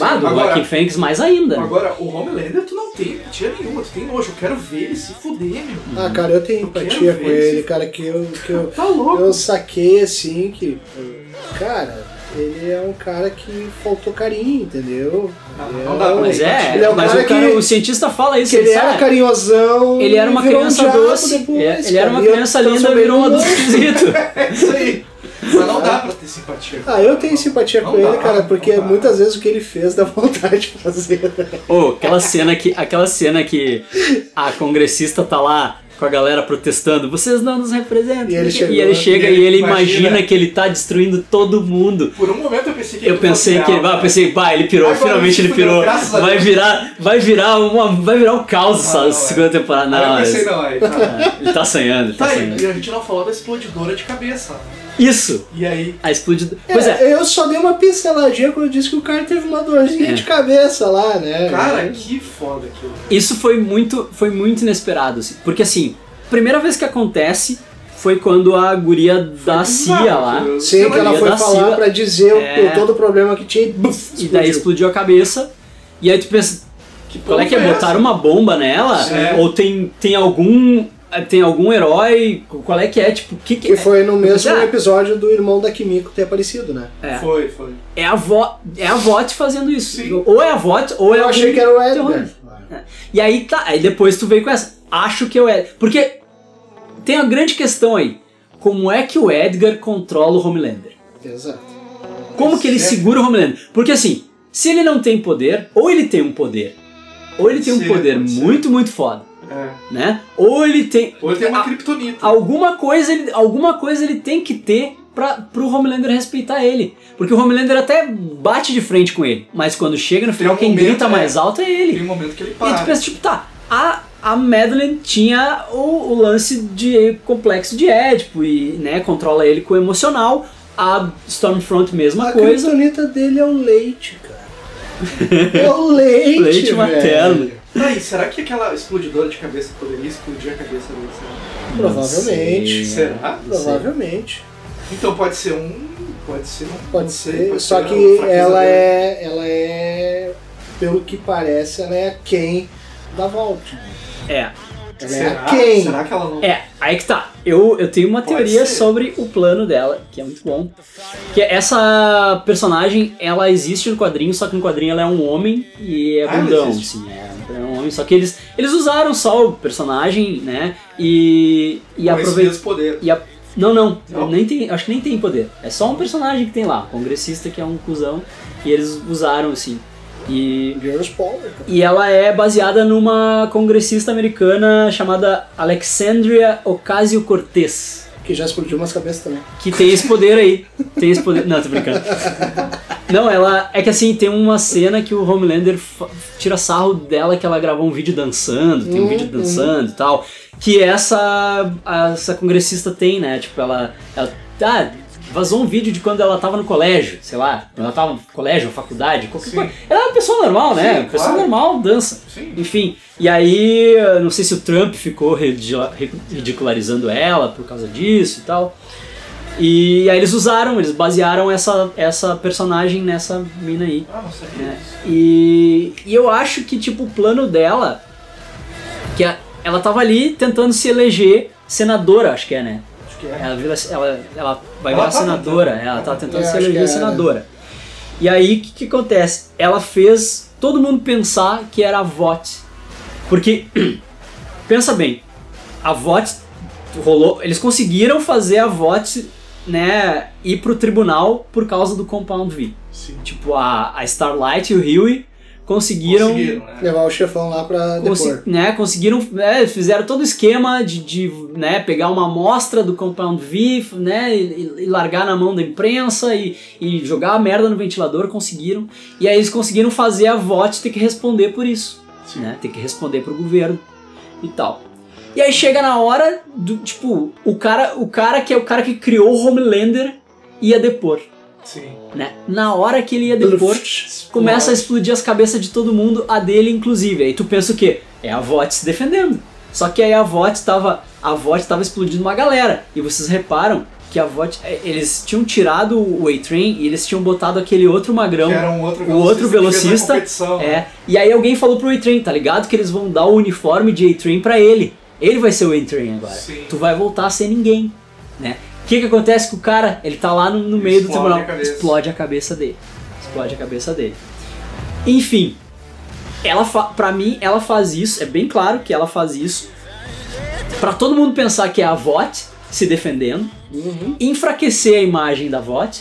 Speaker 1: Ah, do
Speaker 3: agora,
Speaker 1: Joaquin Phoenix mais ainda. né?
Speaker 3: agora, o Homelander tu não tem empatia nenhuma, tu tem nojo. Eu quero ver ele se fuder, meu.
Speaker 2: Ah, cara, eu tenho
Speaker 3: Eu quero
Speaker 2: empatia
Speaker 3: ver
Speaker 2: com ele,
Speaker 3: esse-
Speaker 2: cara, que eu... Que eu...
Speaker 3: Tá louco.
Speaker 2: Eu saquei assim que. Cara, ele é um cara que faltou carinho, entendeu?
Speaker 3: Não,
Speaker 2: Ele
Speaker 3: não dá
Speaker 2: é um-
Speaker 3: pra
Speaker 1: Mas é,
Speaker 2: Ele é o
Speaker 1: mas
Speaker 2: cara
Speaker 1: o, cara,
Speaker 2: que-
Speaker 1: o cientista fala isso,
Speaker 2: Que ele era
Speaker 1: sabe?
Speaker 2: carinhosão.
Speaker 1: Ele era
Speaker 2: e
Speaker 1: uma
Speaker 2: virou um
Speaker 1: criança
Speaker 2: diabo
Speaker 1: doce,
Speaker 2: depois,
Speaker 1: é, ele era uma
Speaker 2: cara, e eu
Speaker 1: criança linda,
Speaker 2: transformei
Speaker 1: virou um
Speaker 2: num-
Speaker 1: adulto esquisito.
Speaker 3: É isso aí. Mas não dá pra ter simpatia.
Speaker 2: Ah, eu tenho simpatia
Speaker 3: Não
Speaker 2: com ele,
Speaker 3: dá,
Speaker 2: cara,
Speaker 3: não
Speaker 2: porque
Speaker 3: dá.
Speaker 2: muitas vezes o que ele fez dá vontade de fazer.
Speaker 1: Ou aquela cena que aquela cena que a congressista tá lá com a galera protestando, vocês não nos representam.
Speaker 2: E ele chegou.
Speaker 1: e ele, chega
Speaker 3: E ele
Speaker 1: e ele
Speaker 3: imagina-
Speaker 1: imagina, que ele tá destruindo todo mundo.
Speaker 3: Por um momento eu pensei que
Speaker 1: Eu
Speaker 3: ele fosse
Speaker 1: pensei que,
Speaker 3: real,
Speaker 1: bah,
Speaker 3: né?
Speaker 1: pensei, bah, ele pirou,
Speaker 3: Agora
Speaker 1: finalmente
Speaker 3: ele
Speaker 1: ele
Speaker 3: fudeu,
Speaker 1: pirou.
Speaker 3: graças a
Speaker 1: Vai
Speaker 3: Deus.
Speaker 1: virar, vai virar uma, vai virar um caos
Speaker 3: Não,
Speaker 1: essa
Speaker 3: não, é.
Speaker 1: segunda temporada.
Speaker 3: Aí
Speaker 1: Não,
Speaker 3: eu pensei,
Speaker 1: mas-
Speaker 3: não, aí tá.
Speaker 1: ele tá sonhando, ele tá,
Speaker 3: Tá aí,
Speaker 1: sonhando.
Speaker 3: e a gente não falou da explodidora de cabeça. né?
Speaker 1: Isso,
Speaker 3: E aí,
Speaker 1: a explodida. Pois é,
Speaker 2: Eu só dei uma pinceladinha quando eu disse que o cara teve uma dorzinha
Speaker 1: É.
Speaker 2: de cabeça lá, né?
Speaker 3: cara, que foda aquilo.
Speaker 1: Isso foi muito, foi muito inesperado, assim, porque assim, primeira vez que acontece foi quando a guria da CIA lá,
Speaker 3: Eu-
Speaker 2: Sim, que ela
Speaker 1: ia
Speaker 2: foi
Speaker 1: dar
Speaker 2: falar
Speaker 1: sigla.
Speaker 2: pra dizer o-
Speaker 1: É.
Speaker 2: o, todo o problema que tinha e buf,
Speaker 1: e daí explodiu a cabeça, e aí tu pensa,
Speaker 3: Que
Speaker 1: qual é que
Speaker 3: porra
Speaker 1: é, botar uma bomba nela?
Speaker 3: É.
Speaker 1: Ou tem, tem algum eh, tem algum herói? Qual é que é? Tipo, o que, que
Speaker 2: Que
Speaker 1: é?
Speaker 2: foi no mesmo
Speaker 1: Ah.
Speaker 2: episódio do irmão da Kimiko ter aparecido, né?
Speaker 1: É,
Speaker 3: Foi, foi.
Speaker 1: é a vó, é a VOT fazendo isso.
Speaker 3: Sim.
Speaker 1: Ou é a VOT, ou é
Speaker 2: Eu
Speaker 1: algum
Speaker 2: achei que era o Edgar. Ah,
Speaker 1: terrorista. E aí tá, aí depois tu veio com essa. Acho que eu é. Porque tem uma grande questão aí. Como é que o Edgar controla o Homelander?
Speaker 2: Exato.
Speaker 1: Como que ele
Speaker 3: Certo.
Speaker 1: segura o Homelander? Porque assim, se ele não tem poder, ou ele tem um poder, ou ele tem um
Speaker 3: Sim,
Speaker 1: poder
Speaker 3: pode ser.
Speaker 1: muito, muito foda,
Speaker 3: É.
Speaker 1: né? Ou ele tem.
Speaker 3: Ou ele tem uma
Speaker 1: a-
Speaker 3: criptonita.
Speaker 1: alguma coisa ele, alguma coisa ele tem que ter pra, pro Homelander respeitar ele. Porque o Homelander até bate de frente com ele, mas quando chega no final,
Speaker 3: um
Speaker 1: quem
Speaker 3: momento,
Speaker 1: grita
Speaker 3: é.
Speaker 1: mais alto é ele.
Speaker 3: Tem um momento que ele
Speaker 1: E tu
Speaker 3: para.
Speaker 1: pensa, tipo, tá, a, a Madeline tinha o, o lance de complexo de Édipo e né, controla ele com o emocional. A Stormfront, mesma
Speaker 2: a
Speaker 1: coisa.
Speaker 2: criptonita dele é o leite, cara. É o leite,
Speaker 1: Leite
Speaker 2: velho.
Speaker 1: materno.
Speaker 3: Tá, e será que aquela explodidora de cabeça poderia explodir a cabeça dele? será?
Speaker 2: Provavelmente.
Speaker 1: Sim.
Speaker 3: Será?
Speaker 1: Não sei.
Speaker 2: Provavelmente.
Speaker 3: Então pode ser um. Pode ser um. não
Speaker 2: Pode
Speaker 3: sei,
Speaker 2: ser.
Speaker 3: pode
Speaker 2: Só
Speaker 3: ser um
Speaker 2: que
Speaker 3: fraqueza
Speaker 2: ela
Speaker 3: dele.
Speaker 2: é. Ela é. Pelo que parece, ela é quem da Vault. né?
Speaker 1: É.
Speaker 2: Ela é
Speaker 3: Será?
Speaker 2: a quem?
Speaker 3: Será que ela não.
Speaker 1: É, aí que tá. Eu, eu tenho uma
Speaker 3: Pode
Speaker 1: teoria
Speaker 3: ser.
Speaker 1: sobre o plano dela, que é muito bom. Que é, essa personagem, ela existe no quadrinho, só que no quadrinho ela é um homem e é
Speaker 3: Ah, ela
Speaker 1: bundão,
Speaker 3: existe?
Speaker 1: assim, é, é um homem. Só que eles, eles usaram só o personagem, né? E, e
Speaker 3: com esse
Speaker 1: aproveitaram.
Speaker 3: mesmo poder.
Speaker 1: E a- Não, não,
Speaker 3: Não?
Speaker 1: Nem tem, acho que nem tem poder. É só um personagem que tem lá, um congressista que é um cuzão, e eles usaram, assim. E
Speaker 2: Girls Power, cara.
Speaker 1: e ela é baseada numa congressista americana chamada Alexandria Ocasio-Cortez,
Speaker 2: Que já explodiu umas cabeças também.
Speaker 1: que tem esse poder aí. Tem esse poder. Não, tô brincando. Não, ela. É que assim, tem uma cena que o Homelander fa- tira sarro dela que ela gravou um vídeo dançando, tem um
Speaker 2: Hum,
Speaker 1: vídeo
Speaker 3: Uhum.
Speaker 1: dançando e tal. Que essa. Essa congressista tem, né? Tipo, ela. ela ah, vazou um vídeo de quando ela tava no colégio, sei lá. Quando ela tava no colégio, ou faculdade, qualquer
Speaker 3: Sim.
Speaker 1: coisa. Ela é uma pessoa normal, né?
Speaker 3: Sim,
Speaker 1: pessoa
Speaker 3: claro.
Speaker 1: normal dança.
Speaker 3: Sim.
Speaker 1: Enfim, e aí, eu não sei se o Trump ficou ridi- ridicularizando ela por causa disso e tal. E aí eles usaram, eles basearam essa, essa personagem nessa mina aí.
Speaker 3: Ah, não sabia
Speaker 1: né?
Speaker 3: disso.
Speaker 1: E, e eu acho que, tipo, o plano dela, que a- ela tava ali tentando se eleger senadora, acho que é, né?
Speaker 3: Acho que é.
Speaker 1: Ela, vira- ela, ela vai
Speaker 3: Ela
Speaker 1: virar
Speaker 3: tá
Speaker 1: senadora, ela tá tentando
Speaker 2: É,
Speaker 1: se
Speaker 2: acho que
Speaker 1: eleger
Speaker 2: é,
Speaker 1: senadora. E aí, o que, que acontece? Ela fez todo mundo pensar que era a VOT. Porque, pensa bem, a VOT rolou... Eles conseguiram fazer a VOT, né, ir pro tribunal por causa do Compound V.
Speaker 3: Sim.
Speaker 1: Tipo, a, a Starlight e o Huey conseguiram
Speaker 3: Conseguiram, né?
Speaker 2: Levar o chefão lá pra depor.
Speaker 1: Consi- né, conseguiram, né, fizeram todo o esquema de, de, né, pegar uma amostra do Compound V né, e, e largar na mão da imprensa e, e jogar a merda no ventilador, conseguiram. E aí eles conseguiram fazer a VOT ter que responder por isso,
Speaker 3: Sim.
Speaker 1: né, ter que responder pro governo e tal. E aí chega na hora do, tipo, o cara, o cara que é o cara que criou o Homelander ia depor,
Speaker 2: É.
Speaker 3: Sim.
Speaker 1: né? Na hora que ele ia depor, Começa a explodir as cabeças de todo mundo, a dele inclusive. Aí tu pensa o quê? É a VOT se defendendo. Só que aí a VOT tava. A VOT tava explodindo uma galera. E vocês reparam que a VOT. eh, Eles tinham tirado o A-Train e eles tinham botado aquele outro magrão.
Speaker 3: Que era um outro
Speaker 1: Então, o outro velocista,
Speaker 3: que fez a competição.
Speaker 1: É. E aí alguém falou pro A-Train, tá ligado? Que eles vão dar o uniforme de A-Train pra ele. Ele vai ser o A-Train agora.
Speaker 3: Sim.
Speaker 1: Tu vai voltar a ser ninguém, né? O que que acontece com o cara? Ele tá lá no, no meio do
Speaker 3: Explode
Speaker 1: tribunal.
Speaker 3: a cabeça.
Speaker 1: explode a cabeça dele. Explode a cabeça dele. Enfim, ela fa pra mim, ela faz isso, é bem claro que ela faz isso pra todo mundo pensar que é a VOT se defendendo,
Speaker 2: Uhum.
Speaker 1: enfraquecer a imagem da VOT,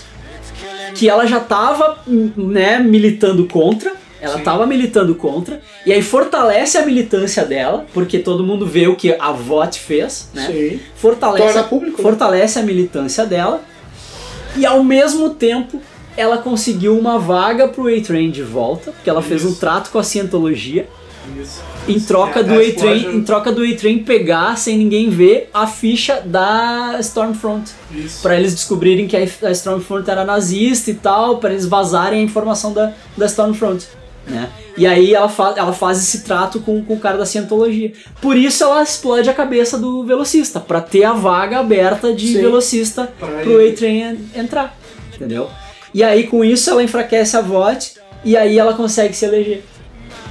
Speaker 1: que ela já tava, hum, né, militando contra, ela
Speaker 3: Sim.
Speaker 1: tava militando contra, e aí fortalece a militância dela, porque todo mundo vê o que a VOT fez, né?
Speaker 2: Sim.
Speaker 1: fortalece,
Speaker 2: Torna público, né?
Speaker 1: fortalece a militância dela e ao mesmo tempo ela conseguiu uma vaga pro A-Train de volta, porque ela fez um
Speaker 3: Isso.
Speaker 1: trato com a Cientologia
Speaker 3: Isso.
Speaker 1: em troca
Speaker 3: É,
Speaker 1: do
Speaker 3: a
Speaker 1: A-Train,
Speaker 3: Explosion.
Speaker 1: em troca do A-Train pegar sem ninguém ver a ficha da Stormfront,
Speaker 3: Isso.
Speaker 1: Pra eles descobrirem que a Stormfront era nazista e tal, pra eles vazarem a informação da, da Stormfront. Né? E aí ela, fa ela faz esse trato com, com o cara da Cientologia. Por isso ela explode a cabeça do velocista, pra ter a vaga aberta de
Speaker 2: Sim.
Speaker 1: velocista
Speaker 3: Pra
Speaker 1: pro
Speaker 3: ele.
Speaker 1: A-Train en- entrar. Entendeu? E aí com isso ela enfraquece a VOT e aí ela consegue se eleger.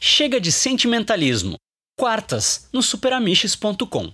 Speaker 8: Chega de sentimentalismo. Quartas no superamiches.com.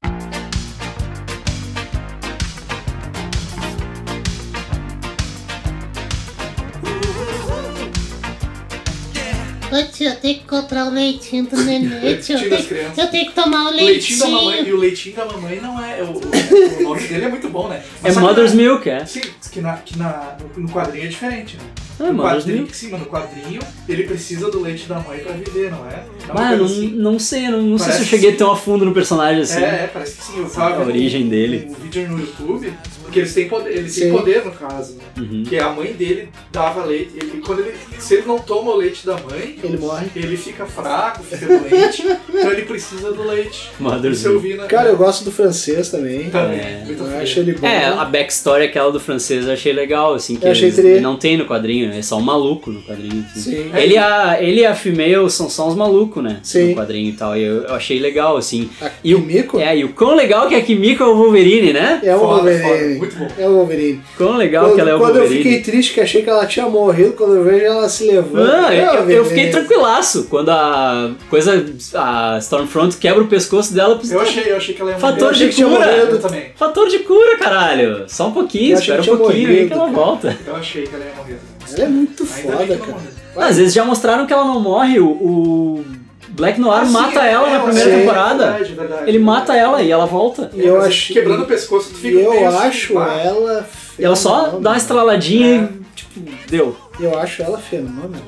Speaker 4: Ô tio, eu tenho que comprar o leitinho do nenê, tio. Eu
Speaker 3: Leitinho das
Speaker 4: tenho,
Speaker 3: crianças.
Speaker 4: eu tenho que tomar o
Speaker 3: O leitinho
Speaker 4: leitinho.
Speaker 3: da mamãe. E o leitinho da mamãe não é. O, o- o nome dele é muito bom, né?
Speaker 1: É
Speaker 3: Mas só que-
Speaker 1: Mother's Milk, é.
Speaker 3: Sim, assim, que, na, que na, no, no quadrinho é diferente, né?
Speaker 1: É,
Speaker 3: no
Speaker 1: Mother's
Speaker 3: quadrinho,
Speaker 1: Milk.
Speaker 3: sim, mas no quadrinho ele precisa do leite da mãe pra viver, não é? Não é uma
Speaker 1: Ah,
Speaker 3: coisa
Speaker 1: não,
Speaker 3: assim?
Speaker 1: não sei, não, não sei se eu
Speaker 3: Parece
Speaker 1: cheguei
Speaker 3: sim.
Speaker 1: tão a fundo no personagem assim.
Speaker 3: É, é, parece que sim. Eu tava
Speaker 1: A
Speaker 3: vendo
Speaker 1: origem
Speaker 3: um,
Speaker 1: dele.
Speaker 3: Um vídeo no YouTube, porque eles têm poder, eles têm
Speaker 2: Sim.
Speaker 3: poder no caso, né?
Speaker 1: Uhum.
Speaker 3: Que a mãe dele dava leite. Ele, quando ele, se ele não toma o leite da mãe,
Speaker 2: Ele morre.
Speaker 3: ele fica fraco, fica doente, então ele precisa do leite.
Speaker 1: Mother's
Speaker 3: Isso é eu
Speaker 1: Milk.
Speaker 3: vi na.
Speaker 2: Cara, eu gosto do francês também.
Speaker 3: também.
Speaker 1: É.
Speaker 3: muito
Speaker 2: Eu
Speaker 3: feio.
Speaker 2: acho ele bom.
Speaker 1: É, a backstory aquela do francês eu achei legal, assim, que
Speaker 2: Eu achei
Speaker 1: eles-
Speaker 2: tri.
Speaker 1: não tem no quadrinho, é só um maluco no quadrinho. assim.
Speaker 2: Sim.
Speaker 1: Ele e a, ele e a Female são só uns malucos, né?
Speaker 2: Sim.
Speaker 1: No quadrinho e tal. E eu, eu achei legal, assim.
Speaker 2: A
Speaker 1: E o-
Speaker 2: Kimiko é,
Speaker 1: É, e o quão legal que a Kimiko é o Wolverine, né?
Speaker 2: o
Speaker 3: Foda, foda,
Speaker 2: Wolverine.
Speaker 3: muito bom.
Speaker 2: É o Wolverine.
Speaker 1: Quão legal que ela é o
Speaker 2: É. quando eu
Speaker 1: Wolverine.
Speaker 2: fiquei triste que achei que ela tinha morrido, quando eu vejo ela se levanta.
Speaker 1: Ah,
Speaker 2: é o
Speaker 1: eu- eu,
Speaker 2: Wolverine.
Speaker 1: fiquei tranquilaço quando a coisa a Stormfront quebra o pescoço dela.
Speaker 3: Eu achei, eu achei que ela ia
Speaker 1: Fator
Speaker 2: Eu achei
Speaker 1: de
Speaker 2: que tinha
Speaker 1: cura.
Speaker 2: morrido.
Speaker 3: Eu também.
Speaker 1: Fator de cura, caralho. Só um pouquinho,
Speaker 2: Eu achei
Speaker 1: espera um
Speaker 2: que tinha
Speaker 1: pouquinho aí que ela
Speaker 2: morrido, cara.
Speaker 1: volta.
Speaker 3: Eu achei que ela ia morrer também.
Speaker 2: Ela é muito
Speaker 3: Ainda
Speaker 2: foda,
Speaker 3: bem que não
Speaker 2: cara.
Speaker 3: morreu.
Speaker 1: Às vezes já mostraram que ela não morre, o, o Black Noir
Speaker 3: Assim,
Speaker 1: mata
Speaker 3: é,
Speaker 1: ela
Speaker 3: é,
Speaker 1: na primeira
Speaker 2: sim.
Speaker 1: temporada.
Speaker 3: Verdade, é verdade.
Speaker 1: Ele mata ela e ela volta.
Speaker 2: E eu
Speaker 3: Mas
Speaker 2: acho.
Speaker 3: Quebrando o pescoço, tu
Speaker 2: e
Speaker 3: fica meio
Speaker 2: eu
Speaker 3: assim,
Speaker 2: acho é,
Speaker 3: pá.
Speaker 2: ela.
Speaker 1: E ela só
Speaker 2: fenomenal. né?
Speaker 1: dá uma estraladinha
Speaker 3: É.
Speaker 1: e, tipo, deu.
Speaker 2: Eu acho ela fenômeno.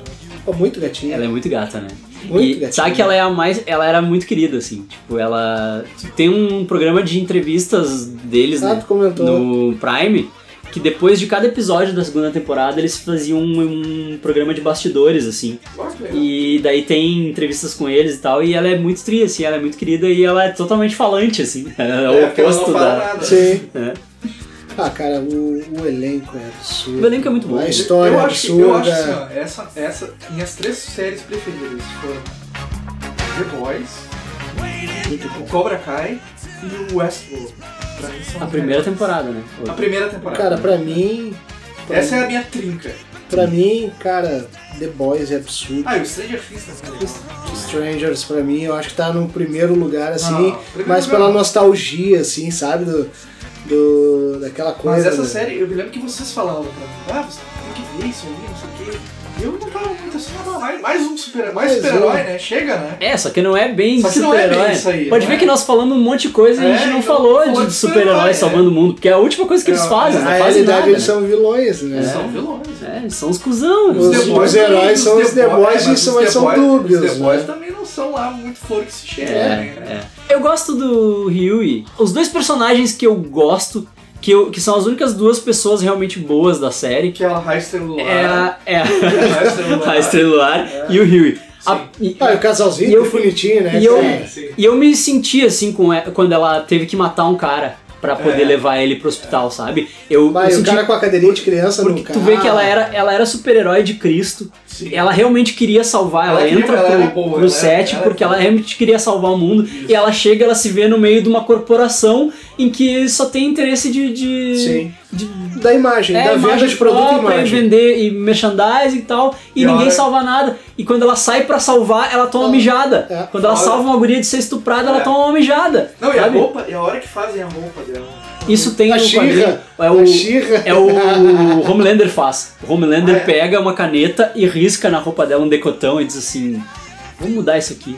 Speaker 2: Pô, muito gatinha.
Speaker 1: Ela é muito gata, né?
Speaker 2: Muito
Speaker 1: e
Speaker 2: gatinha.
Speaker 1: sabe que ela é a mais. Ela era muito querida, assim. Tipo, ela. Tem um programa de entrevistas deles,
Speaker 2: Ah,
Speaker 1: né?
Speaker 2: tu comentou.
Speaker 1: No Prime. Que depois de cada episódio da segunda temporada, eles faziam um, um programa de bastidores, assim.
Speaker 3: Nossa, que legal.
Speaker 1: E daí tem entrevistas com eles e tal. E ela é muito tria, assim, ela é muito querida e ela é totalmente falante, assim. É o
Speaker 3: É, porque ela
Speaker 1: oposto
Speaker 3: não fala
Speaker 1: da.
Speaker 3: nada.
Speaker 2: Sim.
Speaker 1: É.
Speaker 2: Ah, cara, o, o elenco é absurdo.
Speaker 1: O elenco é muito bom.
Speaker 2: A história
Speaker 3: eu
Speaker 2: é
Speaker 3: acho que, eu acho
Speaker 2: absurda.
Speaker 3: assim, ó, essa, essa, minhas três séries preferidas foram The Boys, o Cobra Kai e o Westworld. Pra mim são
Speaker 1: A
Speaker 3: as
Speaker 1: primeira
Speaker 3: melhores.
Speaker 1: temporada, né?
Speaker 3: A primeira temporada.
Speaker 2: Cara, pra mim. pra
Speaker 3: essa
Speaker 2: mim-
Speaker 3: é a minha trinca.
Speaker 2: Pra mim, cara, The Boys é absurdo.
Speaker 3: Ah, e o Stranger Things tá
Speaker 2: Strangers, pra mim, eu acho que tá no primeiro lugar, assim,
Speaker 3: Não, primeiro
Speaker 2: mas
Speaker 3: lugar
Speaker 2: pela
Speaker 3: não.
Speaker 2: nostalgia, assim, sabe? Do, do- daquela
Speaker 3: Mas
Speaker 2: coisa.
Speaker 3: essa
Speaker 2: né?
Speaker 3: série, eu me lembro que vocês falavam pra mim, ah, você tem que ver isso aí, não sei o quê. E Eu não tava muito assim, ah, mais, mais um super-herói, mais
Speaker 2: Mais
Speaker 3: super-herói,
Speaker 2: um.
Speaker 3: né? Chega, né?
Speaker 1: É, só que não é bem
Speaker 3: Só
Speaker 1: de
Speaker 3: que não é bem
Speaker 1: super-herói.
Speaker 3: isso aí,
Speaker 1: Pode
Speaker 3: não
Speaker 1: ver
Speaker 3: é?
Speaker 1: que nós falamos um monte de coisa e a
Speaker 3: É,
Speaker 1: gente não
Speaker 3: então,
Speaker 1: falou
Speaker 3: falou
Speaker 1: de,
Speaker 3: de
Speaker 1: super-herói
Speaker 3: super-herói,
Speaker 1: salvando o mundo, porque é a última coisa que
Speaker 3: É,
Speaker 1: eles fazem,
Speaker 2: Na
Speaker 1: não fazem
Speaker 2: realidade,
Speaker 1: nada.
Speaker 2: eles são vilões, né?
Speaker 1: É.
Speaker 3: São vilões.
Speaker 1: É, eles são os cuzão.
Speaker 2: Os
Speaker 1: eles-
Speaker 2: The Boys- heróis são os The Boys,
Speaker 3: é, mas
Speaker 2: isso,
Speaker 3: os
Speaker 2: mas
Speaker 3: The
Speaker 2: são
Speaker 3: Boys-
Speaker 2: dúbios,
Speaker 3: Os The Boys
Speaker 2: né?
Speaker 3: também não são lá muito flor que se chega, né?
Speaker 1: É, é. Eu gosto do Ryui. Os dois personagens que eu gosto, que, eu- que são as únicas duas pessoas realmente boas da série,
Speaker 3: Que é a raiz celular.
Speaker 1: é a, é a,
Speaker 3: Raiz celular.
Speaker 1: a Estrelular e o Ryui. A- e-
Speaker 2: Ah, e o casalzinho,
Speaker 1: E eu-
Speaker 2: que bonitinho, né?
Speaker 1: e eu-
Speaker 2: cara?
Speaker 3: Sim.
Speaker 1: E eu me senti assim com e- quando ela teve que matar um cara pra
Speaker 3: É.
Speaker 1: poder levar ele pro hospital, sabe? Eu
Speaker 2: Vai,
Speaker 1: me
Speaker 2: o
Speaker 1: senti
Speaker 2: cara com a cadeirinha de criança
Speaker 1: porque
Speaker 2: no
Speaker 1: tu
Speaker 2: carro.
Speaker 1: vê que ela era, ela era super-herói de Cristo.
Speaker 3: Sim.
Speaker 1: Ela realmente queria salvar,
Speaker 3: Ela
Speaker 1: ela,
Speaker 3: queria-
Speaker 1: entra
Speaker 3: ela
Speaker 1: pro,
Speaker 3: era boa,
Speaker 1: pro
Speaker 3: né?
Speaker 1: set
Speaker 3: Ela
Speaker 1: porque
Speaker 3: era
Speaker 1: ela
Speaker 3: boa.
Speaker 1: realmente queria salvar o mundo. E ela chega, ela se vê no meio de uma corporação em que só tem interesse de. de-
Speaker 2: Sim.
Speaker 1: de-
Speaker 2: Da imagem,
Speaker 1: é,
Speaker 2: da venda
Speaker 1: imagem
Speaker 2: de produto e
Speaker 1: própria, e
Speaker 2: imagem.
Speaker 1: vender e merchandising e tal, e,
Speaker 3: E
Speaker 1: ninguém
Speaker 3: olha-
Speaker 1: salva nada. E quando ela sai pra salvar, ela toma
Speaker 2: Ela-
Speaker 1: mijada.
Speaker 2: é.
Speaker 1: Quando ela
Speaker 3: Olha.
Speaker 1: salva uma guria de ser estuprada, ela
Speaker 3: É.
Speaker 1: toma uma mijada.
Speaker 3: Não, e é a
Speaker 1: sabe?
Speaker 3: roupa, e a hora que fazem a roupa dela.
Speaker 1: Isso tem
Speaker 2: A
Speaker 1: no
Speaker 2: She-Ra.
Speaker 1: quadrinho. É
Speaker 2: A
Speaker 1: o,
Speaker 2: She-Ra.
Speaker 1: é o Homelander faz. O Homelander
Speaker 2: Ah,
Speaker 3: É.
Speaker 1: pega uma caneta e risca na roupa dela um decotão e diz assim: vamos mudar isso aqui.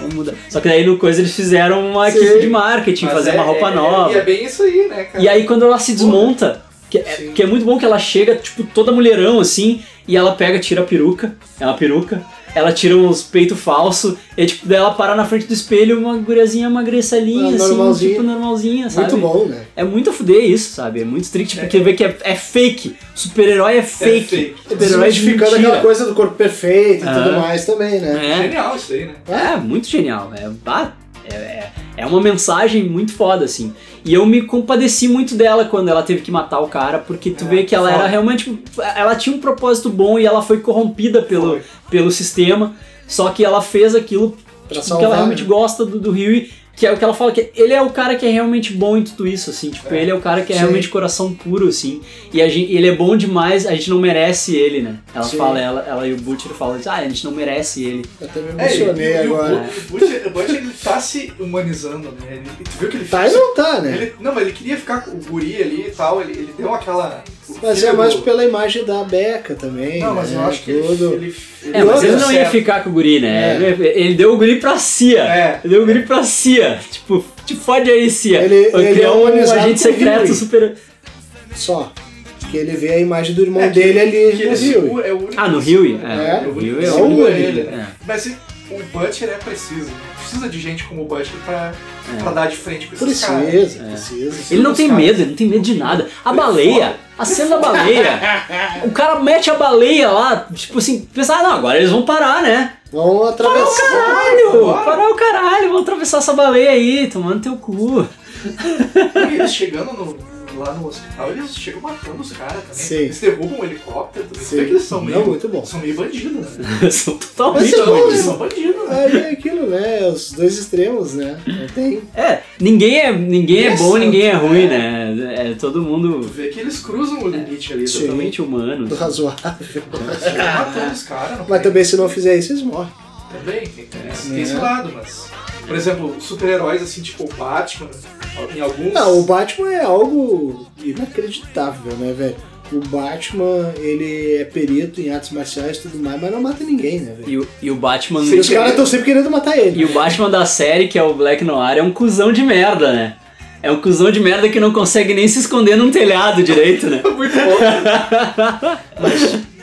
Speaker 1: Vamos mudar. Só que daí no coisa eles fizeram uma
Speaker 2: Sim.
Speaker 1: equipe de marketing,
Speaker 3: Mas
Speaker 1: fazer
Speaker 3: é-
Speaker 1: uma roupa
Speaker 3: é-
Speaker 1: nova.
Speaker 3: E é bem isso aí, né, cara?
Speaker 1: E aí quando ela se desmonta, que é,
Speaker 2: Sim.
Speaker 1: que é muito bom que ela chega, tipo, toda mulherão assim, e ela pega, tira a peruca, é uma peruca, ela tira uns peitos falso, e tipo, daí ela para na frente do espelho, uma guriazinha magreçalinha,
Speaker 2: Ah,
Speaker 1: assim,
Speaker 2: normalzinha.
Speaker 1: tipo normalzinha, sabe?
Speaker 2: Muito bom, né?
Speaker 1: É muito a fuder isso, sabe? É muito strict, porque vê que é, é fake. Super-herói é fake.
Speaker 3: fake.
Speaker 1: Super-herói é de
Speaker 2: Desmistificando
Speaker 1: mentira.
Speaker 2: aquela coisa do corpo perfeito e
Speaker 1: Ah.
Speaker 2: tudo mais também, né?
Speaker 1: É,
Speaker 3: Genial isso aí, né?
Speaker 1: é, muito genial. É, ah, é, é, é uma mensagem muito foda, assim. E eu me compadeci muito dela quando ela teve que matar o cara, porque tu
Speaker 3: É,
Speaker 1: vê que ela era
Speaker 3: foda.
Speaker 1: realmente. Ela tinha um propósito bom e ela foi corrompida pelo,
Speaker 3: Foi.
Speaker 1: pelo sistema. Só que ela fez aquilo porque
Speaker 2: Pra
Speaker 1: É, tipo, ela
Speaker 2: salvar.
Speaker 1: realmente
Speaker 2: né?
Speaker 1: gosta do, do Ryu, que é o que ela fala, que ele é o cara que é realmente bom em tudo isso, assim, tipo, ele é o cara que é
Speaker 2: Sim.
Speaker 1: realmente coração puro, assim, e a gen- ele é bom demais, a gente não merece ele, né? Ela
Speaker 2: Sim.
Speaker 1: fala, ela, ela e o Butcher falam, ah, a gente não merece ele.
Speaker 2: Eu até me
Speaker 3: É, e-
Speaker 2: emocionei
Speaker 3: e o
Speaker 2: agora.
Speaker 3: Bu- O Butch, o Butch, ele tá se humanizando, né? Ele, tu viu que ele
Speaker 2: Tá e não tá, né?
Speaker 3: Ele, não, mas ele queria ficar com o guri ali e tal, ele, ele deu aquela. o
Speaker 2: Mas
Speaker 3: filho
Speaker 2: é mais
Speaker 3: do-
Speaker 2: pela imagem da Beca também.
Speaker 3: Não, mas
Speaker 2: né?
Speaker 3: eu acho que ele.
Speaker 2: tudo.
Speaker 3: ele, ele
Speaker 1: É, mas
Speaker 2: outra,
Speaker 1: ele não ia
Speaker 3: certo.
Speaker 1: ficar com o guri, né?
Speaker 2: É.
Speaker 1: Ele, ele deu o guri pra Cia.
Speaker 3: É.
Speaker 1: Ele deu o guri pra Cia. Tipo, te fode aí, Cia.
Speaker 2: Ele-
Speaker 1: Vai
Speaker 2: ele
Speaker 1: criar
Speaker 2: é
Speaker 1: um
Speaker 2: humanizado
Speaker 1: agente
Speaker 2: com o
Speaker 1: secreto
Speaker 2: Huey.
Speaker 1: super.
Speaker 2: Só. Que ele vê a imagem do irmão
Speaker 3: É, que-
Speaker 2: dele
Speaker 3: que
Speaker 2: ali
Speaker 3: ele
Speaker 2: no Rio.
Speaker 3: segura- é o único
Speaker 1: Ah, no
Speaker 3: que
Speaker 1: Rio?
Speaker 3: segura, né?
Speaker 1: É,
Speaker 3: o
Speaker 1: no
Speaker 3: único
Speaker 1: Rio
Speaker 3: que
Speaker 1: é o
Speaker 3: segura
Speaker 1: Uri,
Speaker 3: ele,
Speaker 1: né?
Speaker 3: né? Mas e- o Butcher é preciso. Precisa de gente como o Butcher pra,
Speaker 1: É.
Speaker 3: pra dar de frente com esses caras.
Speaker 2: Precisa, precisa.
Speaker 1: Ele não tem
Speaker 3: Os caras.
Speaker 1: medo, ele não tem medo de nada. A
Speaker 3: Ele
Speaker 1: baleia,
Speaker 3: foda.
Speaker 1: a cena da baleia. O cara mete a baleia lá, tipo assim, pensa, ah, não, agora eles vão parar, né?
Speaker 2: Vão
Speaker 1: Parar o
Speaker 2: atravessar.
Speaker 1: caralho!
Speaker 3: Bora.
Speaker 1: Parar o caralho, vão atravessar essa baleia aí, tomando teu cu.
Speaker 3: E eles chegando no- lá no hospital, eles chegam matando os caras também.
Speaker 2: Sim.
Speaker 3: Eles derrubam um helicóptero também. Você
Speaker 2: Sim.
Speaker 3: vê que eles são
Speaker 2: Não,
Speaker 3: meio.
Speaker 2: muito bom.
Speaker 3: São meio bandidos, né?
Speaker 1: São
Speaker 2: Mas
Speaker 1: totalmente
Speaker 2: você não-
Speaker 1: doidos.
Speaker 3: Eles são bandidos, né?
Speaker 2: Aí é aquilo, né? Os dois extremos, né? Não tem.
Speaker 1: É, ninguém é, ninguém é
Speaker 3: Isso,
Speaker 1: bom, ninguém é
Speaker 3: né?
Speaker 1: ruim, né? É todo
Speaker 3: Tu
Speaker 1: mundo
Speaker 3: vê que eles cruzam o limite ali.
Speaker 2: Sim.
Speaker 1: totalmente humano.
Speaker 2: Do razoável.
Speaker 3: Eles chegam matando os caras. não
Speaker 2: Mas
Speaker 3: tem-
Speaker 2: também se não fizer isso, eles morrem.
Speaker 3: Também, tem, tem, esse-
Speaker 2: Né?
Speaker 3: tem esse lado, mas. Por exemplo, super-heróis assim, tipo o Batman, em alguns.
Speaker 2: Não, o Batman é algo inacreditável, né, velho? O Batman, ele é perito em artes marciais e tudo mais, mas não mata ninguém, né, velho?
Speaker 1: E o, e o Batman.
Speaker 2: E os caras estão sempre querendo matar ele.
Speaker 1: E o Batman da série, que é o Black Noir, é um cuzão de merda, né? É um cuzão de merda que não consegue nem se esconder num telhado direito, né?
Speaker 3: Muito bom.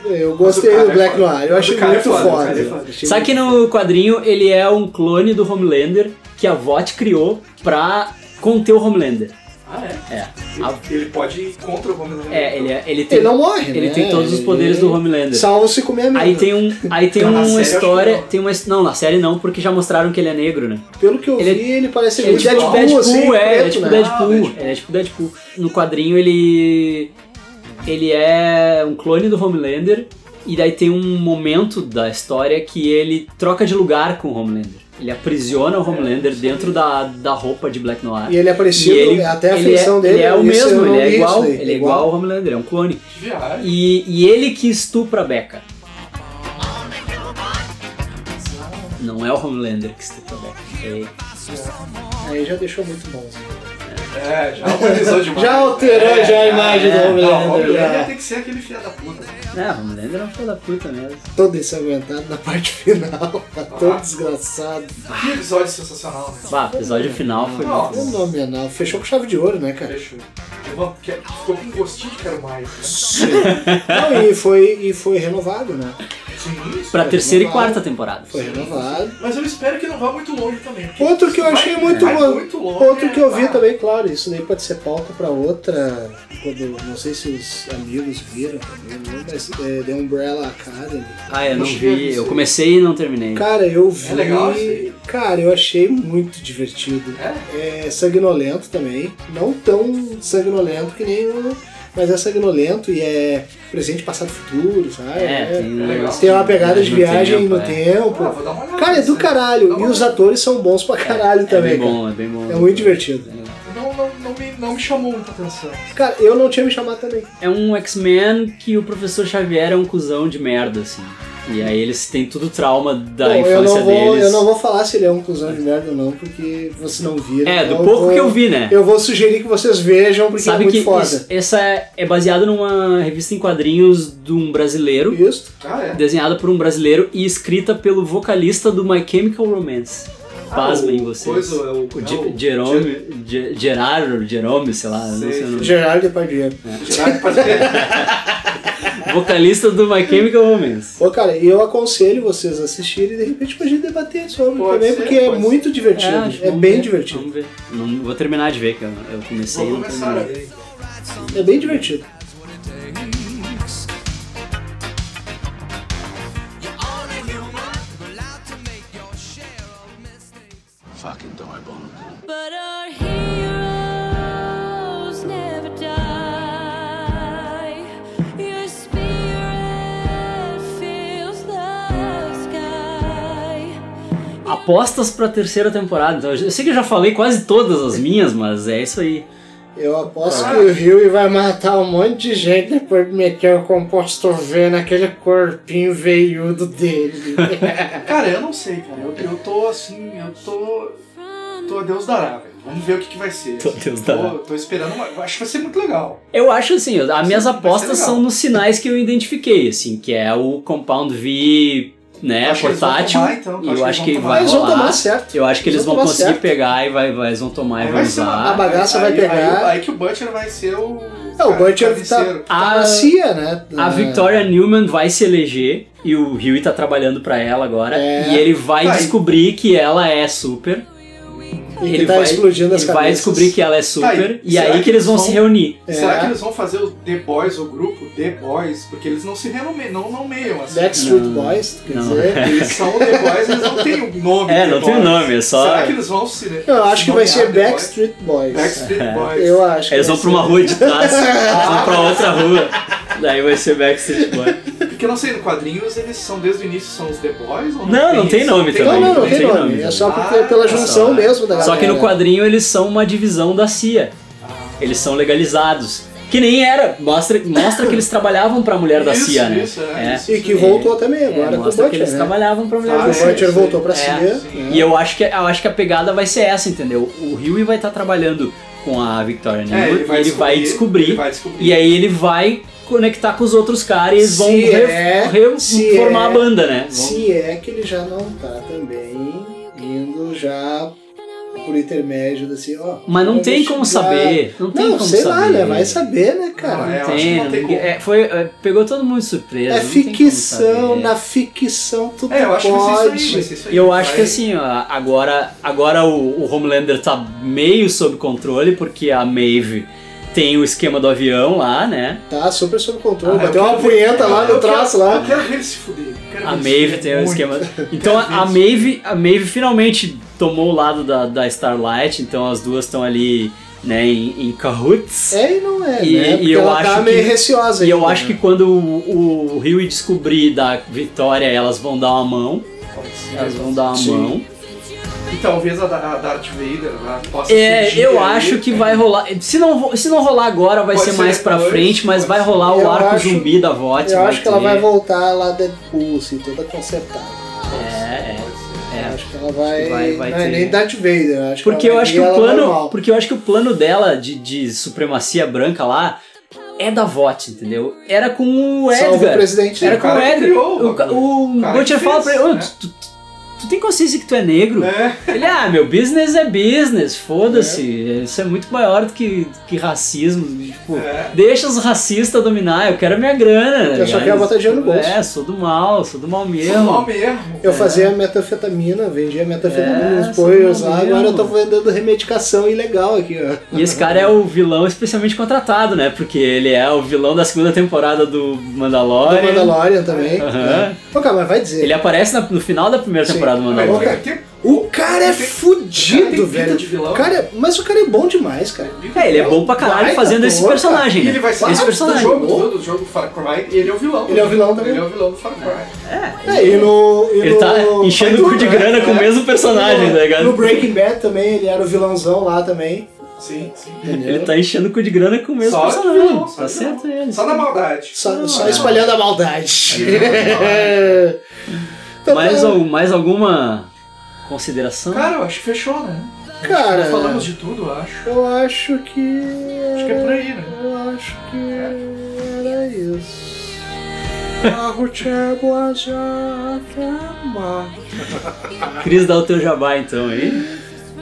Speaker 2: Eu gostei
Speaker 3: Mas o
Speaker 2: do
Speaker 3: cara é
Speaker 2: Black
Speaker 3: foda.
Speaker 2: Noir, eu achei
Speaker 3: O cara é
Speaker 2: muito
Speaker 3: foda, o
Speaker 2: foda.
Speaker 3: cara é
Speaker 2: Eu
Speaker 3: foda.
Speaker 2: achei
Speaker 1: Sabe que no quadrinho ele é um clone do Homelander que a VOT criou pra conter o Homelander.
Speaker 3: Ah, é?
Speaker 1: É. A-
Speaker 3: Ele, ele pode ir contra o Homelander.
Speaker 1: É, ele, é- ele tem.
Speaker 2: Ele não morre,
Speaker 1: ele
Speaker 2: né?
Speaker 1: tem todos os poderes do Homelander.
Speaker 2: Salvo se comer a
Speaker 1: Aí
Speaker 2: mina.
Speaker 1: tem um, aí tem
Speaker 3: Não, na
Speaker 1: uma
Speaker 3: série eu acho
Speaker 1: história,
Speaker 3: que não.
Speaker 1: tem uma, não, na série não, porque já mostraram que ele é negro, né?
Speaker 2: Pelo que eu
Speaker 1: ele-
Speaker 2: vi, ele parece
Speaker 1: Ele é
Speaker 2: meio
Speaker 1: tipo Deadpool,
Speaker 2: assim,
Speaker 1: é, ele é
Speaker 2: preto,
Speaker 1: tipo
Speaker 2: né?
Speaker 1: Deadpool,
Speaker 3: Ah, Deadpool.
Speaker 1: ele é tipo Deadpool. No quadrinho ele ele é um clone do Homelander e daí tem um momento da história que ele troca de lugar com o Homelander. Ele aprisiona o Homelander dentro da, da roupa de Black Noir.
Speaker 2: É, E ele é parecido,
Speaker 1: E
Speaker 2: até a
Speaker 1: ele
Speaker 2: feição
Speaker 1: é,
Speaker 2: dele,
Speaker 1: Ele é o
Speaker 2: isso eu
Speaker 1: mesmo,
Speaker 2: não
Speaker 1: ele é
Speaker 2: vi
Speaker 1: igual,
Speaker 2: isso daí.
Speaker 1: ele é igual ao Homelander, é um clone.
Speaker 3: Viagem.
Speaker 1: E, e ele que estupra a Becca. Não é o Homelander que estupra a Becca. É ele.
Speaker 2: Aí já deixou muito bom. né?
Speaker 3: É, já humanizou demais.
Speaker 2: Já alterou
Speaker 3: É,
Speaker 2: já a imagem do Homelander,
Speaker 3: Não, o Homelander
Speaker 2: já.
Speaker 3: tem que ser aquele filho da puta.
Speaker 1: É, o Homelander é um filho da puta mesmo.
Speaker 2: Todo ensanguentado na parte final, tá todo desgraçado.
Speaker 3: Que episódio sensacional, né?
Speaker 1: Bah, o episódio final foi
Speaker 3: Nossa.
Speaker 1: muito bom.
Speaker 2: Fenomenal. Fechou com chave de ouro, né, cara?
Speaker 3: Fechou. Irmão, quer- é- Ficou com gostinho de quero mais. Né?
Speaker 2: Não, e, foi, e foi renovado, né?
Speaker 3: Sim.
Speaker 1: Pra
Speaker 2: Foi
Speaker 1: terceira e
Speaker 2: renovado.
Speaker 1: quarta temporada.
Speaker 2: Foi renovado.
Speaker 3: Mas eu espero que não vá muito longe também. porque
Speaker 2: Outro que eu
Speaker 3: vai-
Speaker 2: achei muito né?
Speaker 3: vai
Speaker 2: bom.
Speaker 3: muito longe,
Speaker 2: Outro que eu vi
Speaker 3: ah,
Speaker 2: também, claro, isso daí pode ser pauta pra outra. Quando, não sei se os amigos viram, mas é, The Umbrella Academy.
Speaker 1: Ah, eu não
Speaker 2: Não chega
Speaker 1: vi.
Speaker 2: isso
Speaker 1: Eu
Speaker 2: aí.
Speaker 1: comecei e não terminei.
Speaker 2: Cara, eu vi.
Speaker 3: legal isso aí?
Speaker 2: cara, eu achei muito divertido. É? sanguinolento também. Não tão sanguinolento que nem o. Mas é sanguinolento e é presente, passado, futuro, sabe?
Speaker 1: É, tem-
Speaker 3: é legal.
Speaker 2: Tem uma pegada de
Speaker 1: No
Speaker 2: viagem
Speaker 1: tempo,
Speaker 2: no
Speaker 1: é.
Speaker 2: tempo.
Speaker 3: Ah, vou dar uma olhada.
Speaker 2: Cara, é do
Speaker 3: nisso, né? Dá
Speaker 2: caralho. E
Speaker 3: uma
Speaker 2: os
Speaker 3: olhada.
Speaker 2: atores são bons pra caralho também,
Speaker 1: é bem
Speaker 2: cara.
Speaker 1: bom, é bem bom.
Speaker 2: É muito divertido.
Speaker 3: Não, não, não, me, não me chamou muita atenção.
Speaker 2: Cara, eu não tinha me chamado também.
Speaker 1: É um X-Men que o professor Xavier é um cuzão de merda, assim. E aí eles têm tudo trauma da
Speaker 2: Bom,
Speaker 1: infância
Speaker 2: eu não vou,
Speaker 1: deles.
Speaker 2: Eu não vou falar se ele é um cuzão de merda ou não, porque você não vira.
Speaker 1: É, do
Speaker 2: Então
Speaker 1: pouco
Speaker 2: vou-
Speaker 1: que eu vi, né?
Speaker 2: Eu vou sugerir que vocês vejam, porque
Speaker 1: Sabe
Speaker 2: é muito
Speaker 1: que
Speaker 2: foda.
Speaker 1: isso- essa é, é baseada numa revista em quadrinhos de um brasileiro,
Speaker 2: Isso.
Speaker 3: Ah, é?
Speaker 1: desenhada por um brasileiro e escrita pelo vocalista do My Chemical Romance. Pasmem
Speaker 3: Ah, o
Speaker 1: vocês.
Speaker 3: coisa, é o-
Speaker 1: Ge-
Speaker 3: é o-
Speaker 1: Jerome, Ge- Gerardo, Jerome, sei lá, não
Speaker 3: Sei,
Speaker 1: sei o nome.
Speaker 2: Gerard Depardieu.
Speaker 3: Gerardo Pacheco.
Speaker 1: Vocalista do My Chemical Romance.
Speaker 2: Ô, cara, e eu aconselho vocês a assistirem e de repente pra gente debater sobre
Speaker 3: Pode
Speaker 2: também,
Speaker 3: ser,
Speaker 2: porque é
Speaker 3: pode
Speaker 2: muito divertido.
Speaker 1: acho que
Speaker 2: É,
Speaker 1: vamos
Speaker 2: bem
Speaker 1: ver,
Speaker 2: divertido.
Speaker 1: Vamos ver. Não vou terminar de ver, que eu, eu comecei e
Speaker 3: Vou
Speaker 1: não
Speaker 3: começar a
Speaker 1: terminei.
Speaker 3: ver.
Speaker 2: É bem divertido.
Speaker 9: Fucking diabolical.
Speaker 6: But our heroes never die. Your spirit fills the sky.
Speaker 1: Apostas pra terceira temporada. Então, eu sei que eu já falei quase todas as minhas, mas é isso aí.
Speaker 2: Eu aposto
Speaker 3: Ah.
Speaker 2: que o Huey vai matar um monte de gente depois de meter o composto V naquele corpinho veiudo dele.
Speaker 3: Cara, eu não sei, cara. Eu, eu tô assim, eu tô. Tô a Deus dará, velho. Vamos ver o que, que vai ser.
Speaker 1: Tô a
Speaker 3: assim.
Speaker 1: Deus dará.
Speaker 3: Tô, tô esperando. Uma... Acho que vai ser muito legal.
Speaker 1: Eu acho assim, eu- as minhas
Speaker 3: vai ser
Speaker 1: apostas
Speaker 3: legal.
Speaker 1: são nos sinais que eu identifiquei, assim, que é o Compound V, né,
Speaker 3: Acho que eles vão
Speaker 1: portátil.
Speaker 3: tomar, então.
Speaker 1: e
Speaker 3: Acho
Speaker 1: eu
Speaker 3: que
Speaker 1: acho que
Speaker 3: eles vão tomar.
Speaker 1: vai
Speaker 2: Mas vão tomar
Speaker 1: rolar.
Speaker 2: certo.
Speaker 1: Eu acho que eles vão
Speaker 2: tomar
Speaker 1: conseguir
Speaker 2: certo.
Speaker 1: pegar e vai, vai- eles vão tomar e
Speaker 3: Aí
Speaker 1: vão
Speaker 3: ser uma-
Speaker 2: a
Speaker 1: usar.
Speaker 2: bagaça
Speaker 3: aí-
Speaker 2: vai
Speaker 3: aí-
Speaker 2: pegar.
Speaker 3: Aí, que o Butcher vai ser o.
Speaker 2: É, o Butcher
Speaker 3: carniceiro.
Speaker 2: tá, tá
Speaker 1: A-
Speaker 2: na CIA, né?
Speaker 1: A Victoria Newman vai se eleger e o Huey tá trabalhando pra ela agora.
Speaker 2: É.
Speaker 1: E ele vai
Speaker 3: Vai.
Speaker 1: descobrir que ela é super.
Speaker 2: E que tá explodindo as
Speaker 1: ele vai
Speaker 2: cabeças.
Speaker 1: descobrir que ela é super.
Speaker 3: Tá, e
Speaker 1: e
Speaker 3: será
Speaker 1: aí
Speaker 3: que
Speaker 1: que eles vão
Speaker 3: eles
Speaker 1: se
Speaker 3: vão-
Speaker 1: reunir.
Speaker 2: É.
Speaker 3: Será que eles vão fazer o The Boys, o grupo The Boys? Porque eles não se renomeiam, não nomeiam assim.
Speaker 2: Backstreet
Speaker 1: Não.
Speaker 2: Boys, quer
Speaker 1: Não.
Speaker 2: dizer.
Speaker 3: Eles são o The Boys, eles não têm o nome.
Speaker 1: É,
Speaker 3: The
Speaker 1: não tem o
Speaker 3: Boys.
Speaker 1: nome, é só.
Speaker 3: Será que eles vão se.
Speaker 2: Eu acho que vai
Speaker 3: se
Speaker 2: ser
Speaker 3: nomear The Boys?
Speaker 2: Backstreet Boys.
Speaker 1: É.
Speaker 3: Backstreet Boys.
Speaker 2: Eu acho. que
Speaker 1: Eles
Speaker 2: vai
Speaker 1: vão pra uma
Speaker 2: ser.
Speaker 1: rua de trás, eles vão pra outra rua. Daí vai ser Backstreet Boy.
Speaker 3: Porque eu não sei, no quadrinhos eles são desde o início, são os The Boys? Ou
Speaker 1: Não, não tem
Speaker 3: isso?
Speaker 1: nome
Speaker 2: Não,
Speaker 1: também,
Speaker 2: não, não
Speaker 1: não
Speaker 2: tem
Speaker 1: tem
Speaker 2: nome.
Speaker 1: nome.
Speaker 2: É só porque,
Speaker 3: Ah,
Speaker 2: pela junção
Speaker 1: só.
Speaker 2: mesmo da
Speaker 1: né?
Speaker 2: galera.
Speaker 1: Só que no quadrinho eles são uma divisão da CIA. Eles são legalizados. Que nem era. Mostra, mostra que eles trabalhavam pra mulher da
Speaker 3: Isso,
Speaker 1: CIA, né?
Speaker 3: isso, é, isso.
Speaker 2: E que voltou também
Speaker 1: É,
Speaker 2: agora com o
Speaker 1: mostra que
Speaker 2: Butcher,
Speaker 1: eles
Speaker 2: né?
Speaker 1: trabalhavam pra mulher
Speaker 3: Ah,
Speaker 1: da
Speaker 2: O
Speaker 3: é,
Speaker 1: CIA.
Speaker 2: Butcher
Speaker 3: sim.
Speaker 2: voltou pra
Speaker 1: É,
Speaker 2: CIA.
Speaker 3: sim.
Speaker 2: né?
Speaker 1: E eu acho, que, eu acho que a pegada vai ser essa, entendeu? O Huey vai estar trabalhando com a Victoria Newman
Speaker 3: É,
Speaker 1: e ele vai descobrir.
Speaker 3: Ele vai descobrir.
Speaker 1: E aí ele vai conectar com os outros caras e eles vão
Speaker 2: Se
Speaker 1: re-
Speaker 2: é,
Speaker 1: re-
Speaker 2: se
Speaker 1: formar
Speaker 2: é.
Speaker 1: a banda, né? Vão-
Speaker 2: Se é que ele já não tá também indo já por intermédio desse, ó.
Speaker 1: Mas não
Speaker 2: vamos
Speaker 1: tem como
Speaker 2: chegar-
Speaker 1: saber. Não tem
Speaker 2: Não,
Speaker 1: como
Speaker 2: sei
Speaker 1: saber.
Speaker 2: lá, né? Vai saber, né, cara?
Speaker 3: Não,
Speaker 1: Não
Speaker 3: é, eu acho
Speaker 1: tem,
Speaker 3: que não
Speaker 1: não-
Speaker 3: tem como.
Speaker 1: é, foi, é, pegou todo mundo de surpresa.
Speaker 2: É
Speaker 1: não tem como
Speaker 2: ficção,
Speaker 1: saber. é.
Speaker 2: na ficção tudo
Speaker 3: É, eu acho que vai ser
Speaker 2: pode.
Speaker 3: isso aí, vai ser isso aí.
Speaker 1: E eu acho que
Speaker 3: Vai-
Speaker 1: assim, ó, agora, agora o, o Homelander tá meio sob controle, porque a Maeve tem o esquema do avião lá, né?
Speaker 2: Tá super sob controle.
Speaker 3: Ah, eu
Speaker 2: Bateu uma
Speaker 3: quero-
Speaker 2: punheta lá
Speaker 3: eu
Speaker 2: no traço
Speaker 3: quero-
Speaker 2: lá.
Speaker 3: Eu quero ver ele se fuder. eu quero
Speaker 1: A
Speaker 3: ver ele se
Speaker 1: Maeve
Speaker 3: fuder
Speaker 1: tem o
Speaker 3: muito.
Speaker 1: esquema. Então a, a Maeve, a Maeve finalmente tomou o lado da, da Starlight, então as duas estão ali, né, em, em cahoots.
Speaker 2: É e não é,
Speaker 1: E-
Speaker 2: né?
Speaker 1: e
Speaker 2: Porque
Speaker 1: eu
Speaker 2: ela tá
Speaker 1: acho
Speaker 2: meio
Speaker 1: que-
Speaker 2: receosa
Speaker 1: E eu
Speaker 2: ainda,
Speaker 1: acho que
Speaker 2: né?
Speaker 1: quando o, o Huey descobrir da Vitória, elas vão dar uma mão. Elas vão dar uma
Speaker 2: Sim.
Speaker 1: mão.
Speaker 3: talvez a, da- a Darth Vader lá possa
Speaker 1: É,
Speaker 3: surgir
Speaker 1: eu
Speaker 3: aí.
Speaker 1: acho que vai rolar. Se não, vo- se não rolar agora, vai
Speaker 3: Pode
Speaker 1: ser
Speaker 3: ser
Speaker 1: mais pra
Speaker 3: depois,
Speaker 1: frente, mas vai rolar
Speaker 2: Eu
Speaker 1: o arco
Speaker 2: acho-
Speaker 1: zumbi da VOT.
Speaker 2: Eu acho que ela
Speaker 1: ter.
Speaker 2: vai voltar lá Deadpool, assim, toda consertada.
Speaker 1: É, é. é.
Speaker 2: Acho que ela vai.
Speaker 1: Vai- vai
Speaker 2: não é
Speaker 1: ter.
Speaker 2: nem Darth Vader. eu Acho
Speaker 1: Porque
Speaker 2: ela
Speaker 1: eu
Speaker 2: vai
Speaker 1: acho que
Speaker 2: vir,
Speaker 1: o
Speaker 2: ela
Speaker 1: plano.
Speaker 2: normal.
Speaker 1: Porque eu acho que o plano dela de, de supremacia branca lá é da VOT, entendeu? Era com o
Speaker 2: Salve o
Speaker 1: Edgar.
Speaker 2: presidente.
Speaker 1: Era
Speaker 3: O
Speaker 1: com o
Speaker 3: cara que
Speaker 1: Edgar.
Speaker 3: criou o
Speaker 1: O, ca-
Speaker 3: bagulho.
Speaker 1: o,
Speaker 3: O cara
Speaker 1: Butcher
Speaker 3: que
Speaker 1: fala
Speaker 3: fez,
Speaker 1: pra ele, "Ô,
Speaker 3: né?"
Speaker 1: tu, tu- tu tem consciência que tu é negro?
Speaker 3: É.
Speaker 1: Ele, ah, meu business é business, foda-se. Isso é muito maior do que, que racismo. Tipo,
Speaker 3: É.
Speaker 1: deixa os racistas dominar, eu quero minha grana. tá
Speaker 2: Eu só
Speaker 1: ligado?
Speaker 2: quero botar dinheiro no bolso.
Speaker 1: É, sou do mal, sou do mal mesmo.
Speaker 3: Sou mal mesmo.
Speaker 2: Eu fazia metanfetamina, vendia metanfetamina
Speaker 1: É,
Speaker 2: nos boios
Speaker 1: sou
Speaker 2: lá,
Speaker 1: mesmo.
Speaker 2: agora eu tô vendendo remedicação ilegal aqui, ó.
Speaker 1: E esse cara é o vilão especialmente contratado, né? Porque ele é o vilão da segunda temporada do Mandalorian.
Speaker 2: Do Mandalorian também.
Speaker 1: é- Aham.
Speaker 2: né? Pô, cara, mas vai dizer.
Speaker 1: Ele é- aparece na- no final da primeira temporada do
Speaker 3: Mas
Speaker 1: Mandalorian.
Speaker 3: tem- tem-
Speaker 2: O cara é
Speaker 3: Tem-
Speaker 2: fudido,
Speaker 3: cara tem pinta
Speaker 2: velho.
Speaker 3: de vilão.
Speaker 2: Cara, mas o cara é bom demais, cara.
Speaker 1: É, ele é bom pra caralho
Speaker 2: Baita
Speaker 1: fazendo esse
Speaker 2: ator,
Speaker 1: personagem.
Speaker 3: E
Speaker 1: né?
Speaker 3: ele vai ser
Speaker 1: esse
Speaker 3: do
Speaker 1: personagem.
Speaker 3: jogo, todo, do jogo Far Cry, ele é o vilão.
Speaker 2: Ele é o vilão também.
Speaker 3: Ele é o vilão do Far Cry.
Speaker 2: É, e no, e
Speaker 1: Ele
Speaker 2: no-
Speaker 1: tá enchendo o cu de
Speaker 2: né?
Speaker 1: grana com o
Speaker 2: É.
Speaker 1: mesmo personagem,
Speaker 2: no,
Speaker 1: tá ligado?
Speaker 2: No Breaking Bad também, ele era o vilãozão lá também.
Speaker 3: Sim, sim.
Speaker 2: Entendeu?
Speaker 1: Ele tá enchendo o cu de grana com o mesmo
Speaker 3: Só de
Speaker 1: personagem.
Speaker 3: vilão, só
Speaker 1: tá
Speaker 3: de
Speaker 1: certo ele.
Speaker 3: Só na maldade.
Speaker 2: Só, só
Speaker 1: é.
Speaker 2: espalhando a maldade.
Speaker 3: É,
Speaker 2: Então,
Speaker 1: mais,
Speaker 2: tá-
Speaker 1: al- mais alguma consideração?
Speaker 3: Cara, eu acho que fechou, né?
Speaker 2: Cara,
Speaker 3: Já falamos de tudo, eu acho.
Speaker 2: eu acho que.
Speaker 3: Acho que é por aí, né?
Speaker 2: Eu acho que era isso.
Speaker 3: É.
Speaker 2: Carro Chegua já queimar.
Speaker 1: Cris, dá o teu jabá então aí.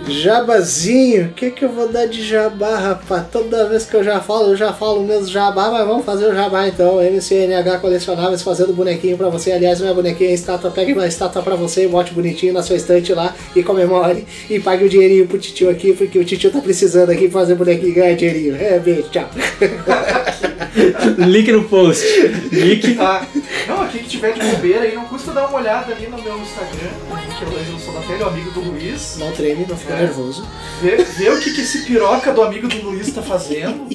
Speaker 2: Jabazinho, o que, que eu vou dar de jabá, rapaz? Toda vez que eu já falo, eu já falo o mesmo jabá, mas vamos fazer o jabá então. MCNH Colecionáveis fazendo bonequinho pra você. Aliás, minha bonequinha é estátua, pegue uma estátua pra você e bote bonitinho na sua estante lá e comemore. E pague o dinheirinho pro titio aqui, porque o titio tá precisando aqui fazer bonequinho e ganhar dinheirinho. É, beijo, tchau.
Speaker 1: Link no post. Link.
Speaker 3: Tá. Não, aqui que tiver de bobeira aí, não custa dar uma olhada ali no meu Instagram, que é o Ângelo Sonatelli, o amigo do Luiz.
Speaker 2: Não treme, não fica
Speaker 3: É.
Speaker 2: nervoso.
Speaker 3: Vê, vê o que, que esse piroca do amigo do Luiz tá fazendo.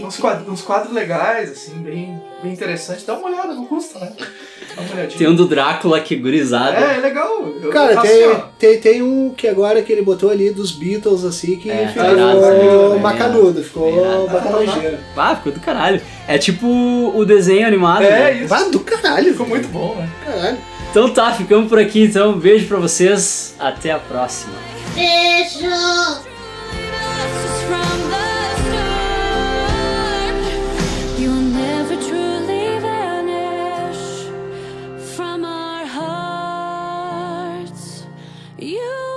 Speaker 3: Uns quadros, uns quadros legais, assim, bem, bem interessante. Dá uma olhada, não custa, né? Dá uma olhadinha.
Speaker 1: Tem um do Drácula que gurizada.
Speaker 3: É, é legal. Eu
Speaker 2: Cara,
Speaker 3: faço
Speaker 2: tem,
Speaker 3: assim, ó.
Speaker 2: tem, tem um que agora que ele botou ali dos Beatles, assim, que
Speaker 1: É,
Speaker 2: ficou
Speaker 1: tá irado, tá irado, tá
Speaker 2: macanudo, ficou
Speaker 1: irado.
Speaker 2: bacanologia.
Speaker 1: Ah, ficou do caralho. É tipo o desenho
Speaker 2: um-
Speaker 1: animado.
Speaker 3: É,
Speaker 1: né?
Speaker 3: isso.
Speaker 2: Vá do caralho,
Speaker 3: Ficou muito bom, né?
Speaker 2: caralho.
Speaker 1: Então tá, ficamos por aqui. Então, um beijo pra vocês. Até a próxima.
Speaker 4: Beijo!
Speaker 6: from the start. You'll never truly vanish from our hearts. You